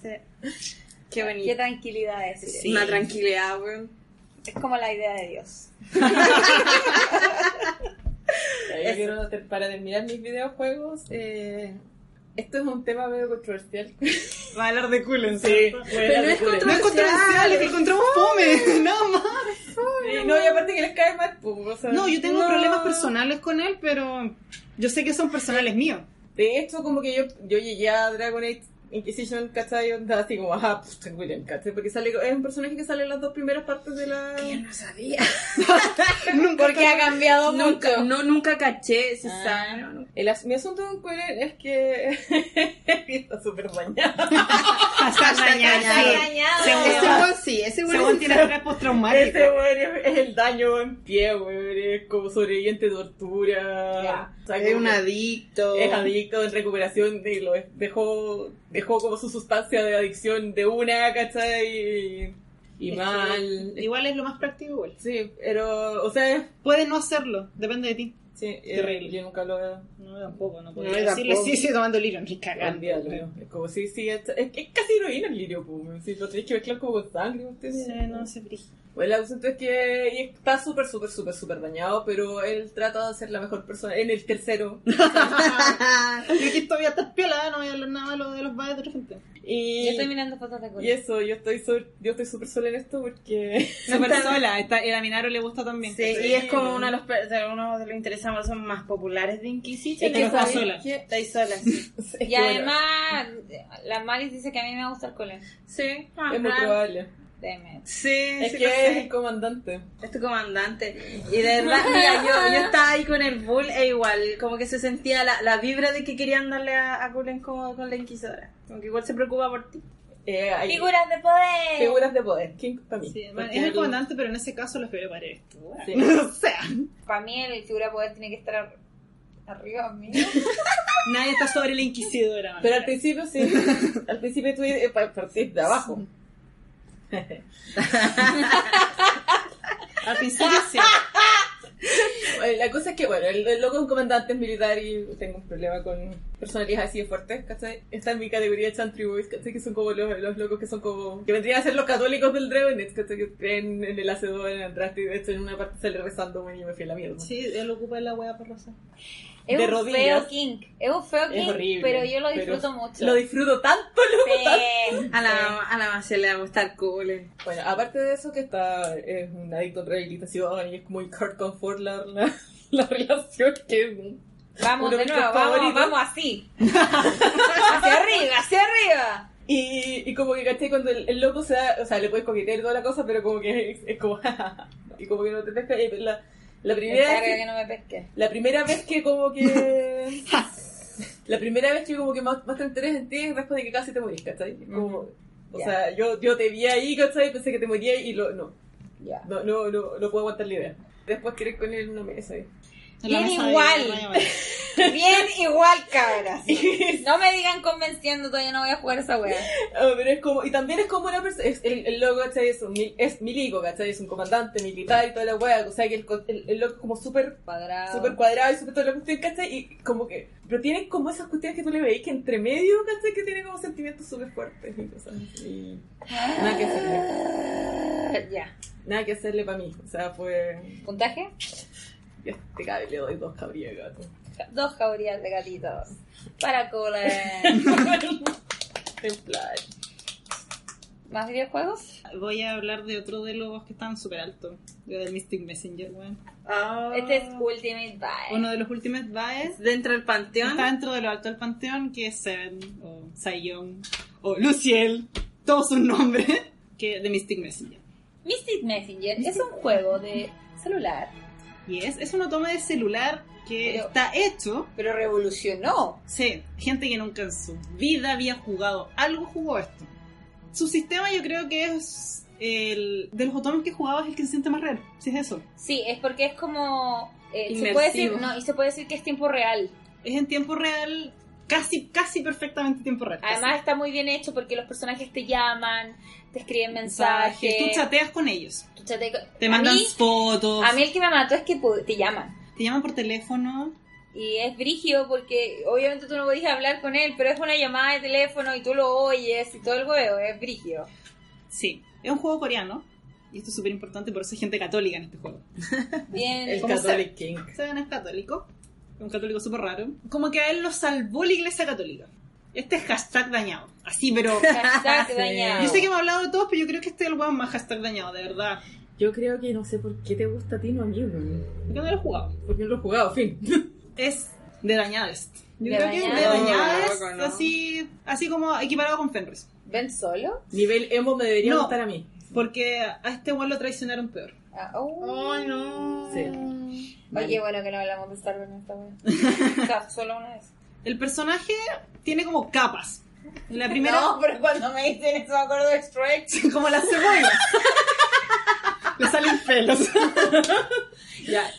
Sí. Qué
Qué
bonito.
tranquilidad es.
Sí.
Una tranquilidad, weón.
Es como la idea de Dios.
Ya, yo quiero ter- para terminar mis videojuegos, eh, esto es un tema medio [LAUGHS] controversial.
Va a hablar de culo, en
Sí,
Pero no es
No es controversial, es que encontramos fome, [LAUGHS] nada más.
No, y aparte que les cae más pum, o sea,
No, yo tengo
No.
problemas personales con él, pero yo sé que son personales míos.
De hecho, como que yo, yo llegué a Dragon Age Inquisition, ¿cachai? Onda así como, "Ah, pues, ajá, puta William, ¿cachai? Porque sale, es un personaje que sale en las dos primeras partes de la...
no sabía.
[LAUGHS] Nunca
Porque ha cambiado mucho.
Nunca, no, nunca caché, si sabe, no, no.
El as- mi asunto con Queren es que [LAUGHS] está súper dañado.
pasa dañar.
dañado.
sí.
Dañado.
Según-
Ese
sí, ese
Según tiene estrés postraumático.
Este weón es, es el daño en pie, weón, es como sobreviviente de tortura.
Ya.
O sea,
Es
como
un
que [LAUGHS]
adicto.
Es adicto en recuperación, de, lo dejó, dejó como su sustancia de adicción de una, ¿cachai? Y, y
Es que
mal.
Igual es lo más práctico, igual.
Sí, pero, o sea, es-
Puede no hacerlo, depende de ti.
sí,
Terrible.
eh, yo nunca lo he
No, tampoco, no
puedo decirle, sí,
sí, tomando lirio, ni
cambiado. Es como, sí, sí, es, es- es casi heroína el lirio, pues, si lo tenéis que mezclar como con sangre, ustedes.
eh, no se brilla.
Bueno, el asunto es que y está súper, súper, súper, súper dañado, pero él trata de ser la mejor persona en el tercero.
[LAUGHS] Yo aquí todavía estás piola, no voy a hablar nada malo de los padres de otra gente.
Y,
Yo estoy mirando fotos de
y
Corea.
eso, yo estoy sol- yo estoy súper sola en esto porque...
Super sola, está, el Aminaro le gusta también.
pues, Sí, y es como uno de los, per- de uno de los interesados más populares de Inquisition.
Es que está
¿sabéis
sola.
qué? Estáis sola, sí.
es que,
Y
bueno,
además, la Maris dice que a mí me gusta el cole.
Sí,
es muy
ajá.
probable.
Deme.
Sí,
Es
sí,
que
lo
es
sé.
el comandante.
Es tu este comandante. Y de verdad, mira, yo, yo estaba ahí con el Bull e igual, como que se sentía la, la vibra de que querían darle a, a Cullen como con la Inquisidora. Como que igual se preocupa por ti.
Eh, hay
Figuras de poder.
figuras de poder. King para mí.
Sí,
Porque
es el
él-
comandante, pero en ese caso los veo para esto.
[LAUGHS]
[LAUGHS]
Sí.
O sea,
Para mí, el figura de poder tiene que estar ar- arriba mío.
nadie está sobre la inquisidora.
Pero al principio sí. al principio tú eh, pa- partís de abajo.
al principio sí.
Bueno, Eh, La cosa es que, bueno, el, el loco es un comandante militar y tengo un problema con personalidades así de fuertes, ¿cachai? Está en mi categoría de Chantry Boys, ¿cachai? Que son como los, los locos que son como... Que vendrían a ser los católicos del Dragon Age, ¿cachai? Que creen en el hacedor, en el rastro y de hecho en una parte sale rezando, bueno, yo me fui a la mierda.
Sí, él ocupa la wea por rosa.
Es
De
un
rodillas.
feo King. Es un feo King,
Es horrible.
pero yo lo
pero
disfruto mucho.
Lo disfruto tanto, loco.
Sí.
A la, a la Maciel le va a gustar Cullen.
Bueno, aparte de eso que está, es un adicto en rehabilitación y es muy Kurt Comfort la, la, [LAUGHS] la relación que...
Vamos
Uno
de
de
nuevo, vamos,
mis favoritos.
vamos
[LAUGHS]
así. hacia arriba, hacia arriba.
Y, y como que, ¿cachai? Cuando el, el loco se da, o sea, le puedes coquetear y toda la cosa, pero como que es, es como... [LAUGHS] y como que no te pesca. y la, la primera
Encarga
vez
que no me pesque.
La primera vez que como que... la primera vez que como que más, más te enteres en ti es después de que casi te morís, ¿cachai? Como, o
Ya.
sea, yo, yo te vi ahí, ¿cachai? Pensé que te moría y lo, no,
Ya.
[LAUGHS] no, no, no, no puedo aguantar la idea. Después tiré con él en una mesa. y-
Bien igual. Bien, igual
[LAUGHS]
cabras. No me digan convenciendo, todavía no voy a jugar esa wea.
Ah, pero es como, y también es como una persona, el, el loco, ¿cachai? Es, un, mil- es milico, ¿cachai? Es un comandante militar y toda la wea, o sea que el, co- el, el loco es como súper
Cuadrado.
súper cuadrado y súper toda la cuestión, ¿cachai? Y como que, pero tiene como esas cuestiones que tú le veis que entre medio, ¿cachai? Que tiene como sentimientos súper fuertes y cosas así. Nada que hacerle,
Ya.
nada que hacerle para mí, o sea, fue,
¿Puntaje?
ya este cabrón le doy dos cabrillas de gato.
Dos caurías de gatitos. Para cola.
[LAUGHS] Templar.
¿Más videojuegos?
[LAUGHS] Voy a hablar de otro de los que están súper altos. Yo del Mystic Messenger, weón.
Este es Ultimate Vibe.
Uno de los últimos baes.
Dentro del panteón.
Está dentro de lo alto del panteón, que es Seven, o Saiyong, o Luciel, todos sus nombres, [LAUGHS] que de Mystic Messenger.
Mystic Messenger es un juego de celular,
Y es, es una toma de celular que
Pero-
está hecho.
pero revolucionó.
Sí, gente que nunca en su vida había jugado algo jugó esto. Su sistema yo creo que es el de los otomes que jugaba es el que se siente más real, si es eso.
Sí, es porque es como eh, se
Inmersivo.
puede decir, no, y se puede decir que es tiempo real.
Es en tiempo real, casi, casi perfectamente tiempo real.
Además
casi.
está muy bien hecho porque los personajes te llaman, te escriben mensajes.
Tú chateas con ellos.
tú chate-
Te
a
mandan
mí-
fotos.
A mí el que me mató es que pu- te llaman.
Te llaman por teléfono.
Y es brigio porque obviamente tú no podías hablar con él, pero es una llamada de teléfono y tú lo oyes y todo el huevo, es brigio.
Sí. Es un juego coreano. Y esto es súper importante, por eso hay gente católica en este juego.
Bien, [LAUGHS]
El
¿cómo se-
Catholic King.
Seven es católico. Un católico súper raro. Como que a él lo salvó la iglesia católica. Este es hashtag dañado. Así, pero.
Hashtag dañado.
Yo sé que hemos hablado de todos, pero yo creo que este es el weón más hashtag dañado, de verdad.
Yo creo que no sé por qué te gusta a ti, no a mí, weón.
Yo no lo he jugado.
Porque no lo he jugado, fin.
Es de dañadest. Yo
De
creo que es de
dañado.
dañadest,
Oh, No, no, no.
así, así como equiparado con Fenris.
¿Ven solo?
Nivel emo me debería
No.
gustar a mí.
Porque a este weón lo traicionaron peor.
Ah, oh.
Oh, no.
Sí.
Oye, bueno, que no hablamos de Star Wars en esta [LAUGHS] wea. O sea, solo una [LAUGHS] vez.
El personaje tiene como capas. En la primera,
No, pero cuando me dicen eso me acuerdo de
[LAUGHS]
Shrek.
como las cebollas. Le salen [LAUGHS] pelos.
Ya.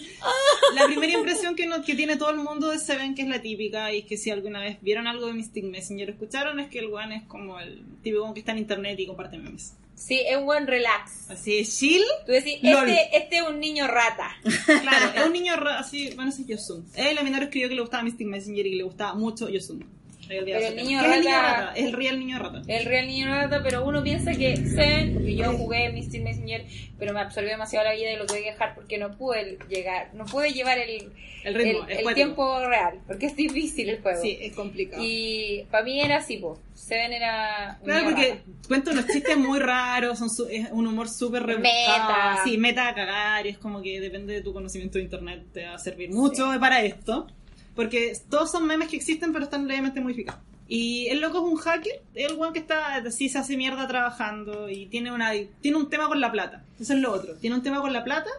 La primera impresión que, uno- que tiene todo el mundo de Seven, que es la típica, y es que si alguna vez vieron algo de Mystic Messenger, escucharon, es que el one es como el típico weón que está en internet y comparte memes.
Sí, es un buen relax.
Así es, chill.
Tú decís,
Lol.
este, este es un niño rata.
Claro, es un niño ra- así, bueno, ese es Yosun. El laminario escribió que le gustaba Mystic Messenger y que le gustaba mucho Yosun. Había olvidado
Pero
ese
el
tema.
niño
¿Qué es el niño
rata-
rata? Es el real niño rata.
El real niño rata, pero uno piensa que Seven, porque yo jugué Mystic Messenger, pero me absorbió demasiado la vida y lo tuve que dejar porque no pude llegar, no pude llevar el,
El ritmo,
el-
es
el
cuático.
tiempo real, porque es difícil el juego.
Sí, es complicado.
Y para mí era así, pues. Seven era. un
Claro,
niño
porque
rata.
cuento unos chistes muy raros, son su- es un humor súper rebuscado.
Meta.
Sí, meta a cagar, y es como que depende de tu conocimiento de internet, te va a servir mucho para esto. Porque todos son memes que existen, pero están levemente modificados. Y el loco es un hacker, es el weón que está así, se hace mierda trabajando y tiene, una, tiene un tema con la plata. Eso es lo otro. Tiene un tema con la plata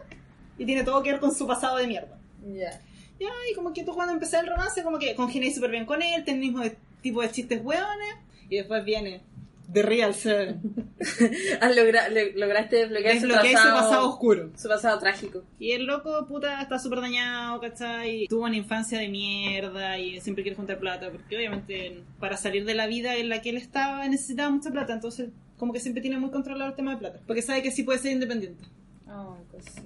y tiene todo que ver con su pasado de mierda.
Ya.
Ya, y como que tú cuando empecé el romance, como que congenié súper bien con él, tenés el mismo de- tipo de chistes hueones, y después viene The Real Seven.
Has logra- le- lograste desbloquear su
Desbloqueé su
pasado,
pasado oscuro.
su pasado trágico.
Y el loco, puta, está súper dañado, ¿cachai? Tuvo una infancia de mierda y siempre quiere juntar plata, porque obviamente para salir de la vida en la que él estaba necesitaba mucha plata, entonces como que siempre tiene muy controlado el tema de plata, porque sabe que sí puede ser independiente.
Ay, pues sí.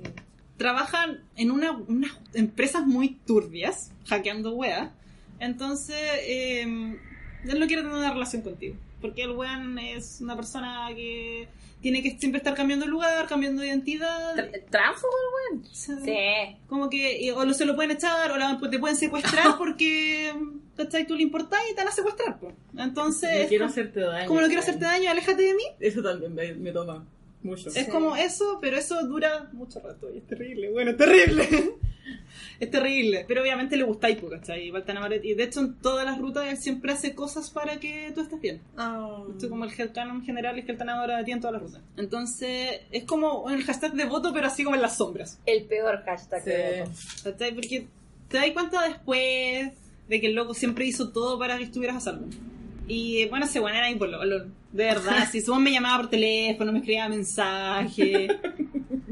trabajan en una, unas empresas muy turbias, hackeando wea. Entonces, eh, él no quiere tener una relación contigo. Porque el weón es una persona que tiene que siempre estar cambiando de lugar, cambiando de identidad.
Tra- ¿Tránfugo?
Sí.
Como que eh, o lo- se lo pueden echar o la- te pueden
[LAUGHS]
secuestrar porque ¿cachai? tú le importas y te van a secuestrar. po.
No
Entonces,
quiero hacerte daño.
como no quiero hacerte daño, aléjate de mí.
Eso también me, me toma mucho.
Es como eso, pero eso dura mucho rato y es terrible. Bueno, es terrible. [LAUGHS] es terrible. Pero obviamente le gusta Ipo, ¿cachai? Baltan Amaret. Y de hecho, en todas las rutas él siempre hace cosas para que tú estés bien.
Mm.
Esto como el Helcanon en general, es que el ahora de ti en todas las rutas. Entonces, es como el hashtag de voto, pero así como en las sombras.
El peor hashtag
Sí.
de voto.
¿Cachai? Porque te das cuenta después de que el loco siempre hizo todo para que estuvieras a salvo. Y eh, bueno, ese weón era mi pololo, de verdad. si su weón me llamaba por teléfono, me escribía mensaje.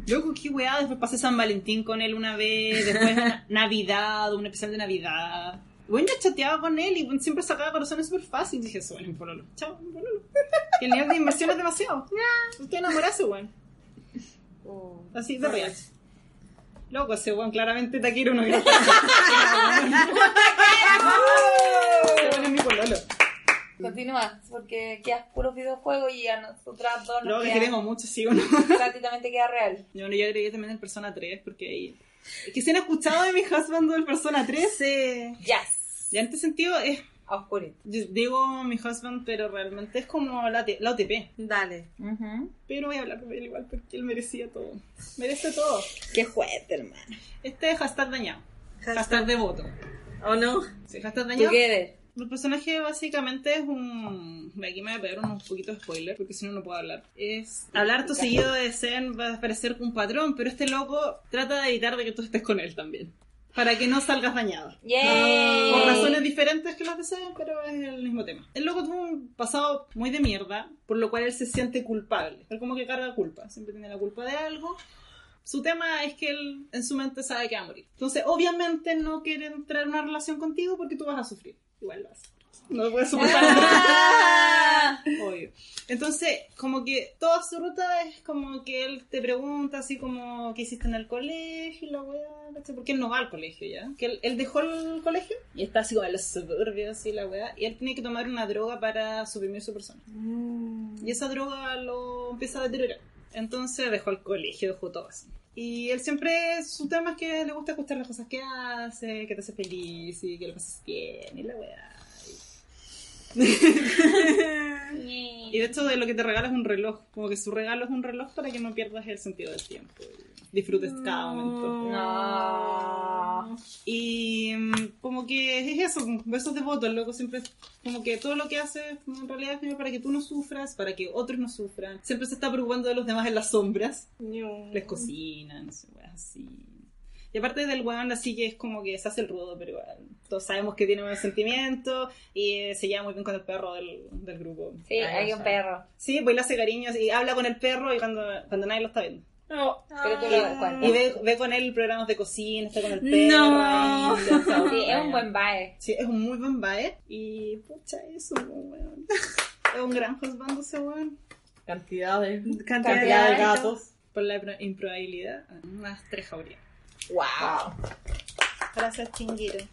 Loco, qué weá. Después pasé San Valentín con él una vez, después na- Navidad, un especial de Navidad. Bueno, yo chateaba con él y bueno, siempre sacaba corazones súper fácil. Dije, ese weón es mi pololo. Chao, mi pololo. Y el nivel de inversión es demasiado. Usted enamorarse, weón.
Uh.
Así, de real. Loco, ese weón claramente taquero no [LAUGHS] era. Ese weón es mi pololo.
Continúa, porque quedas puros videojuegos y a nosotras dos
Luego
nos
que
queda,
queremos mucho, sí o no.
[LAUGHS]
[LAUGHS]
prácticamente queda real.
Bueno, yo agregué también el Persona 3 porque ahí... Es que se han escuchado de mi husband del Persona 3. Sí.
Yes,
Y en este sentido, es,
a oscurito.
yo digo mi husband, pero realmente es como la, T- la OTP.
Dale.
Pero voy a hablar de él igual porque él merecía todo. Merece todo.
Qué fuerte, hermano.
Este es hashtag dañado. Hashtag devoto.
¿O no?
Sí, hashtag dañado.
Together.
El personaje básicamente es un... Aquí me voy a pegar unos poquitos de spoiler porque si no, no puedo hablar. Es... Hablar tu seguido de Zen va a parecer un patrón, pero este loco trata de evitar de que tú estés con él también. Para que no salgas dañado.
Yay.
Por
[LAUGHS]
razones diferentes que las de Seven, pero es el mismo tema. El loco tuvo un pasado muy de mierda, por lo cual él se siente culpable. Él como que carga culpa, siempre tiene la culpa de algo. Su tema es que él en su mente sabe que va a morir. Entonces, obviamente no quiere entrar en una relación contigo porque tú vas a sufrir. Igual lo hace. No lo puedo
[LAUGHS]
soportar. Obvio. Entonces, como que toda su ruta es como que él te pregunta así como qué hiciste en el colegio y la weá, ¿cachai? porque él no va al colegio ya. Que él, él dejó el colegio y está así como en los suburbios y la weá. Y él tiene que tomar una droga para suprimir su persona. Y esa droga lo empieza a deteriorar. Entonces dejó el colegio, dejó todo así. Y él siempre, su tema es que le gusta escuchar las cosas que hace, que te hace feliz y que lo pases bien y la weá. Y de hecho, de lo que te regala es un reloj. Como que su regalo es un reloj para que no pierdas el sentido del tiempo. y disfrutes cada momento.
No.
Y mm, como que es eso, como besos devotos, loco. Siempre es como que todo lo que hace como en realidad es primero para que tú no sufras, para que otros no sufran. Siempre se está preocupando de los demás en las sombras les
Mm.
cocinan, no sé, weas así. Y aparte del weón así que es como que se hace el rudo, pero igual, todos sabemos que tiene buen sentimiento y eh, se lleva muy bien con el perro del, del grupo.
Sí, hay un [LAUGHS] perro.
Sí, pues le hace cariños y habla con el perro y cuando, cuando nadie lo está viendo.
Pero tú lo
Y
encuentras.
ve, ve con él programas de cocina, está con el perro.
No.
y ya sabes.
Sí,
[LAUGHS]
es un buen bae.
Sí, es un muy buen bae. Y pucha eso, po, weón. Es un gran husband ese weón.
Cantidad de,
Cantidad,
cantidad de
gatos.
gatos.
Por la impro- improbabilidad, unas tres jaurías.
Wow.
Gracias, Chinguero.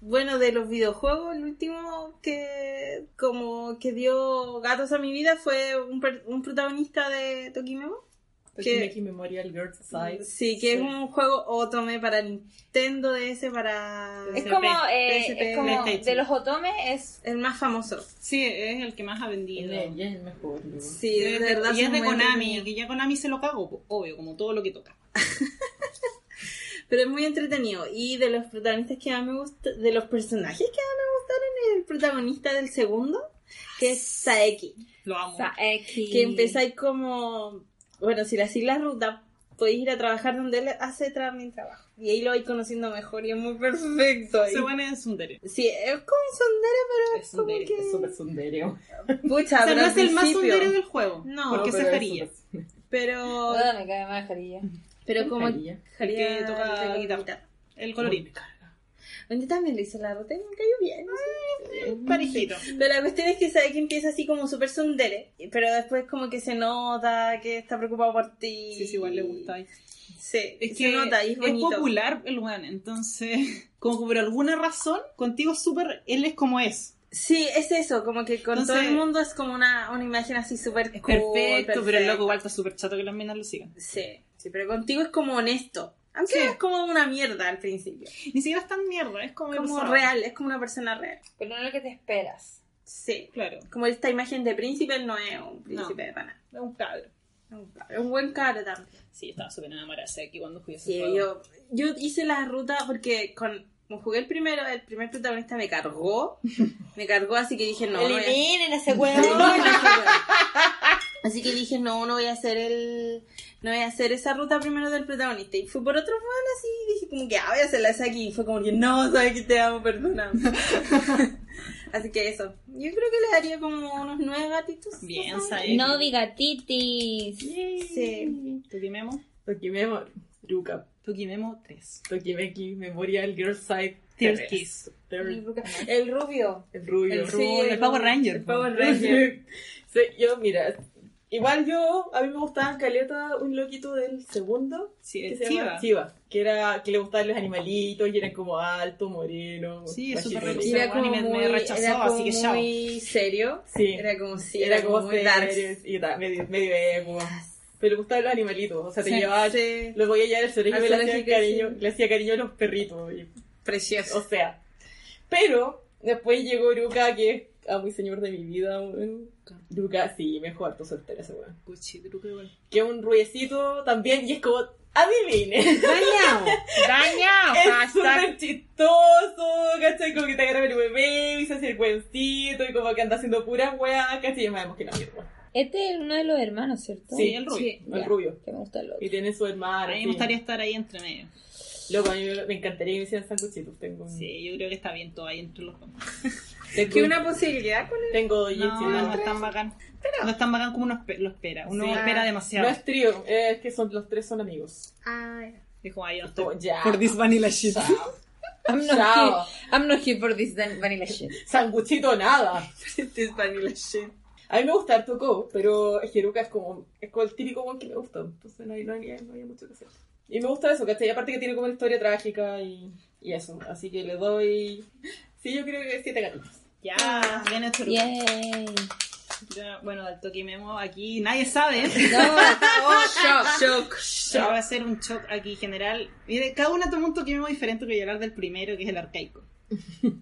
Bueno, de los videojuegos, el último que como que dio gatos a mi vida fue un, per- un protagonista de Tokimemo.
Tokimeki Memorial Girls Side.
Sí, que es un juego Otome para Nintendo DS, para...
Es como, eh,
PSP,
es como
PlayStation.
de los otomes es
El más famoso.
Sí, es el que más ha vendido.
Y es el mejor. yo.
Sí, de verdad.
y es
son
de
muy
Konami,
entretenidos.
que ya Konami se lo cago, po, obvio, como todo lo que toca.
Pero es muy entretenido. Y de los protagonistas que más me gustan, de los personajes que más me gustaron, el protagonista del segundo, que es Saeki.
Lo amo.
Saeki.
Que empezáis como, bueno, si le hacéis la ruta, podéis ir a trabajar donde él hace mi trabajo. Y ahí lo vais conociendo mejor y es muy perfecto. ahí.
Se pone en Sundere.
Sí, es como un sondero, pero
Es sundere,
como que-
es súper sundere.
Pucha,
o sea,
pero
no
al
es el más
principio.
Sundere del juego.
No,
porque se
pero es
jarilla.
súper-
Pero,
Ah,
Puta, me cae más carilla.
pero como
Jarilla.
El que
Jaría
toca
toca
guitarra. El colorín.
Yo también le hice la ruta y me cayó bien.
Parejito.
Pero la cuestión es que sabe que empieza así como súper sondere, pero después como que se nota que está preocupado por ti.
Sí, sí, igual le gusta. Es
Sí,
que
se nota y es
es
bonito.
popular el weón, entonces, [LAUGHS] como que por alguna razón, contigo es súper, él es como es.
Sí, es eso, como que con
Entonces-
todo el mundo es como una, una imagen así súper cool,
pero el loco igual está súper chato que las minas lo sigan.
Sí, sí, pero contigo es como honesto. Aunque
Sí.
es como una mierda al principio.
Ni siquiera es tan mierda, es como...
Es como
abusado.
real, es como una persona real.
Pero no es lo que te esperas.
Sí.
Claro,
Como esta imagen de príncipe, él no es un príncipe de pana.
es un cabro.
Es un buen cara también.
Sí, estaba súper enamorada de aquí cuando jugué ese
Sí,
juego.
yo, yo hice la ruta porque con, como jugué el primero, el primer protagonista me [LAUGHS] cargó. Me cargó, así que dije, no, no voy a-
Eliminen ese
Eliminen
huevo.
ese weón. [LAUGHS] Así que dije, no, no voy a hacer el... No voy a hacer esa ruta primero del protagonista. Y fue por otro fan así, dije como que, ah, voy a hacerla esa aquí. Y fue como que, no, sabes que te amo,
[LAUGHS]
perdóname. así que eso. Yo creo que le daría como unos nueve gatitos.
Bien,
¿no?
Saeki.
No diga titis.
Sí.
Tokimemo.
Tokimemo, Ruka.
Tokimemo 3.
Tokimeki Memorial Girls Side.
Tears
Terrace.
Kiss.
Terrace.
El rubio.
El rubio.
El rubio, el Power Ranger.
El Power Ranger.
[LAUGHS]
[LAUGHS] Sí, yo, mira, igual yo, a mí me gustaba Caleta, un loquito del segundo,
Sí,
que
el
se
Chiva.
llama Chiva, que era, que le gustaban los animalitos, y era como alto, moreno,
Sí, es súper
bajito.
Sí,
era
un
como
anime me
muy,
rechazó,
era como
así que chao.
muy serio.
Sí,
Era como si
era como
muy dark. Ah,
serio, y tal, medio, medio emo. Pero le gustaban los animalitos, o sea, te llevaba,
Sí,
los voy a llevar al zoológico
Al
y le hacía
zoológico,
cariño,
sí.
le hacía cariño a los perritos, y O
precioso.
sea, pero después llegó Ruka, que es a muy señor de mi vida. weón. Ruka, sí, mejor tu soltera ese weón. Que un ruiecito también, y es como, adivine.
[LAUGHS]
Dañado.
es súper chistoso, ¿cachai? Como que te agarra el bebé y se hace el cuencito y como que anda haciendo puras weas, ¿cachai? Y más vemos que la mierda.
Este es uno de los hermanos, ¿cierto?
Sí,
el rubio.
El rubio.
Que me gusta el otro.
Y tiene su hermana.
A mí
sí.
me gustaría estar ahí entre medio.
Loco, a mí me me encantaría que me hicieran sanguchitos. Tengo,
Sí, yo creo que está bien todo ahí entre los dos.
tengo,
Que una posibilidad con
tengo dos
No,
Jitsi,
no
no.
es tan bacán. No es tan bacán como uno espe- lo espera. Uno
Sí.
espera demasiado.
No es trío, eh, es que son, los tres son amigos.
Ah,
Dijo, ay, yo no
Todo
estoy [LAUGHS]
ya.
por this vanilla shit.
I'm not,
Chao.
here, I'm not here for this van- vanilla shit.
Sanguchito nada.
Este es Vanilla Shade.
A mí me gusta harto Go, pero Jeruka es como, es como el típico one que me gustó. Entonces no, hay- no, había, no había mucho que hacer. Y me gusta eso, ¿cachai? Y Aparte que tiene como una historia trágica y, y eso. Así que le doy. [LAUGHS] Sí, yo creo que siete gatitos.
Ya, bien
[LAUGHS]
hecho.
Yay.
Ya, bueno, del toque memo aquí nadie sabe.
No, oh, shock.
Shock.
Pero va a ser un shock aquí general. Mire, cada una toma un toque memo diferente. Voy a hablar del primero, que es el arcaico.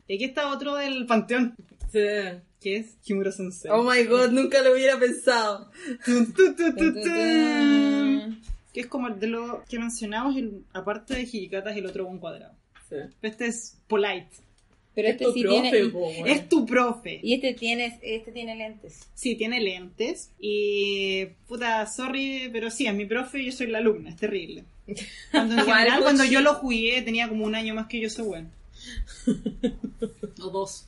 Y aquí está otro del panteón, que es Kimura Sensei.
Oh my god, nunca lo hubiera pensado.
Tun, tun, tun, tun, tun. Que es como el de lo que mencionamos, el- aparte de Higikata, es el otro un cuadrado.
Sí.
Este es polite.
Pero este
Tu
sí
profe,
tiene. y-
po, weón.
Es tu profe.
Y este tiene, este tiene lentes.
Sí, tiene lentes. Y. Puta, sorry, pero sí, es mi profe y yo soy la alumna, es terrible. [LAUGHS] Cuando, en general, cuando yo lo jugué, tenía como un año más que yo, soy bueno. [LAUGHS] O dos.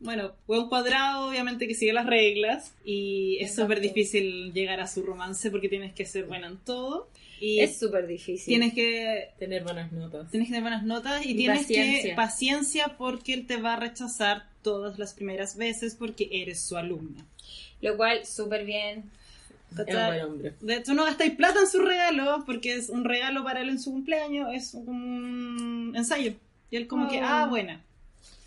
Bueno, huevo cuadrado, obviamente que sigue las reglas. Y es súper difícil llegar a su romance porque tienes que ser buena en todo. Y
Es súper difícil.
tienes que.
Tener buenas notas.
Tienes que tener buenas notas y, tienes que
paciencia.
paciencia porque él te va a rechazar todas las primeras veces porque eres su alumna.
Lo cual, súper bien.
Es un buen hombre.
De hecho, no gastáis plata en su regalo, porque es un regalo para él en su cumpleaños, es un ensayo. Y él como que, ah, buena.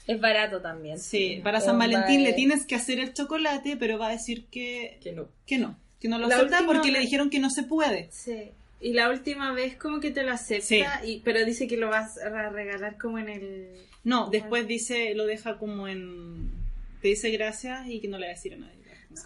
Es barato también.
Sí, para San
Oh,
Valentín le
vale.
tienes que hacer el chocolate, pero va a decir que,
Que no.
que no. Que no lo
La
acepta
última
porque le
vez-
dijeron que no se puede.
Sí. Y la última vez como que te lo acepta,
Sí.
y, pero dice que lo vas a regalar como en el...
No, después dice, lo deja como en... Te dice gracias y que no le va a decir a nadie.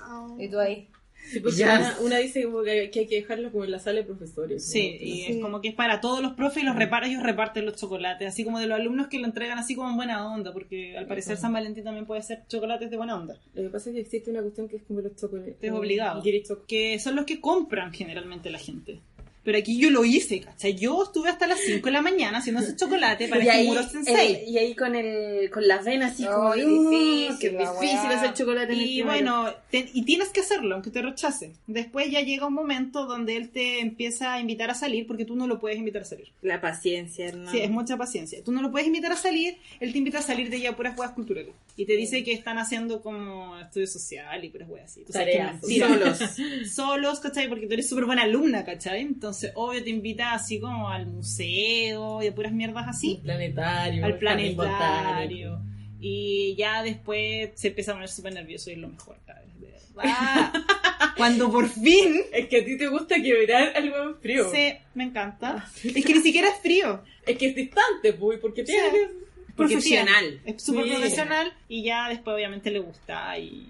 Oh.
Y tú ahí.
Sí, porque
Ya.
una, una dice como que, que hay que dejarlo como en la sala de profesores.
Sí,
¿no?
y
Entonces,
es como que es para todos los profes y los reparan, ellos reparten los chocolates, así como de los alumnos que lo entregan así como en buena onda, porque al parecer San Valentín también puede ser chocolates de buena onda.
Lo que pasa es que existe una cuestión que es como los chocolates.
Es obligado.
Y quieres chocolate.
que son los que compran generalmente la gente. Pero aquí yo lo hice, ¿cachai? Yo estuve hasta las 5 de la mañana haciendo ese chocolate para
y, ahí,
Kimuro Sensei.
el- y ahí con el con las venas así
No,
como...
y
"Uh,
difícil,
qué
la
difícil
weá".
hacer chocolate en el
y
primero".
bueno, te- este y tienes que hacerlo, aunque te rechacen. Después ya llega un momento donde él te empieza a invitar a salir porque tú no lo puedes invitar a salir.
La paciencia, ¿no?
Sí, es mucha paciencia. Tú no lo puedes invitar a salir, él te invita a salir de ya puras huevas culturales. Y te dice que están haciendo como estudio social y puras huevas así. Tú sabes que
Tareas.
mentira. [LAUGHS] solos, ¿cachai? Porque tú eres súper buena alumna, ¿cachai? Entonces, obvio, te invita así como al museo y a puras mierdas así,
Planetario.
al
jardín
planetario. Y ya después se empieza a poner súper nervioso y es lo mejor, cabrón. de verdad. Ah, Cuando por fin
botánico. Es que a ti te gusta quebrar algo en frío.
se... Me encanta. Es que ni siquiera es frío.
Es que es distante, pues, porque tiene
Sí.
que.
porque
Profesional.
tiene- Es súper
Sí.
profesional y ya después obviamente le gusta y... Ay,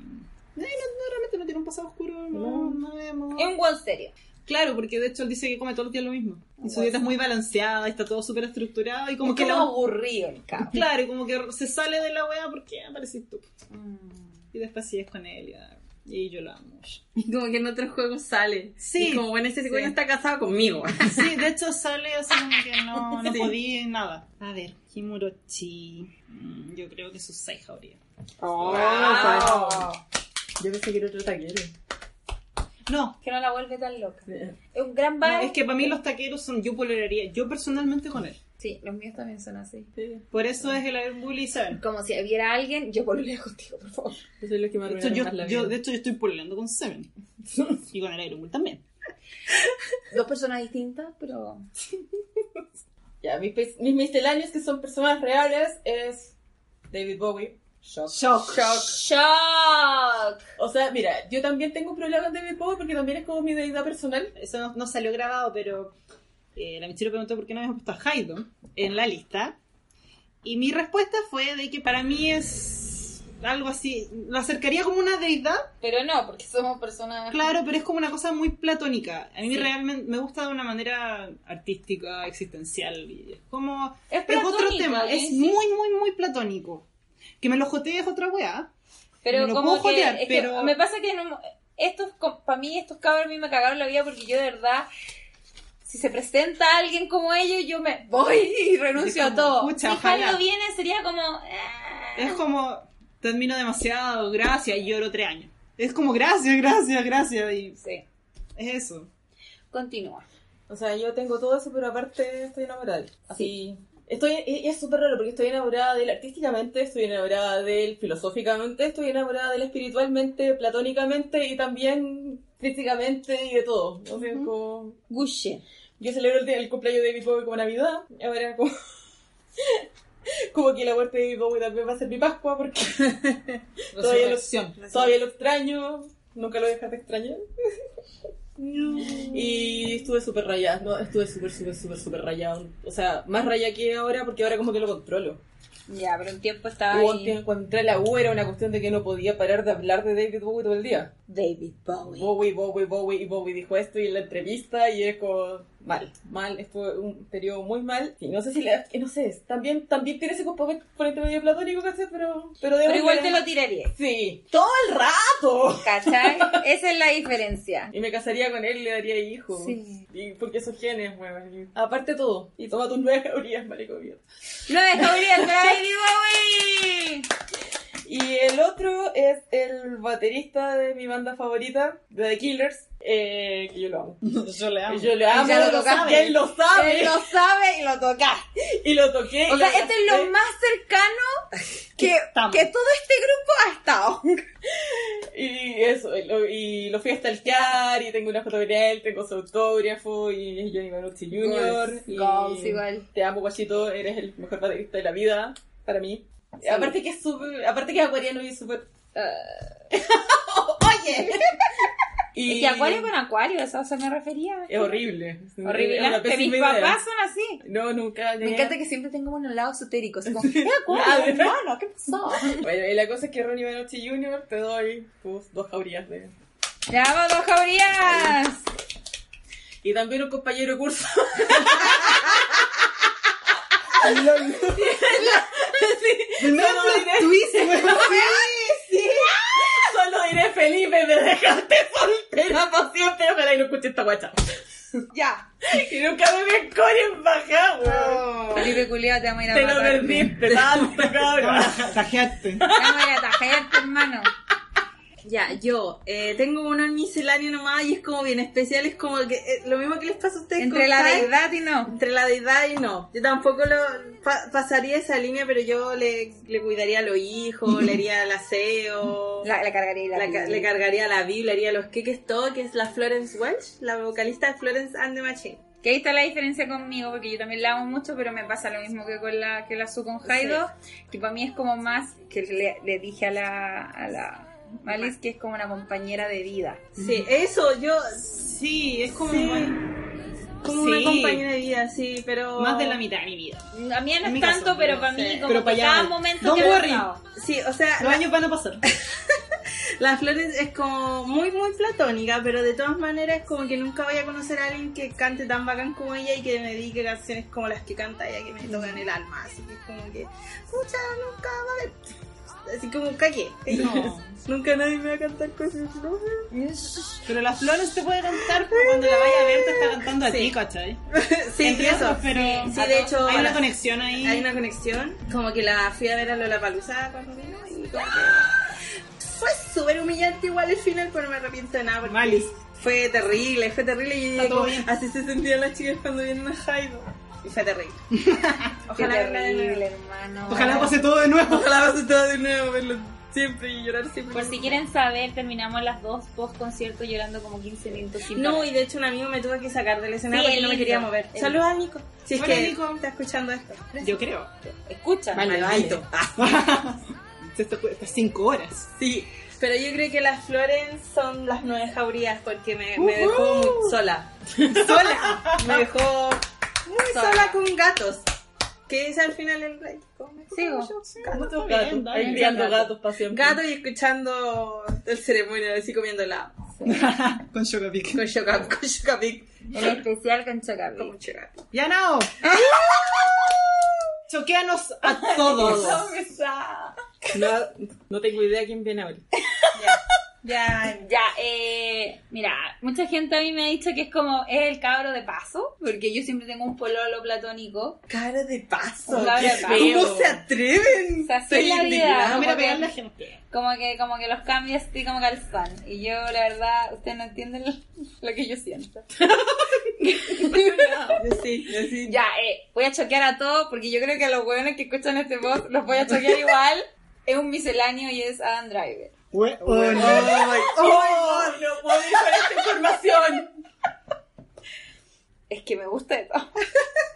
no, no, realmente no tiene un pasado oscuro, no, no vemos.
Es un buen serio.
Claro, porque de hecho él dice que come todos los días lo mismo. Y su dieta es muy balanceada, está todo súper estructurado y como
es
que
como
la-
aburrido el
[LAUGHS]
cabo.
Claro, y como que se sale de la wea porque apareces tú. Y después sigues con él y, ah, y yo lo amo.
Y como que en otros juegos sale.
Sí.
Y como bueno, este
Sí.
güey está casado [LAUGHS] conmigo.
Sí, de hecho sale así como que no, [LAUGHS] no
Sí.
podía y nada. A ver, Kimurochi. Mm, Yo creo que sus seis habría.
Oh,
Oh, Ah.
Wow.
Yo pensé que era otro taquero.
No,
Que no la vuelve tan loca. Es un gran bar.
no, es que para mí los taqueros son yo poleraría, yo personalmente con él.
Sí, los míos también son así.
Por eso es el Iron Bully, ¿saben?
Como si hubiera alguien, yo
[LAUGHS]
volvería contigo, por favor.
Yo soy lo que me
De hecho,
arruinaron
yo,
más la
yo- de
vida.
hecho, yo estoy polerando con Seven.
[LAUGHS]
Y con el Iron Bull también.
Dos personas distintas, pero.
Ya, mis, pe- mis misceláneos que son personas reales es David Bowie. Shock.
Shock.
¡Shock!
O sea, mira, yo también tengo un problema con David Bowie porque también es como mi deidad personal.
eso no, no salió grabado, pero eh, la Michiro preguntó por qué no habíamos puesto a Haydn en la lista. Y mi respuesta fue de que para mí es algo así, lo acercaría como una deidad,
Pero no, porque somos personas.
claro, pero es como una cosa muy platónica. A mí realmente me gusta de una manera artística, existencial. y es como,
Es,
es otro
platónico,
tema,
¿eh?
es
Sí.
muy, muy, muy platónico. Que me lo jotee es otra weá.
Pero
me lo
como
puedo
que,
jotear,
es que
pero-
me pasa que en un- estos, para mí estos cabros a mí me cagaron la vida porque yo de verdad, si se presenta alguien como ellos, yo me voy [LAUGHS] y renuncio
Es como,
a todo.
pucha,
si
ojalá.
Jairo viene sería como... ah.
Es como, te admiro demasiado, gracias, y lloro tres años. Es como, gracias, gracias, gracias, y
Sí,
es eso.
continúa.
O sea, yo tengo todo eso, pero aparte estoy enamorada. de él. Así, Estoy, y- y es súper raro porque estoy enamorada de él artísticamente, estoy enamorada de él filosóficamente, estoy enamorada de él espiritualmente, platónicamente y también físicamente y de todo. O sea, como-
Gucci.
Yo celebro el, día- el cumpleaños de David Bowie como Navidad, ahora como... [LAUGHS] como que la muerte de David Bowie también va a ser mi Pascua porque todavía lo,
Resurrección.
todavía lo extraño, nunca lo dejas de extrañar. Y estuve súper rayada, ¿no? Estuve súper, súper, súper, súper rayada. O sea, más rayada que ahora porque ahora como que lo controlo.
Ya, pero un tiempo estaba
Hubo un
ahí.
tiempo cuando entré a la U era una cuestión de que no podía parar de hablar de David Bowie todo el día.
David Bowie.
Bowie, Bowie, Bowie, y Bowie dijo esto y en la entrevista y es como mal, mal, estuve un periodo muy mal. Y no sé si la, que no sé, también, también tiene ese componente medio platónico, ¿cachai? Pero, pero, de
Pero igual te
manera-
lo tiraría.
Sí, todo el rato.
¿Cachai? Esa es la diferencia.
Y me casaría con él y le daría hijos.
Sí.
Y porque esos genes, weón. y- Aparte todo. Y toma tus nueve calorías, marico mío.
¡No descubrí el [LAUGHS] David Bowie!
Y el otro es el baterista de mi banda favorita, de The Killers, eh, que yo lo amo.
Yo le amo.
[LAUGHS] Yo lo amo,
ya lo
y
tocaste.
él lo sabe.
Eh.
Él Ah, lo sabe y lo toca.
[LAUGHS] Y lo toqué.
O
y
sea,
lo
este es lo
gasté.
más cercano que, que todo este grupo ha estado.
Y eso, y lo, y lo fui a stalkear, y tengo una fotografía de él, tengo su autógrafo, y es Johnny Manucci Jr.
Goals,
y
goals igual.
Te amo, guachito, eres el mejor baterista de la vida, para mí. Aparte que es súper, aparte que es acuariano y es súper...
Ah.
[LAUGHS]
[LAUGHS]
¡Oye!
Y que acuario con acuario, eso se me refería.
Es horrible.
Horrible.
Es una
Que mis
pésima idea.
papás son así.
No, nunca.
Me encanta que siempre tengamos unos lados esotéricos. Como, ¿qué
Ah,
acuerdo,
de-
hermano? ¿Qué pasó?
Bueno, y la cosa es que Ronnie Benoche Jr. te doy tus dos jaurías de...
¡Ya vamos, dos jaurías!
Y también un compañero de curso. [LAUGHS]
No,
Solo diré- Solo diré Felipe, me dejaste soltera por siempre. Ojalá y no escuche esta guacha.
Ya.
Y nunca me vi en Core en bajá, weón.
Felipe Culiao, te vamos a ir a
Te lo
matar.
perdiste
[LAUGHS]
tanto, cabrón.
Tajeaste.
Te vamos a ir a tajarte, hermano.
Ya, yo eh, tengo uno en misceláneo nomás y es como bien especial, es como que eh, lo mismo que les pasa a ustedes
Entre
con
la
Kai,
deidad y no.
entre la deidad y no. Yo tampoco lo pa- pasaría esa línea, pero yo le, le cuidaría a los hijos, le haría el
[LAUGHS]
aseo,
La, la cargaría y la,
la ca- le cargaría la Biblia, haría los queques, todo, que es la Florence Welch, la vocalista de Florence and the Machine.
Que ahí está la diferencia conmigo, porque yo también la amo mucho, pero me pasa lo mismo que con la que la su con Jaido, que para mí es como más, que le, le dije a la, a la Malice, que es como una compañera de vida.
Sí, eso, yo,
Sí, es como
Sí. como una
Sí.
compañera de vida, sí, pero...
más de la mitad de mi vida.
A mí no
En
es
mi
tanto,
caso,
pero
no
para
sé.
mí, como
Pero
que
para allá
cada
voy.
momento
Don't
que he
worry.
pasado.
Sí, o sea,
Los años van a pasar.
La Flores es como muy, muy platónica, pero de todas maneras es como que nunca voy a conocer a alguien que cante tan bacán como ella y que me dedique canciones como las que canta ella que me tocan el alma. Así que es como que, pucha, nunca va a haber. Así como, caqué. [LAUGHS] Nunca nadie me va a cantar cosas. ¿no?
Pero las flores te puede cantar, pero cuando la vaya a ver te está cantando a ti, ¿cachai?
Sí,
Entre
eso.
otros, pero
Sí, de hecho,
hay una
la-
conexión ahí.
hay una conexión. Como que la fui a ver a Lola Palusa cuando vino y como ¡Ah! que- Fue súper humillante igual el final, pero no me arrepiento de nada. porque-
Malis.
Fue terrible, fue terrible. Y yo
Está
llegué
todo
como,
bien.
así se sentían las chicas cuando vienen a Jaido. Y fue [LAUGHS] terrible.
Qué
Ojalá verla de
terrible,
nuevo.
hermano.
Ojalá pase todo de nuevo. [LAUGHS]
Ojalá pase todo de nuevo, verlo siempre y llorar siempre.
Por si quieren saber, terminamos las dos post concierto llorando como 15 minutos sin
No,
parar.
y de hecho un amigo me tuvo que sacar del escenario
Sí,
porque
el
no me
Nico.
quería mover.
El-
Saludos a Nico. Si es
Hola,
que
Nico.
está escuchando esto.
Yo creo.
Escucha.
Maldito.
Estas cinco horas.
Sí, pero yo creo que las flores son las nueve jaurías porque me, me dejó muy sola. [LAUGHS] Sola. me dejó muy sola, con gatos. Que es al final el rey. Como-
Sigo.
Muchos gatos.
dale.
Ahí criando gatos para siempre.
Gato y escuchando el ceremonia, así comiendo helado.
Con Sugar Pick.
Con Shoka- [LAUGHS] con Shokapic.
En especial con Chocabi.
Con mucho gato.
¡Ya no! Choqueanos a
¡Oh,
todos.
No, no tengo idea quién viene ahora.
Ya,
Ya, eh, mira, mucha gente a mí me ha dicho que es como es el cabro de paso, porque yo siempre tengo un pololo platónico.
cara de paso.
Cara
qué
de
feo.
paso.
¿Cómo se atreven?
O sea, así es la vida.
Ah,
Como
mira,
que,
pegar la gente.
como que como que los cambios estoy como calzán. Y yo, [LAUGHS] la verdad, ustedes no entienden lo que yo siento.
[LAUGHS] Yo sí Sí, así.
Ya, eh, voy a choquear a todos porque yo creo que a los hueones que escuchan este post los voy a choquear igual. Es un misceláneo y es Adam Driver.
Hue- oh, no.
¡Oh! No puedo ir con esta información.
Es que me gusta de
[LAUGHS]
todo.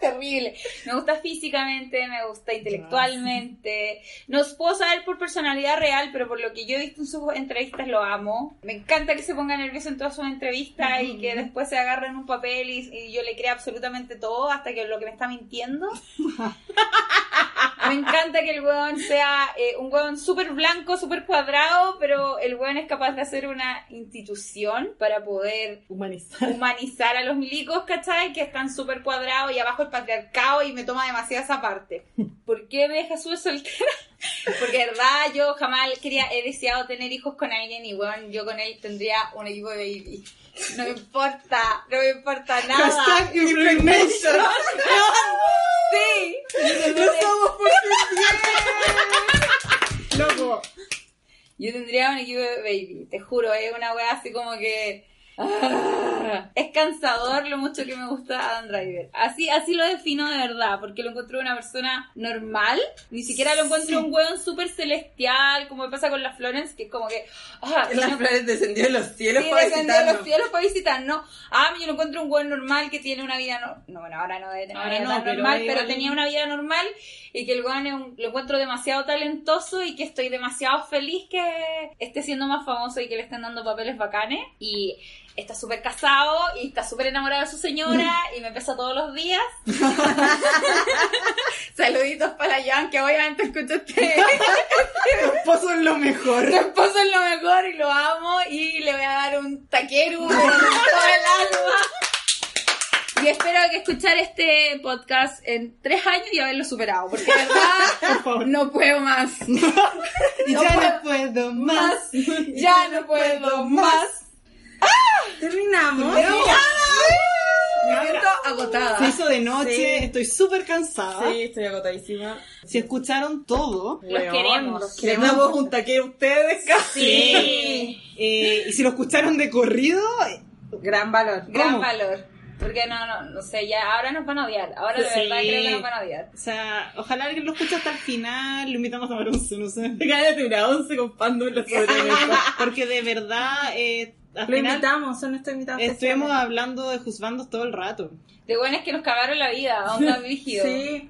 Terrible.
Me gusta físicamente, me gusta intelectualmente. No os puedo saber por personalidad real, pero por lo que yo he visto en sus entrevistas lo amo. Me encanta que se ponga nervioso en todas sus entrevistas y que después se agarre en un papel y, y yo le crea absolutamente todo hasta que lo que me está mintiendo. me encanta que el weón sea eh, un weón súper blanco, súper cuadrado, pero el weón es capaz de hacer una institución para poder
Humanizar.
humanizar a los milicos, ¿cachai? Que están súper cuadrados y abajo el patriarcado y me toma demasiado esa parte. ¿Por qué me deja súper soltera? [LAUGHS] Porque de verdad yo jamás quería, he deseado tener hijos con alguien y bueno, yo con él tendría un equipo de baby. No me importa, no me importa
[LAUGHS]
nada.
Hashtag information.
Sí,
No somos por tus bien. Loco.
yo tendría un equipo de baby, te juro, es una weá así como que... ah, es cansador lo mucho que me gusta Adam Driver. Así, así lo defino de verdad, porque lo encuentro una persona normal, ni siquiera lo encuentro un weón súper celestial, como pasa con la Florence, que es como que... ah,
Las
no-
flores descendió de los cielos
Sí,
para
descendió a
visitarnos.
los cielos para visitarnos. Ah, yo lo encuentro un buen normal que tiene una vida no, no bueno, ahora no debe tener
Ahora
una vida
no,
tan
pero
normal, pero
igual-
tenía una vida normal y que el weón es un- lo encuentro demasiado talentoso y que estoy demasiado feliz que esté siendo más famoso y que le estén dando papeles bacanes y está súper casado y está súper enamorado de su señora y me pesa todos los días. [LAUGHS] Saluditos para la Jan que obviamente escucho este
Tu [LAUGHS] esposo es lo mejor.
tu esposo es lo mejor y lo amo y le voy a dar un taquero con todo el alma. Y espero que escuchar este podcast en tres años y haberlo superado, porque de verdad [LAUGHS] no puedo más.
Y ya no puedo más.
Ya no puedo más.
Terminamos.
Me siento agotada.
Se hizo de noche,
Sí.
estoy súper cansada.
Sí, estoy agotadísima.
Si escucharon todo,
Los queremos.
Les damos un taquero a ustedes. [LAUGHS]
Sí.
[LAUGHS] eh, y si lo escucharon de corrido,
Gran valor.
Gran
¿Cómo?
valor. Porque no, no, no sé, ya ahora nos van a odiar. Ahora de
Sí.
verdad creo que nos van a odiar.
o sea, ojalá alguien lo escuche hasta el final, lo invitamos a tomar un no
[LAUGHS]
sé.
Cállate una once con pándulo sobre
Porque de verdad, eh, al
Lo
final
invitamos, son nuestros invitados.
estuvimos
especiales.
hablando de juzbandos todo el rato.
De bueno es que nos cagaron la vida, onda brígido. [LAUGHS]
Sí,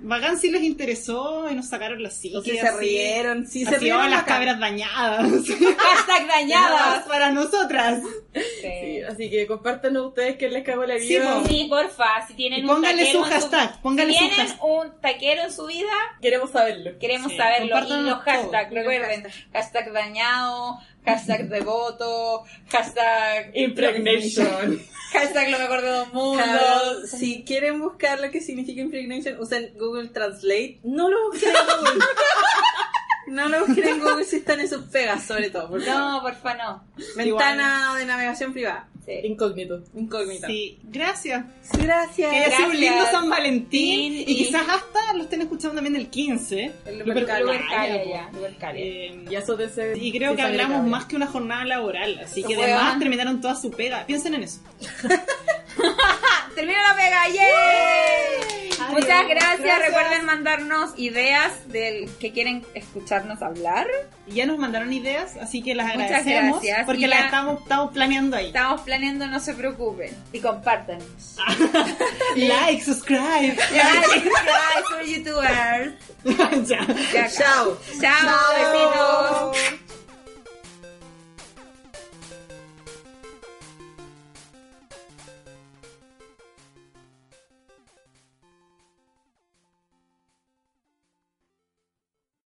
Bacán si les interesó y nos sacaron las sillas.
y que se rieron. Sí, se rieron.
las
bacán.
cabras dañadas.
Hashtag dañadas.
Dañadas [LAUGHS] para nosotras.
Sí.
Así que compártanos ustedes que les cagó la
Sí,
vida.
po.
Sí, porfa, si tienen
Y
un
pónganle
taquero
su
en
hashtag, pónganle
si
su
tienen
hashtag.
un taquero en su vida,
Queremos saberlo.
queremos
Sí,
saberlo. Y
compártanos
los hashtags,
todo.
recuerden, hashtag dañado, hashtag devoto, hashtag,
[LAUGHS] Impregnation.
hashtag lo mejor de dos
Cabros,
mundos.
Si quieren buscar lo que significa impregnation, usen Google Translate. No lo busquen en Google. No lo busquen en Google si están en sus pegas, sobre todo. por favor.
No, porfa, no.
Ventana de navegación privada.
Sí.
Incógnito.
Incógnita.
Sí, gracias.
Sí, gracias.
Que haya sido un
Gracias.
lindo San Valentín.
Sí,
Y,
y-
quizás hasta lo estén escuchando también el 15.
El
Lupercalia,
Lupercalia,
po.
ya, Lupercalia.
Eh,
Y eso de ser-
y creo
de
que
sangre
hablamos
cabra.
más que una jornada laboral. Así que
Weón.
además terminaron toda su pega. Piensen en eso.
Termina la pega, ¡yay! Muchas
Adiós.
gracias.
Gracias.
Recuerden mandarnos ideas del que quieren escucharnos hablar.
Y ya nos mandaron ideas, así que las
Muchas
agradecemos.
gracias.
Porque
Y
las
ya-
estamos, estamos planeando ahí.
Estamos planeando, no se preocupen. Y compartan.
Like, subscribe.
[LAUGHS] Gracias, youtubers.
[LAUGHS] ya.
Ya,
Chao.
Chao, besitos.
Chao.